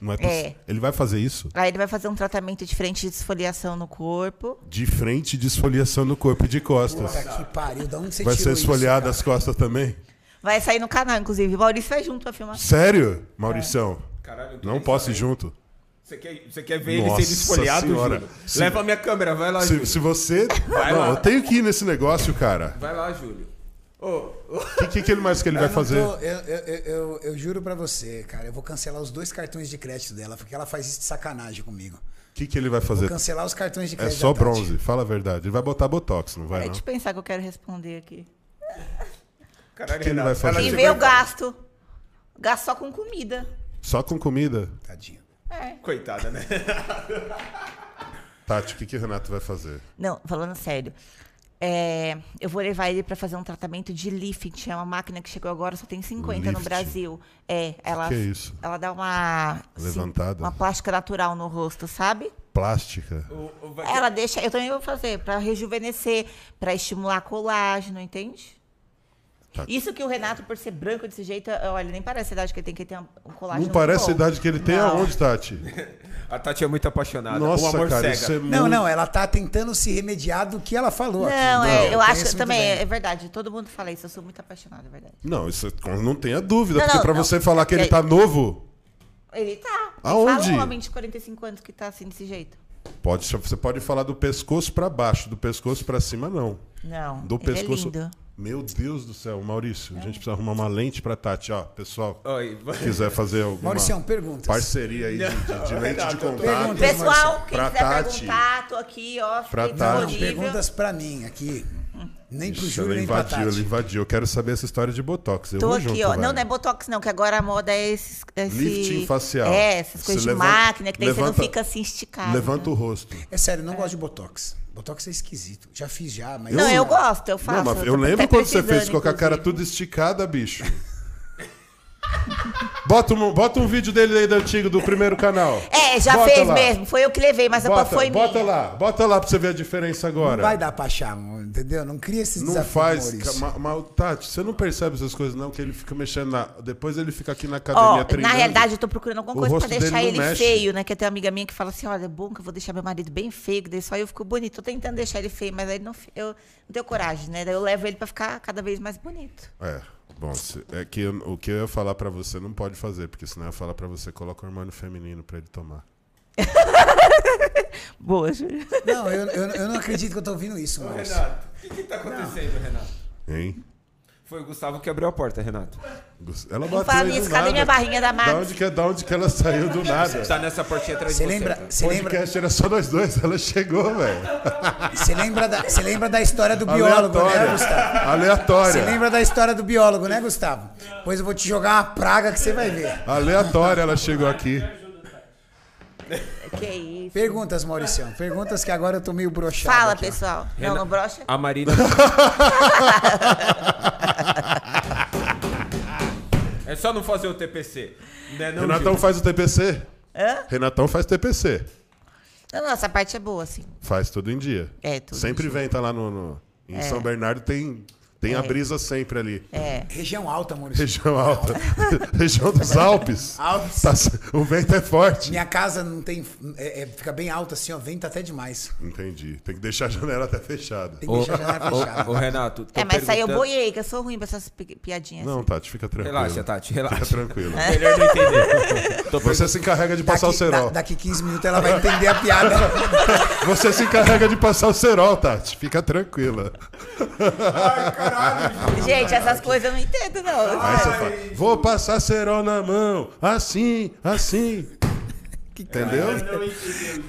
Speaker 2: Não é possível.
Speaker 7: É.
Speaker 2: Ele vai fazer isso?
Speaker 7: Aí ele vai fazer um tratamento diferente de esfoliação no corpo.
Speaker 2: De frente, de esfoliação no corpo e de costas.
Speaker 1: Puta que pariu, da onde você
Speaker 2: Vai ser
Speaker 1: tirou
Speaker 2: esfoliado
Speaker 1: isso?
Speaker 2: as costas também?
Speaker 7: Vai sair no canal, inclusive. O Maurício vai junto pra filmar.
Speaker 2: Sério, Maurição?
Speaker 3: Caralho, eu tô
Speaker 2: Não
Speaker 3: pensando
Speaker 2: posso ir
Speaker 3: aí.
Speaker 2: junto.
Speaker 3: Você quer, você quer ver
Speaker 2: Nossa
Speaker 3: ele sendo esfoliado,
Speaker 2: senhora.
Speaker 3: Júlio?
Speaker 2: Se-
Speaker 3: Leva a minha câmera, vai lá,
Speaker 2: Se,
Speaker 3: Júlio.
Speaker 2: se você.
Speaker 3: Vai
Speaker 2: Não,
Speaker 3: lá.
Speaker 2: eu tenho que ir nesse negócio, cara.
Speaker 3: Vai lá, Júlio.
Speaker 2: O que, que, que ele mais que ele vai
Speaker 1: Eu não
Speaker 2: fazer?
Speaker 1: tô- eu, eu- eu- eu- eu juro pra você, cara, eu vou cancelar os dois cartões de crédito dela, porque ela faz isso de sacanagem comigo.
Speaker 2: O que, que ele vai
Speaker 1: Vou
Speaker 2: fazer?
Speaker 1: cancelar os cartões de
Speaker 2: É
Speaker 1: crédito.
Speaker 2: só
Speaker 1: da Tati.
Speaker 2: bronze, fala a verdade. Ele vai botar botox, não vai
Speaker 7: Deixa
Speaker 2: não?
Speaker 7: eu pensar que eu quero responder aqui.
Speaker 3: Caralho,
Speaker 2: que ele
Speaker 3: Renato,
Speaker 2: vai
Speaker 3: ela
Speaker 2: fazer?
Speaker 7: E
Speaker 3: chegou
Speaker 7: ver eu
Speaker 3: e-
Speaker 7: gasto. Gasto só com comida.
Speaker 2: Só com comida?
Speaker 1: Tadinho.
Speaker 7: É.
Speaker 3: Coitada, né?
Speaker 2: Tati, o que, que o Renato vai fazer?
Speaker 7: Não, falando sério. é, eu vou levar ele pra fazer um tratamento de lifting. É uma máquina que chegou agora, só tem 50 no
Speaker 2: Lifting?
Speaker 7: Brasil. É, ela
Speaker 2: que é isso?
Speaker 7: ela dá uma assim,
Speaker 2: Levantada?
Speaker 7: uma plástica natural no rosto, sabe?
Speaker 2: Plástica.
Speaker 3: O- o- vai-
Speaker 7: Ela deixa, eu também vou fazer pra rejuvenescer, pra estimular colágeno, entende?
Speaker 2: Tá.
Speaker 7: Isso que o Renato, por ser branco desse jeito, olha, nem parece a idade que ele tem, que ele tem um colágeno.
Speaker 2: Não parece a
Speaker 7: bom.
Speaker 2: idade que ele tem
Speaker 7: Não.
Speaker 2: aonde, tá. Tati?
Speaker 3: A Tati é muito apaixonada. o
Speaker 2: Nossa,
Speaker 3: amor
Speaker 2: cara,
Speaker 3: cega.
Speaker 2: isso é
Speaker 1: Não,
Speaker 2: muito...
Speaker 1: não, ela tá tentando se remediar do que ela falou aqui.
Speaker 7: Não, é, eu
Speaker 1: conheço
Speaker 7: acho
Speaker 1: muito
Speaker 7: também,
Speaker 1: bem.
Speaker 7: é verdade. Todo mundo fala isso, eu sou muito apaixonada, é verdade.
Speaker 2: Não, isso não tenha dúvida,
Speaker 7: Não,
Speaker 2: porque
Speaker 7: não,
Speaker 2: pra
Speaker 7: não.
Speaker 2: você falar que ele
Speaker 7: Ok.
Speaker 2: tá novo,
Speaker 7: Ele tá.
Speaker 2: Aonde?
Speaker 7: Fala um homem de 45 anos que tá assim desse jeito.
Speaker 2: pode, você pode falar do pescoço pra baixo, do pescoço pra cima não.
Speaker 7: Não.
Speaker 2: Do
Speaker 7: ele
Speaker 2: pescoço.
Speaker 7: É lindo. É.
Speaker 2: Meu Deus do céu, Maurício, a gente precisa arrumar uma lente pra Tati, ó, pessoal.
Speaker 3: Oi, vai-
Speaker 2: Se quiser fazer alguma
Speaker 1: Mauricião, perguntas.
Speaker 2: parceria aí de, de- de lente de contato.
Speaker 1: Perguntas,
Speaker 7: Pessoal, quem
Speaker 2: Ah, Pra
Speaker 7: quiser
Speaker 2: Tati.
Speaker 7: perguntar, tô aqui, ó. fiquei
Speaker 2: Pra Tati.
Speaker 1: Não,
Speaker 2: Horrível.
Speaker 7: disponível.
Speaker 1: perguntas pra mim aqui. Nem pro
Speaker 2: tá? Ixi,
Speaker 1: Júlio,
Speaker 2: ele
Speaker 1: nem pra
Speaker 2: invadiu, ele
Speaker 1: Tati.
Speaker 2: invadiu. Eu quero saber essa história de Botox. Eu
Speaker 7: Tô
Speaker 2: vou
Speaker 7: aqui,
Speaker 2: junto,
Speaker 7: ó.
Speaker 2: velho.
Speaker 7: Não, não é Botox, não, que agora a moda é esse. esse-
Speaker 2: Lifting facial.
Speaker 7: É, essas
Speaker 2: Você
Speaker 7: coisas de
Speaker 2: levanta-
Speaker 7: máquina, que daí você
Speaker 2: levanta-
Speaker 7: não fica assim esticado.
Speaker 2: Levanta
Speaker 7: né?
Speaker 2: o rosto.
Speaker 1: É sério, eu não gosto de Botox. Botox é esquisito. Já fiz já, mas.
Speaker 7: Não, eu gosto, eu faço.
Speaker 2: não, mas
Speaker 7: tô
Speaker 2: eu
Speaker 7: até
Speaker 2: lembro quando você fez,
Speaker 7: precisando,
Speaker 2: ficou com a cara
Speaker 7: inclusive.
Speaker 2: tudo esticada, bicho. bota, um, bota um vídeo dele aí do antigo, do primeiro canal.
Speaker 7: É, já
Speaker 2: Bota
Speaker 7: fez
Speaker 2: lá.
Speaker 7: mesmo. Foi eu que levei, mas a
Speaker 2: Bota,
Speaker 7: culpa foi
Speaker 2: bota
Speaker 7: minha.
Speaker 2: lá, bota lá pra você ver a diferença agora.
Speaker 1: Não vai dar pra achar, mano, entendeu? Não cria esses
Speaker 2: Não
Speaker 1: desafios.
Speaker 2: faz.
Speaker 1: Maurício.
Speaker 2: ca- ma- ma- Tati, você não percebe essas coisas, não, que ele fica mexendo na. Depois ele fica aqui na academia
Speaker 7: Ó,
Speaker 2: treinando.
Speaker 7: na realidade, eu tô procurando alguma
Speaker 2: O
Speaker 7: coisa pra
Speaker 2: rosto dele
Speaker 7: deixar
Speaker 2: não
Speaker 7: ele
Speaker 2: mexe.
Speaker 7: feio, né? Que tem uma amiga minha que fala assim: olha, é bom que eu vou deixar meu marido bem feio, que daí só eu fico bonito. Tô tentando deixar ele feio, mas aí não, fi- eu não tenho coragem, né? Daí eu levo ele pra ficar cada vez mais bonito.
Speaker 2: É. Bom, se- é que eu- o que eu ia falar pra você não pode fazer, porque senão eu ia falar pra você, coloca o hormônio feminino pra ele tomar.
Speaker 7: Boa, Júlia.
Speaker 1: Não, eu, eu, eu não acredito que eu tô ouvindo
Speaker 2: É
Speaker 1: isso, Maurício.
Speaker 3: Renato, o que, que tá acontecendo, Renato?
Speaker 2: Hein?
Speaker 3: Foi o Gustavo que abriu a porta, Renato.
Speaker 2: Ela bateu
Speaker 7: fala
Speaker 2: aí do
Speaker 7: nisso,
Speaker 2: nada.
Speaker 7: cadê minha barrinha da Max?
Speaker 2: Da onde, que, da onde que ela saiu do nada?
Speaker 3: Tá nessa portinha atrás
Speaker 1: Você
Speaker 3: de você.
Speaker 1: lembra,
Speaker 3: cara.
Speaker 1: você
Speaker 2: O
Speaker 1: lembra,
Speaker 2: podcast era só nós dois, ela chegou, velho.
Speaker 1: você lembra, da, você lembra da história do biólogo, né, Gustavo?
Speaker 2: Aleatória.
Speaker 1: Você
Speaker 2: Aleatória.
Speaker 1: lembra da história do biólogo, né, Gustavo? Pois eu vou te jogar uma praga que você vai ver.
Speaker 2: Aleatória ela chegou aqui.
Speaker 7: Que isso.
Speaker 1: Perguntas, Mauricião. Perguntas que agora eu tô meio broxado.
Speaker 7: Fala,
Speaker 1: aqui, ó.
Speaker 7: pessoal. Não,
Speaker 3: Renato-
Speaker 7: não brocha?
Speaker 2: Ah.
Speaker 3: A Marina. é só não fazer o TPC. Né, não,
Speaker 2: Renatão
Speaker 3: Gil?
Speaker 2: faz o TPC? Renatão faz TPC.
Speaker 7: Não, não, essa parte é boa, assim.
Speaker 2: Faz todo em dia.
Speaker 7: É, todo
Speaker 2: Sempre vem, tá lá no. no- em São Bernardo tem, tem a brisa sempre ali.
Speaker 1: Região alta, Maurício.
Speaker 2: Região alta. Região dos Alpes.
Speaker 1: Alpes.
Speaker 2: Tá se- o vento é forte.
Speaker 1: Minha casa não tem. é- é- fica bem alta assim, ó. Vento até demais.
Speaker 2: Entendi. Tem que deixar a janela até fechada.
Speaker 1: Tem que deixar a janela
Speaker 3: Ô,
Speaker 1: fechada.
Speaker 3: ô, Renato. tô
Speaker 7: é, mas isso aí eu
Speaker 3: perguntando-
Speaker 7: boiei, que eu sou ruim pra essas pi- piadinhas.
Speaker 2: Não, Tati, fica tranquilo.
Speaker 3: Relaxa, Tati,
Speaker 2: Fica
Speaker 3: relaxa.
Speaker 2: tranquilo.
Speaker 7: É.
Speaker 3: Melhor não entender. Tô
Speaker 2: Você é se encarrega de passar o
Speaker 1: Daqui, da-
Speaker 2: cerol.
Speaker 1: daqui 15 minutos ela vai entender a piada.
Speaker 2: Você se encarrega de passar o cerol, Tati. Fica tranquila.
Speaker 7: Gente, essas coisas eu não entendo, não.
Speaker 2: Aí você fala, vou passar cerol na mão, assim, assim. Entendeu?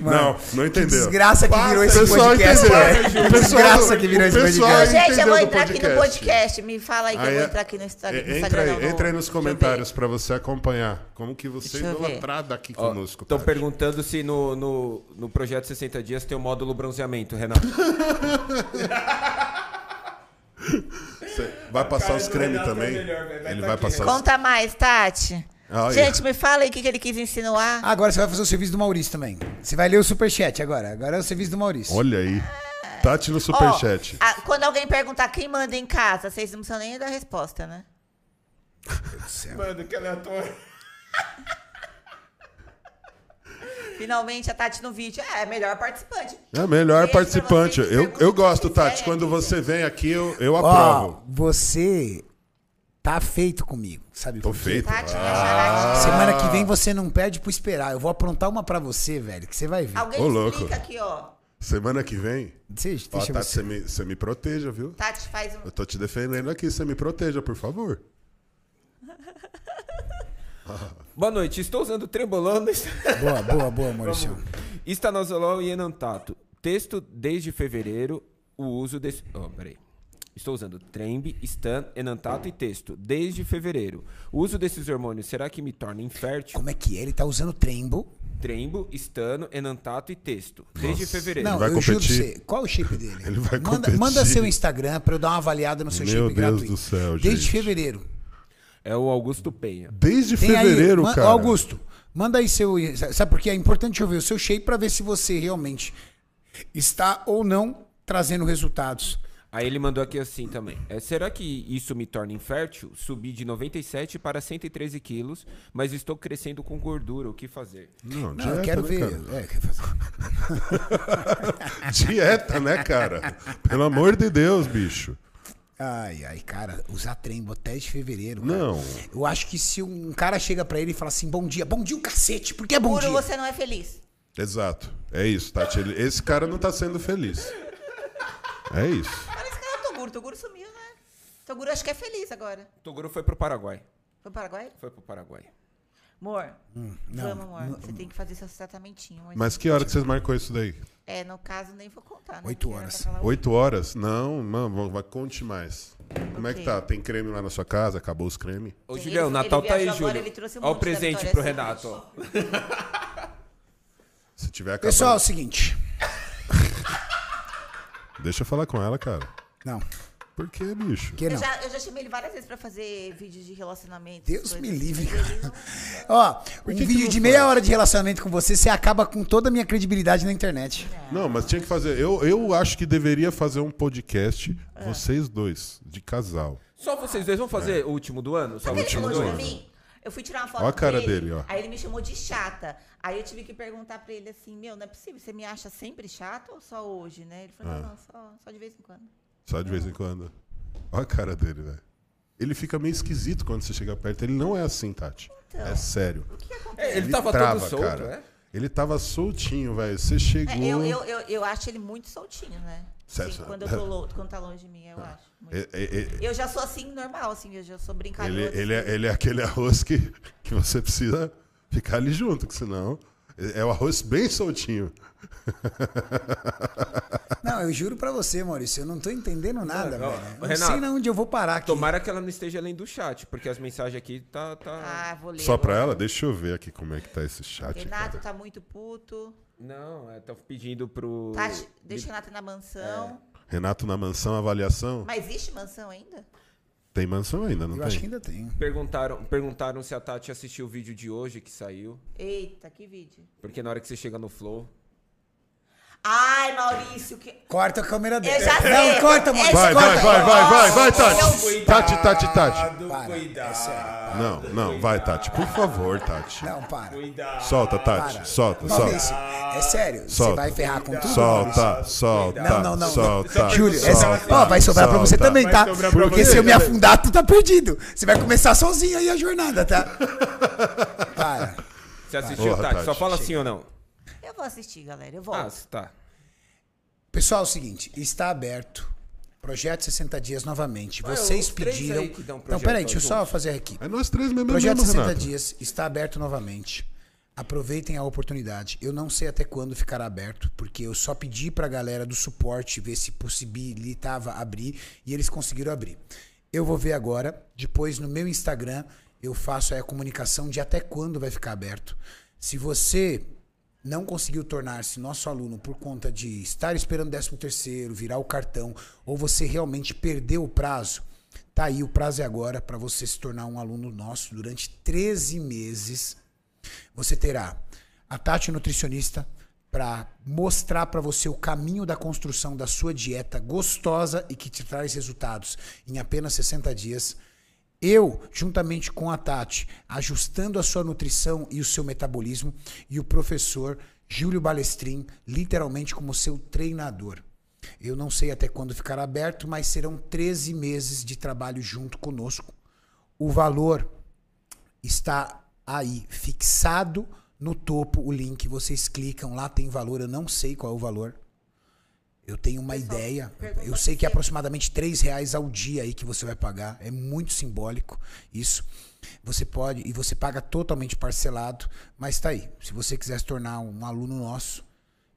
Speaker 2: Não, não entendeu.
Speaker 1: desgraça que virou esse
Speaker 2: O pessoal
Speaker 1: podcast,
Speaker 2: entendeu.
Speaker 1: né?
Speaker 2: O pessoal-
Speaker 1: Desgraça que virou esse
Speaker 2: o pessoal
Speaker 1: podcast.
Speaker 7: Gente, eu
Speaker 2: entendeu
Speaker 7: vou
Speaker 2: tá do
Speaker 7: entrar aqui no podcast. Me fala aí que
Speaker 2: Aí
Speaker 7: eu
Speaker 2: é-
Speaker 7: vou entrar aqui no Insta- no
Speaker 2: é,
Speaker 7: Instagram.
Speaker 2: Entra aí,
Speaker 7: não, no-
Speaker 2: entra aí nos
Speaker 7: deixa eu ver.
Speaker 2: comentários pra você acompanhar. Como que você é
Speaker 7: Deixa eu ver.
Speaker 2: idolatrada aqui conosco.
Speaker 3: Estão
Speaker 2: Tati.
Speaker 3: perguntando se no, no, no projeto 60 Dias tem o módulo bronzeamento, Renato.
Speaker 2: Você vai passar os cremes também?
Speaker 1: tá
Speaker 2: Ele vai passar os...
Speaker 7: Conta mais, Tati.
Speaker 2: Ah,
Speaker 7: Gente, me fala aí o que, que ele quis insinuar.
Speaker 1: Agora você vai fazer o serviço do Maurício também. Você vai ler o superchat agora. Agora é o serviço do Maurício.
Speaker 2: Olha aí. Tati no
Speaker 7: Ó,
Speaker 2: superchat.
Speaker 7: a- quando alguém perguntar quem manda em casa, vocês não precisam nem dar resposta, né?
Speaker 3: Mano, que aleatório.
Speaker 7: Finalmente a Tati no vídeo. É, a melhor participante.
Speaker 2: É a melhor
Speaker 7: Beijo pra
Speaker 2: participante.
Speaker 7: vocês,
Speaker 2: Eu,
Speaker 7: pergunta
Speaker 2: eu
Speaker 7: o que
Speaker 2: gosto,
Speaker 7: quiser
Speaker 2: Tati. Quando
Speaker 7: aqui,
Speaker 2: você vem aqui, eu, eu
Speaker 1: Ó,
Speaker 2: aprovo.
Speaker 1: você tá feito comigo, sabe?
Speaker 2: Tô
Speaker 1: por quê?
Speaker 2: feito.
Speaker 7: Tati, minha
Speaker 2: Ah.
Speaker 7: charada.
Speaker 1: Semana que vem você não perde pro esperar. Eu vou aprontar uma pra você, velho, que você vai ver.
Speaker 7: Alguém
Speaker 2: Ô,
Speaker 7: explica
Speaker 2: louco.
Speaker 7: aqui, ó.
Speaker 2: Semana que vem.
Speaker 1: Deixa,
Speaker 2: Ó, tá
Speaker 1: deixa
Speaker 2: Tati,
Speaker 1: você.
Speaker 2: você me, você me proteja, viu?
Speaker 7: Tati, faz um.
Speaker 2: Eu tô te defendendo aqui, você me proteja, por favor.
Speaker 3: Boa noite, estou usando Trembolando.
Speaker 1: Boa, boa, boa, Maurício.
Speaker 3: Estanozolol e enantato. Texto desde fevereiro, o uso desse... Oh, peraí. Estou usando Tremb, Stan, Enantato e texto desde fevereiro. O uso desses hormônios será que me torna infértil?
Speaker 1: Como é que é? Ele tá usando trembo.
Speaker 3: Trembo, Estano, Enantato e texto desde fevereiro.
Speaker 1: Não,
Speaker 2: vai
Speaker 1: eu juro pra
Speaker 2: competir.
Speaker 1: você. Qual é o chip dele?
Speaker 2: Ele vai
Speaker 1: manda,
Speaker 2: competir.
Speaker 1: manda seu Instagram pra eu dar uma avaliada no seu
Speaker 2: Meu
Speaker 1: chip
Speaker 2: Deus
Speaker 1: gratuito.
Speaker 2: do céu,
Speaker 1: Desde
Speaker 2: gente.
Speaker 1: fevereiro.
Speaker 3: É o Augusto Penha.
Speaker 2: Desde
Speaker 1: Tem
Speaker 2: fevereiro,
Speaker 1: aí, ma-
Speaker 2: cara.
Speaker 1: Augusto, manda aí seu. Sabe por quê? É importante eu ver o seu shape pra ver se você realmente está ou não trazendo resultados.
Speaker 3: Aí ele mandou aqui assim também. É, será que isso me torna infértil? Subi de 97 para 113 quilos, mas estou crescendo com gordura. O que fazer?
Speaker 2: Não,
Speaker 1: Não,
Speaker 2: dieta,
Speaker 1: Ah, eu quero
Speaker 2: né,
Speaker 1: ver.
Speaker 2: cara?
Speaker 1: é, quer fazer-
Speaker 2: Dieta, né, cara? Pelo amor de Deus, bicho.
Speaker 1: Ai, ai, cara, usar trembo até de fevereiro. cara.
Speaker 2: Não.
Speaker 1: Eu acho que se um cara chega pra ele e fala assim, bom dia, bom dia, o cacete, porque é bom
Speaker 7: Puro,
Speaker 1: dia.
Speaker 7: você não é feliz.
Speaker 2: Exato. É isso, Tati. Ele- Esse cara não tá sendo feliz. É isso.
Speaker 7: Parece que era o Toguro. Toguro sumiu, né? Toguro acho que é feliz agora.
Speaker 3: Toguro foi pro Paraguai.
Speaker 7: Foi pro Paraguai?
Speaker 3: Foi pro Paraguai.
Speaker 7: Amor.
Speaker 1: não,
Speaker 7: vamos, amor. você tem que fazer seus tratamentinhos. hoje.
Speaker 2: Mas que hora que vocês marcou isso daí?
Speaker 7: É, no caso, nem vou contar, né?
Speaker 1: Oito
Speaker 7: Porque era
Speaker 1: horas.
Speaker 7: pra falar hoje.
Speaker 2: Oito horas? Não, mano, vai- conte mais. Como é que
Speaker 7: Ok.
Speaker 2: tá? Tem creme lá na sua casa? Acabou os creme?
Speaker 3: Ô,
Speaker 7: Sim,
Speaker 3: Julião,
Speaker 7: ele-
Speaker 3: Natal
Speaker 7: ele
Speaker 3: tá aí,
Speaker 7: viajou agora,
Speaker 3: Júlio.
Speaker 7: ele trouxe um
Speaker 3: Olha o
Speaker 7: monte da
Speaker 3: presente pro
Speaker 7: Vitória
Speaker 3: Renato.
Speaker 7: Secret.
Speaker 3: ó.
Speaker 2: Se tiver acabado.
Speaker 1: Pessoal, é o seguinte.
Speaker 2: Deixa eu falar com ela, cara.
Speaker 1: Não,
Speaker 2: Por que, bicho?
Speaker 1: que
Speaker 7: Eu
Speaker 1: não.
Speaker 7: já, eu já chamei ele várias vezes pra fazer vídeos de relacionamento.
Speaker 1: Deus
Speaker 7: coisas
Speaker 1: me
Speaker 7: assim,
Speaker 1: livre,
Speaker 7: mas ele não-
Speaker 1: Ó, um
Speaker 2: que
Speaker 1: vídeo
Speaker 2: não
Speaker 1: de meia
Speaker 2: faz?
Speaker 1: hora de relacionamento com você, você acaba com toda a minha credibilidade na internet.
Speaker 2: Não, mas tinha que fazer. Eu, eu acho que deveria fazer um podcast,
Speaker 7: Ah.
Speaker 2: vocês dois, de casal.
Speaker 3: Só vocês dois vão fazer o último do ano? Só o
Speaker 7: Sabe o que ele
Speaker 3: último
Speaker 7: falou
Speaker 3: do
Speaker 7: pra
Speaker 2: dois.
Speaker 3: ano.
Speaker 7: mim? Eu fui tirar uma foto
Speaker 2: Ó a cara
Speaker 7: dele,
Speaker 2: dele, ó.
Speaker 7: Aí ele me chamou de chata. Aí eu tive que perguntar pra ele assim, meu, não é possível, você me acha sempre chata ou só hoje, né? Ele falou, não, não, só, só de vez em quando.
Speaker 2: Só de vez em quando. Olha a cara dele, velho. Ele fica meio esquisito quando você chega perto. Ele não é assim, Tati.
Speaker 7: Então.
Speaker 2: É sério.
Speaker 3: É, ele, tava todo solto, é?
Speaker 2: Ele tava soltinho, velho. Você
Speaker 7: É,
Speaker 2: chegou.
Speaker 7: eu, eu, eu, eu acho ele muito soltinho, né?
Speaker 2: Certo,
Speaker 7: Assim,
Speaker 2: certo.
Speaker 7: quando, eu tô lou- quando tá longe de mim, eu acho. muito.
Speaker 2: É, é, é,
Speaker 7: Eu já sou assim, normal, assim, eu já sou
Speaker 2: ele,
Speaker 7: brincadeira.
Speaker 2: ele é, ele é aquele arroz que, que você precisa ficar ali junto, que senão. É o arroz bem soltinho.
Speaker 1: Não, eu juro pra você, Maurício, eu não tô entendendo nada,
Speaker 3: Não,
Speaker 1: velho.
Speaker 3: ó,
Speaker 1: Não
Speaker 3: Renato,
Speaker 1: sei na onde eu vou parar aqui.
Speaker 3: Tomara que ela não esteja além do chat, porque as mensagens aqui tá. tá...
Speaker 7: Ah, vou ler.
Speaker 2: Só pra
Speaker 7: agora.
Speaker 2: ela? Deixa eu ver aqui como é que tá esse chat.
Speaker 7: Renato
Speaker 2: Cara.
Speaker 7: tá muito puto.
Speaker 3: Não, é, tá pedindo pro.
Speaker 7: Tati, deixa o Renato na mansão.
Speaker 2: Renato na mansão, avaliação?
Speaker 7: Mas existe mansão ainda?
Speaker 2: Tem mansão ainda, não
Speaker 1: Eu
Speaker 2: tem?
Speaker 1: acho que ainda tem.
Speaker 3: Perguntaram, perguntaram se a Tati assistiu o vídeo de hoje que saiu.
Speaker 7: Eita, que vídeo.
Speaker 3: Porque na hora que você chega no Flow.
Speaker 7: Ai, Maurício, que...
Speaker 1: Corta a câmera dele.
Speaker 7: Eu já sei.
Speaker 1: Não, corta,
Speaker 7: É
Speaker 1: Maurício,
Speaker 2: Vai,
Speaker 1: corta.
Speaker 2: vai, vai, vai, vai, vai,
Speaker 7: Nossa,
Speaker 2: Tati. Tati, Tati, Tati.
Speaker 1: Para, é sério.
Speaker 2: Não, não, vai, Tati. Por favor, Tati.
Speaker 1: Não, para.
Speaker 2: Solta,
Speaker 1: Para.
Speaker 2: Tati. Solta,
Speaker 1: Maurício,
Speaker 2: solta.
Speaker 1: é sério. Você
Speaker 2: Solta.
Speaker 1: vai ferrar com tudo? Maurício?
Speaker 2: Solta, solta.
Speaker 1: Não, não, não.
Speaker 2: Tá. Solta.
Speaker 1: não. Júlio,
Speaker 2: solta,
Speaker 1: essa... ó, vai sobrar pra você
Speaker 2: solta.
Speaker 1: também, tá? Porque se eu me afundar, tu tá perdido. Você vai começar sozinho aí a jornada, tá? Para.
Speaker 3: Você assistiu,
Speaker 2: Porra,
Speaker 3: Tati? Só
Speaker 2: Tati.
Speaker 3: fala sim ou não.
Speaker 7: Eu vou assistir, galera. Eu
Speaker 3: Ah,
Speaker 7: volto.
Speaker 3: tá.
Speaker 1: Pessoal, é o seguinte, está aberto. Projeto 60 dias novamente.
Speaker 3: Ué,
Speaker 1: Vocês
Speaker 3: os três
Speaker 1: pediram.
Speaker 3: aí que dão
Speaker 1: Não,
Speaker 3: projeto
Speaker 1: peraí, deixa eu só
Speaker 3: juntos.
Speaker 1: fazer aqui.
Speaker 2: É nós três mesmo,
Speaker 1: Projeto
Speaker 2: mesmo
Speaker 1: 60
Speaker 2: Renato.
Speaker 1: dias está aberto novamente. Aproveitem a oportunidade. Eu não sei até quando ficará aberto, porque eu só pedi pra galera do suporte ver se possibilitava abrir e eles conseguiram abrir. Eu vou ver agora, depois no meu Instagram eu faço aí a comunicação de até quando vai ficar aberto. Se você não conseguiu tornar-se nosso aluno por conta de estar esperando 13 terceiro, virar o cartão, ou você realmente perdeu o prazo, Tá aí, o prazo é agora para você se tornar um aluno nosso durante 13 meses. Você terá a Tati Nutricionista para mostrar para você o caminho da construção da sua dieta gostosa e que te traz resultados em apenas 60 dias. Eu, juntamente com a Tati, ajustando a sua nutrição e o seu metabolismo, e o professor Júlio Balestrin, literalmente como seu treinador. Eu não sei até quando ficará aberto, mas serão 13 meses de trabalho junto conosco. O valor está aí fixado no topo o link, vocês clicam lá, tem valor, eu não sei qual é o valor. Eu tenho uma
Speaker 7: Pessoal,
Speaker 1: ideia.
Speaker 7: pergunta
Speaker 1: Eu sei que é
Speaker 7: você.
Speaker 1: aproximadamente 3 reais ao dia aí que você vai pagar. É muito simbólico isso. Você pode, e você paga totalmente parcelado, mas tá aí. Se você quiser se tornar um aluno nosso,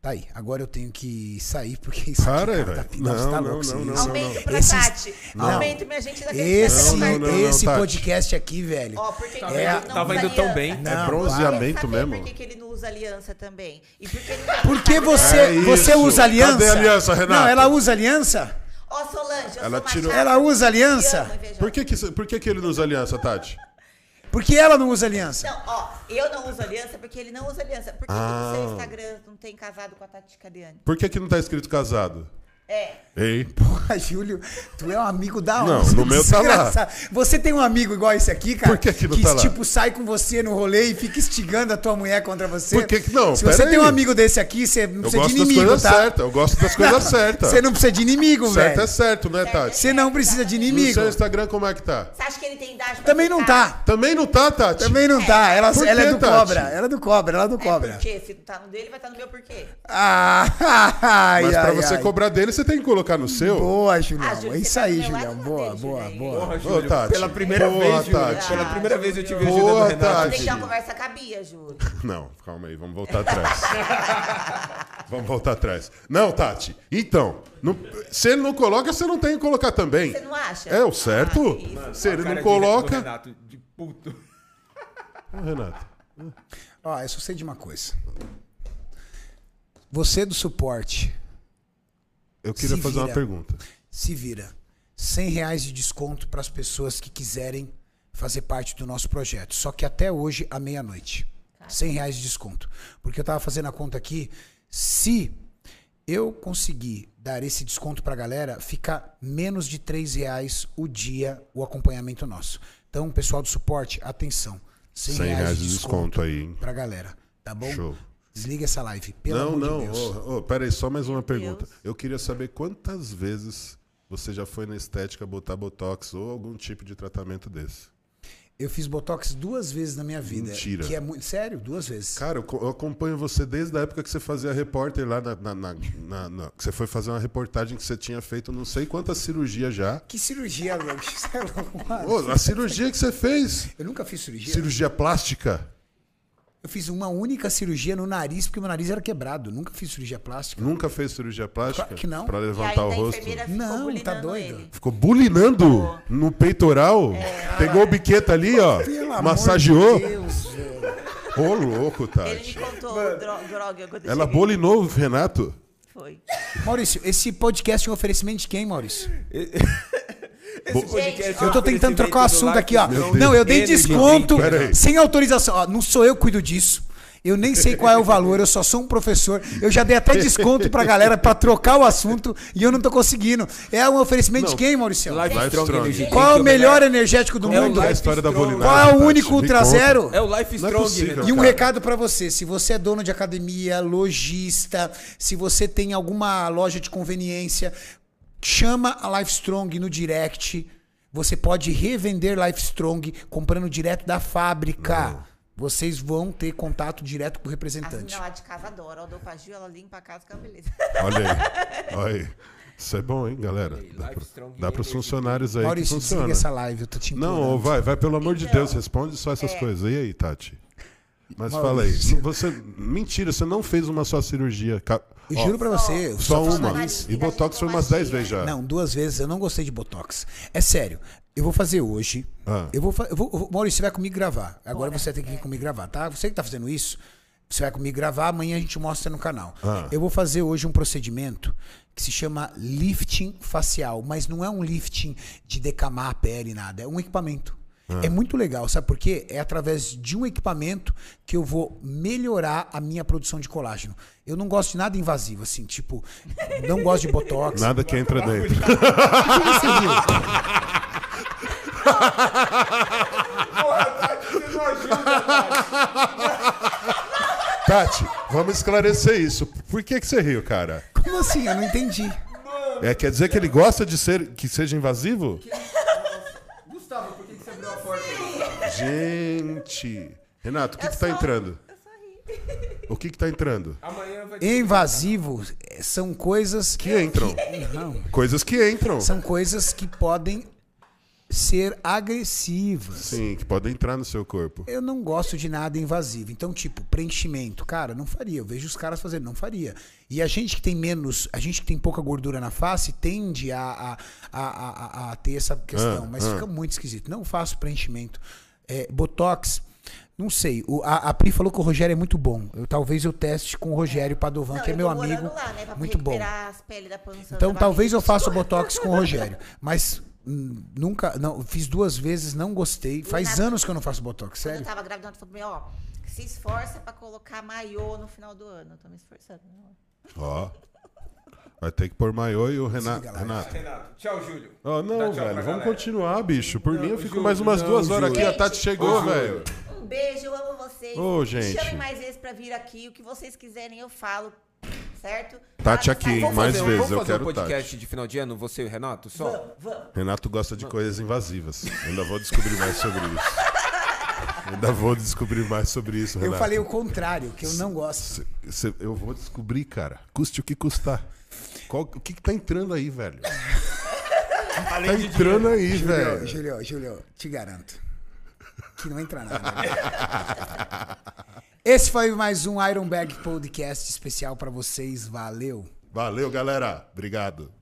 Speaker 1: tá aí. Agora eu tenho que sair, porque isso
Speaker 2: Para aí,
Speaker 1: aqui, cara, tá,
Speaker 2: velho.
Speaker 1: nossa, tá
Speaker 2: Não,
Speaker 1: louco
Speaker 2: não,
Speaker 1: isso.
Speaker 2: não,
Speaker 1: isso.
Speaker 2: não,
Speaker 7: Aumenta
Speaker 2: não.
Speaker 7: pra
Speaker 1: Esses-
Speaker 7: Tati.
Speaker 1: Não.
Speaker 7: Aumenta minha gente Tá da
Speaker 1: Esse, é
Speaker 2: Não, não, não,
Speaker 1: esse
Speaker 2: Tati.
Speaker 1: podcast aqui, velho.
Speaker 7: Ó, porque que
Speaker 1: Tava
Speaker 7: ele
Speaker 1: indo-
Speaker 7: não
Speaker 3: tava indo
Speaker 7: usa
Speaker 3: tão
Speaker 7: aliança?
Speaker 3: bem. É
Speaker 1: Não,
Speaker 2: bronzeamento.
Speaker 1: para.
Speaker 7: Eu queria saber
Speaker 2: mesmo.
Speaker 7: Por que, que ele não usa aliança também? E por que ele não
Speaker 1: Por que você,
Speaker 2: É isso.
Speaker 1: você usa aliança?
Speaker 2: Cadê a aliança,
Speaker 1: Não,
Speaker 2: Renata?
Speaker 1: ela usa aliança?
Speaker 7: Ó, Solange, eu
Speaker 2: Ela
Speaker 7: sou
Speaker 2: tirou-
Speaker 7: machada,
Speaker 1: Ela usa aliança?
Speaker 7: eu amo invejosa.
Speaker 2: Por que, que, isso- por que, que ele nos aliança, Tati?
Speaker 1: Por que ela não usa aliança?
Speaker 7: Não, Então, ó, eu não uso aliança porque ele não usa aliança. Por que, que no
Speaker 1: Ah.
Speaker 7: seu Instagram não tem casado com a Tati Cadiane?
Speaker 2: Por que, que não tá escrito casado?
Speaker 7: É.
Speaker 2: Ei.
Speaker 1: Porra, Júlio, tu é um amigo da
Speaker 2: Não,
Speaker 1: onça,
Speaker 2: no meu tá lá.
Speaker 1: desgraçado. Você tem um amigo igual esse aqui, cara?
Speaker 2: Por que que não tá lá?
Speaker 1: tipo, sai com você no rolê e fica instigando a tua mulher contra você.
Speaker 2: Por que que não?
Speaker 1: Se
Speaker 2: Pera
Speaker 1: você tem um
Speaker 2: aí.
Speaker 1: amigo desse aqui, você não
Speaker 2: Eu
Speaker 1: precisa de
Speaker 2: gosto das
Speaker 1: inimigo,
Speaker 2: coisas
Speaker 1: tá?
Speaker 2: certas. Eu gosto das coisas certas.
Speaker 1: Você não precisa de inimigo,
Speaker 2: Certo é
Speaker 1: velho.
Speaker 2: certo, né, Tati?
Speaker 1: Você não precisa de
Speaker 2: No
Speaker 1: inimigo.
Speaker 2: seu Instagram, como é que tá?
Speaker 7: Você acha que ele tem idade pra
Speaker 1: Também não
Speaker 7: ficar?
Speaker 1: tá.
Speaker 2: Também não tá, Tati?
Speaker 1: Também não tá. Ela,
Speaker 2: Por
Speaker 1: ela
Speaker 2: que,
Speaker 1: é do
Speaker 2: Tati?
Speaker 1: cobra. Ela é do cobra, ela é do
Speaker 7: É
Speaker 1: cobra.
Speaker 7: por quê? Se não tá no dele, vai estar tá no meu por quê?
Speaker 1: Ah, ai,
Speaker 2: Mas pra
Speaker 1: ai,
Speaker 2: você
Speaker 1: ai.
Speaker 2: cobrar dele, você tem que colocar no seu.
Speaker 1: Boa, Julião.
Speaker 7: Ah, Júlio,
Speaker 1: é
Speaker 7: você
Speaker 1: isso
Speaker 7: tá
Speaker 1: aí,
Speaker 7: do meu lado
Speaker 1: Julião.
Speaker 7: ou
Speaker 1: Boa,
Speaker 7: dele,
Speaker 1: boa,
Speaker 7: Julião?
Speaker 1: boa.
Speaker 3: Porra,
Speaker 2: Ô,
Speaker 3: Júlio,
Speaker 2: Tati.
Speaker 3: pela primeira
Speaker 2: Boa,
Speaker 3: vez, Júlio,
Speaker 2: Tati.
Speaker 3: pela primeira vez eu te vi ajudando
Speaker 2: Boa,
Speaker 3: o
Speaker 1: Ah,
Speaker 3: Renato.
Speaker 7: Tem que
Speaker 2: Tati.
Speaker 7: dar uma conversa com a Bia, Júlio.
Speaker 2: Não, calma aí, vamos voltar atrás. vamos voltar atrás. Não, Tati, então, não- se ele não coloca, você não tem que colocar também.
Speaker 7: Você não acha?
Speaker 2: É o certo?
Speaker 7: Ah, isso.
Speaker 2: se ele
Speaker 3: Cara
Speaker 2: não
Speaker 3: de- do
Speaker 2: coloca.
Speaker 3: Renato, de puto.
Speaker 2: Ô, Renato.
Speaker 1: Ó, eu só sei de uma coisa. Você é do suporte,
Speaker 2: eu queria
Speaker 1: Se
Speaker 2: fazer uma
Speaker 1: vira.
Speaker 2: pergunta.
Speaker 1: se vira. 100 reais de desconto para as pessoas que quiserem fazer parte do nosso projeto. Só que até hoje, à meia-noite. 100 reais de desconto. Porque eu tava fazendo a conta aqui, se eu conseguir dar esse desconto pra galera, fica menos de 3 reais o dia o acompanhamento nosso. Então, pessoal do suporte, atenção. 100,
Speaker 2: 100 reais de desconto aí, hein?
Speaker 1: pra galera, tá bom?
Speaker 2: Show.
Speaker 1: Desliga essa live, pelo
Speaker 2: não,
Speaker 1: amor de
Speaker 2: não,
Speaker 1: Deus.
Speaker 2: ô, ô, peraí, só mais uma pergunta. Eu queria saber quantas vezes você já foi na estética botar botox ou algum tipo de tratamento desse.
Speaker 1: Eu fiz botox duas vezes na minha vida.
Speaker 2: Mentira.
Speaker 1: Que é muito sério, duas vezes.
Speaker 2: Cara, eu, co- eu acompanho você desde a época que você fazia repórter lá na, na- na- na- na- que você foi fazer uma reportagem que você tinha feito não sei quantas cirurgias já.
Speaker 1: Que cirurgia, Doug? Você é louco, mano.
Speaker 2: Ô, a cirurgia que você fez?
Speaker 1: Eu nunca fiz cirurgia.
Speaker 2: Cirurgia plástica?
Speaker 1: Eu fiz uma única cirurgia no nariz, porque meu nariz era quebrado. Nunca fiz cirurgia plástica.
Speaker 2: Nunca fez cirurgia plástica?
Speaker 1: Claro que não.
Speaker 2: Pra
Speaker 7: E
Speaker 2: levantar
Speaker 7: ainda
Speaker 2: o
Speaker 7: a
Speaker 2: rosto?
Speaker 7: enfermeira ficou
Speaker 1: Não, tá
Speaker 7: bulinando
Speaker 1: doido.
Speaker 7: ele.
Speaker 2: Ficou bulinando no peitoral? Pegou o biqueta ali, ó.
Speaker 1: É. Pelo amor
Speaker 2: massageou?
Speaker 1: de Deus, velho.
Speaker 2: Ô, louco,
Speaker 7: Ele me
Speaker 2: Tati.
Speaker 7: contou o dro- droga quando eu
Speaker 2: Ela
Speaker 7: cheguei.
Speaker 2: bolinou o Renato?
Speaker 7: Foi.
Speaker 1: Maurício, esse podcast é um oferecimento de quem, Maurício?
Speaker 3: Esse podcast é um
Speaker 1: Eu
Speaker 2: Ah,
Speaker 1: tô tentando trocar o
Speaker 3: oferecimento do
Speaker 1: assunto aqui, ó.
Speaker 3: Lacto
Speaker 2: Meu Deus.
Speaker 1: Não, eu dei
Speaker 3: Energy
Speaker 1: desconto
Speaker 2: Drink, peraí.
Speaker 1: sem autorização. Ó, não sou eu que cuido disso. Eu nem sei qual é o valor, eu só sou um professor. Eu já dei até desconto pra galera pra trocar o assunto e eu não tô conseguindo. É um oferecimento de
Speaker 2: Não.
Speaker 1: quem, Maurício?
Speaker 3: Life
Speaker 2: Life
Speaker 3: Strong
Speaker 2: Strong.
Speaker 3: Energy Drink,
Speaker 1: Qual é o melhor
Speaker 3: melhor-
Speaker 1: energético do
Speaker 2: É
Speaker 1: mundo?
Speaker 2: a
Speaker 3: Life
Speaker 2: história da
Speaker 3: Strong.
Speaker 2: bolinagem?
Speaker 1: Qual é o
Speaker 2: Tati?
Speaker 1: único
Speaker 2: Me
Speaker 1: Ultra
Speaker 2: conta.
Speaker 1: Zero?
Speaker 3: É o Life
Speaker 2: Não é
Speaker 3: Strong,
Speaker 2: possível,
Speaker 3: Renato.
Speaker 1: E um
Speaker 2: cara.
Speaker 1: recado pra você, se você é dono de academia, lojista, se você tem alguma loja de conveniência, chama a Life Strong no direct. Você pode revender Life Strong comprando direto da fábrica. Vocês vão ter contato direto com o
Speaker 7: A
Speaker 1: representante.
Speaker 7: menina
Speaker 2: É
Speaker 7: lá de casa adora. Ó, dou pra Gil, ela limpa a casa, fica uma beleza.
Speaker 2: Olha aí. Olha aí. Isso é bom, hein, galera? Dá,
Speaker 3: Life
Speaker 2: pro,
Speaker 3: Strong
Speaker 2: dá pros
Speaker 3: Energy.
Speaker 2: funcionários aí
Speaker 1: Maurício,
Speaker 2: que
Speaker 1: desliga
Speaker 2: funciona.
Speaker 1: essa live, eu tô te
Speaker 2: Não,
Speaker 1: implorando.
Speaker 2: ô, vai, vai, pelo amor de
Speaker 7: Então,
Speaker 2: Deus, responde só essas coisas. E aí, Tati? Mas fala aí,
Speaker 1: É. Maurício.
Speaker 2: você, mentira, você não fez uma só cirurgia. ca-
Speaker 1: Eu
Speaker 2: ó,
Speaker 1: juro pra você, eu
Speaker 2: Só
Speaker 1: fiz
Speaker 2: uma.
Speaker 1: nariz.
Speaker 2: E Botox foi umas 10 vezes já.
Speaker 1: Não, duas vezes eu não gostei de Botox. É sério. Eu vou fazer hoje.
Speaker 2: Ah.
Speaker 1: Eu, vou fa- eu vou- eu vou- Maurício, você vai comigo gravar. Agora você tem que ir comigo gravar, tá? Você que tá fazendo isso, você vai comigo gravar, amanhã a gente mostra no canal.
Speaker 2: Ah.
Speaker 1: Eu vou fazer hoje um procedimento que se chama lifting facial, mas não é um lifting de decamar a pele, nada. É um equipamento.
Speaker 2: Ah.
Speaker 1: É muito legal, sabe por quê? É através de um equipamento que eu vou melhorar a minha produção de colágeno. Eu não gosto de nada invasivo, assim, tipo, não gosto de botox.
Speaker 2: Nada que entra dentro.
Speaker 1: Você viu?
Speaker 2: Tati, vamos esclarecer isso. Por que, que você riu, cara?
Speaker 1: Como assim? Eu não entendi.
Speaker 2: É, quer dizer que ele gosta de ser que seja invasivo?
Speaker 3: Gustavo, por que que você abriu a porta?
Speaker 2: Gente. Renato, o que,
Speaker 7: Eu
Speaker 2: que tá
Speaker 7: só-
Speaker 2: entrando?
Speaker 7: Eu só ri.
Speaker 2: O que que tá entrando?
Speaker 3: Amanhã vai ter.
Speaker 1: Invasivos eh, são coisas
Speaker 2: Que entram.
Speaker 1: Não.
Speaker 2: Coisas que entram.
Speaker 1: São coisas que podem ser agressivas.
Speaker 2: Sim, que podem entrar no seu corpo.
Speaker 1: Eu não gosto de nada invasivo. Então, tipo, preenchimento, cara, não faria. Eu vejo os caras fazendo, não faria. E a gente que tem menos, a gente que tem pouca gordura na face, tende a, a, a, a, a ter essa questão.
Speaker 2: Ah,
Speaker 1: mas
Speaker 2: ah.
Speaker 1: fica muito esquisito. Não faço preenchimento. É, botox, não sei. O- a, a Pri falou que o Rogério é muito bom. Eu, talvez eu teste com o Rogério Padovan, que é
Speaker 7: eu
Speaker 1: meu
Speaker 7: tô morando
Speaker 1: amigo.
Speaker 7: lá, né, pra
Speaker 1: muito bom.
Speaker 7: recuperar as peles da pança
Speaker 1: Então
Speaker 7: da
Speaker 1: talvez eu
Speaker 7: barriga.
Speaker 1: faça botox com o Rogério, mas hum, nunca, não, fiz duas vezes, não gostei. Faz
Speaker 7: nada.
Speaker 1: anos que eu não faço botox,
Speaker 7: Quando eu
Speaker 1: sério.
Speaker 7: tava grávida, ela falou pra mim, ó, se esforça pra colocar maiô no final do ano. Eu tô me esforçando. né?
Speaker 2: Ó. Vai ter que pôr maiô e o Renato.
Speaker 1: Desliga lá.
Speaker 2: Renato.
Speaker 3: Renato, tchau, Júlio.
Speaker 2: Ó, não,
Speaker 3: Dá tchau
Speaker 2: velho.
Speaker 3: pra
Speaker 2: Vamos
Speaker 3: Tá, galera.
Speaker 2: continuar, bicho. Por mim eu fico mais
Speaker 3: Júlio,
Speaker 2: umas
Speaker 3: não,
Speaker 2: duas horas
Speaker 3: Júlio.
Speaker 2: aqui. A Tati chegou,
Speaker 3: Ô,
Speaker 2: velho.
Speaker 7: Um beijo, eu amo vocês.
Speaker 2: Ô,
Speaker 7: Me
Speaker 2: gente.
Speaker 7: Chamem mais vezes pra vir aqui. O que vocês quiserem, eu falo. Certo? Tá,
Speaker 2: Tati
Speaker 7: Nada
Speaker 2: aqui,
Speaker 7: sai-
Speaker 2: hein,
Speaker 3: Vamos
Speaker 2: mais
Speaker 3: fazer um-
Speaker 2: vezes,
Speaker 3: Vamos
Speaker 2: eu
Speaker 3: fazer
Speaker 2: quero
Speaker 3: um podcast de final de ano, você e o Renato, só?
Speaker 2: Renato gosta de coisas invasivas. Ainda vou descobrir mais sobre isso. Ainda vou descobrir mais sobre isso,
Speaker 1: Eu
Speaker 2: Renato.
Speaker 1: falei o contrário, que eu não gosto.
Speaker 2: Cê- cê- eu vou descobrir, cara. Custe o que custar. Qual- o que, que tá entrando aí, velho? O que tá entrando aí,
Speaker 1: Julio,
Speaker 2: velho.
Speaker 1: Julio, Julio, te garanto que não entra nada. né? Esse foi mais um Iron Bag Podcast especial pra vocês. Valeu.
Speaker 2: Valeu, galera. Obrigado.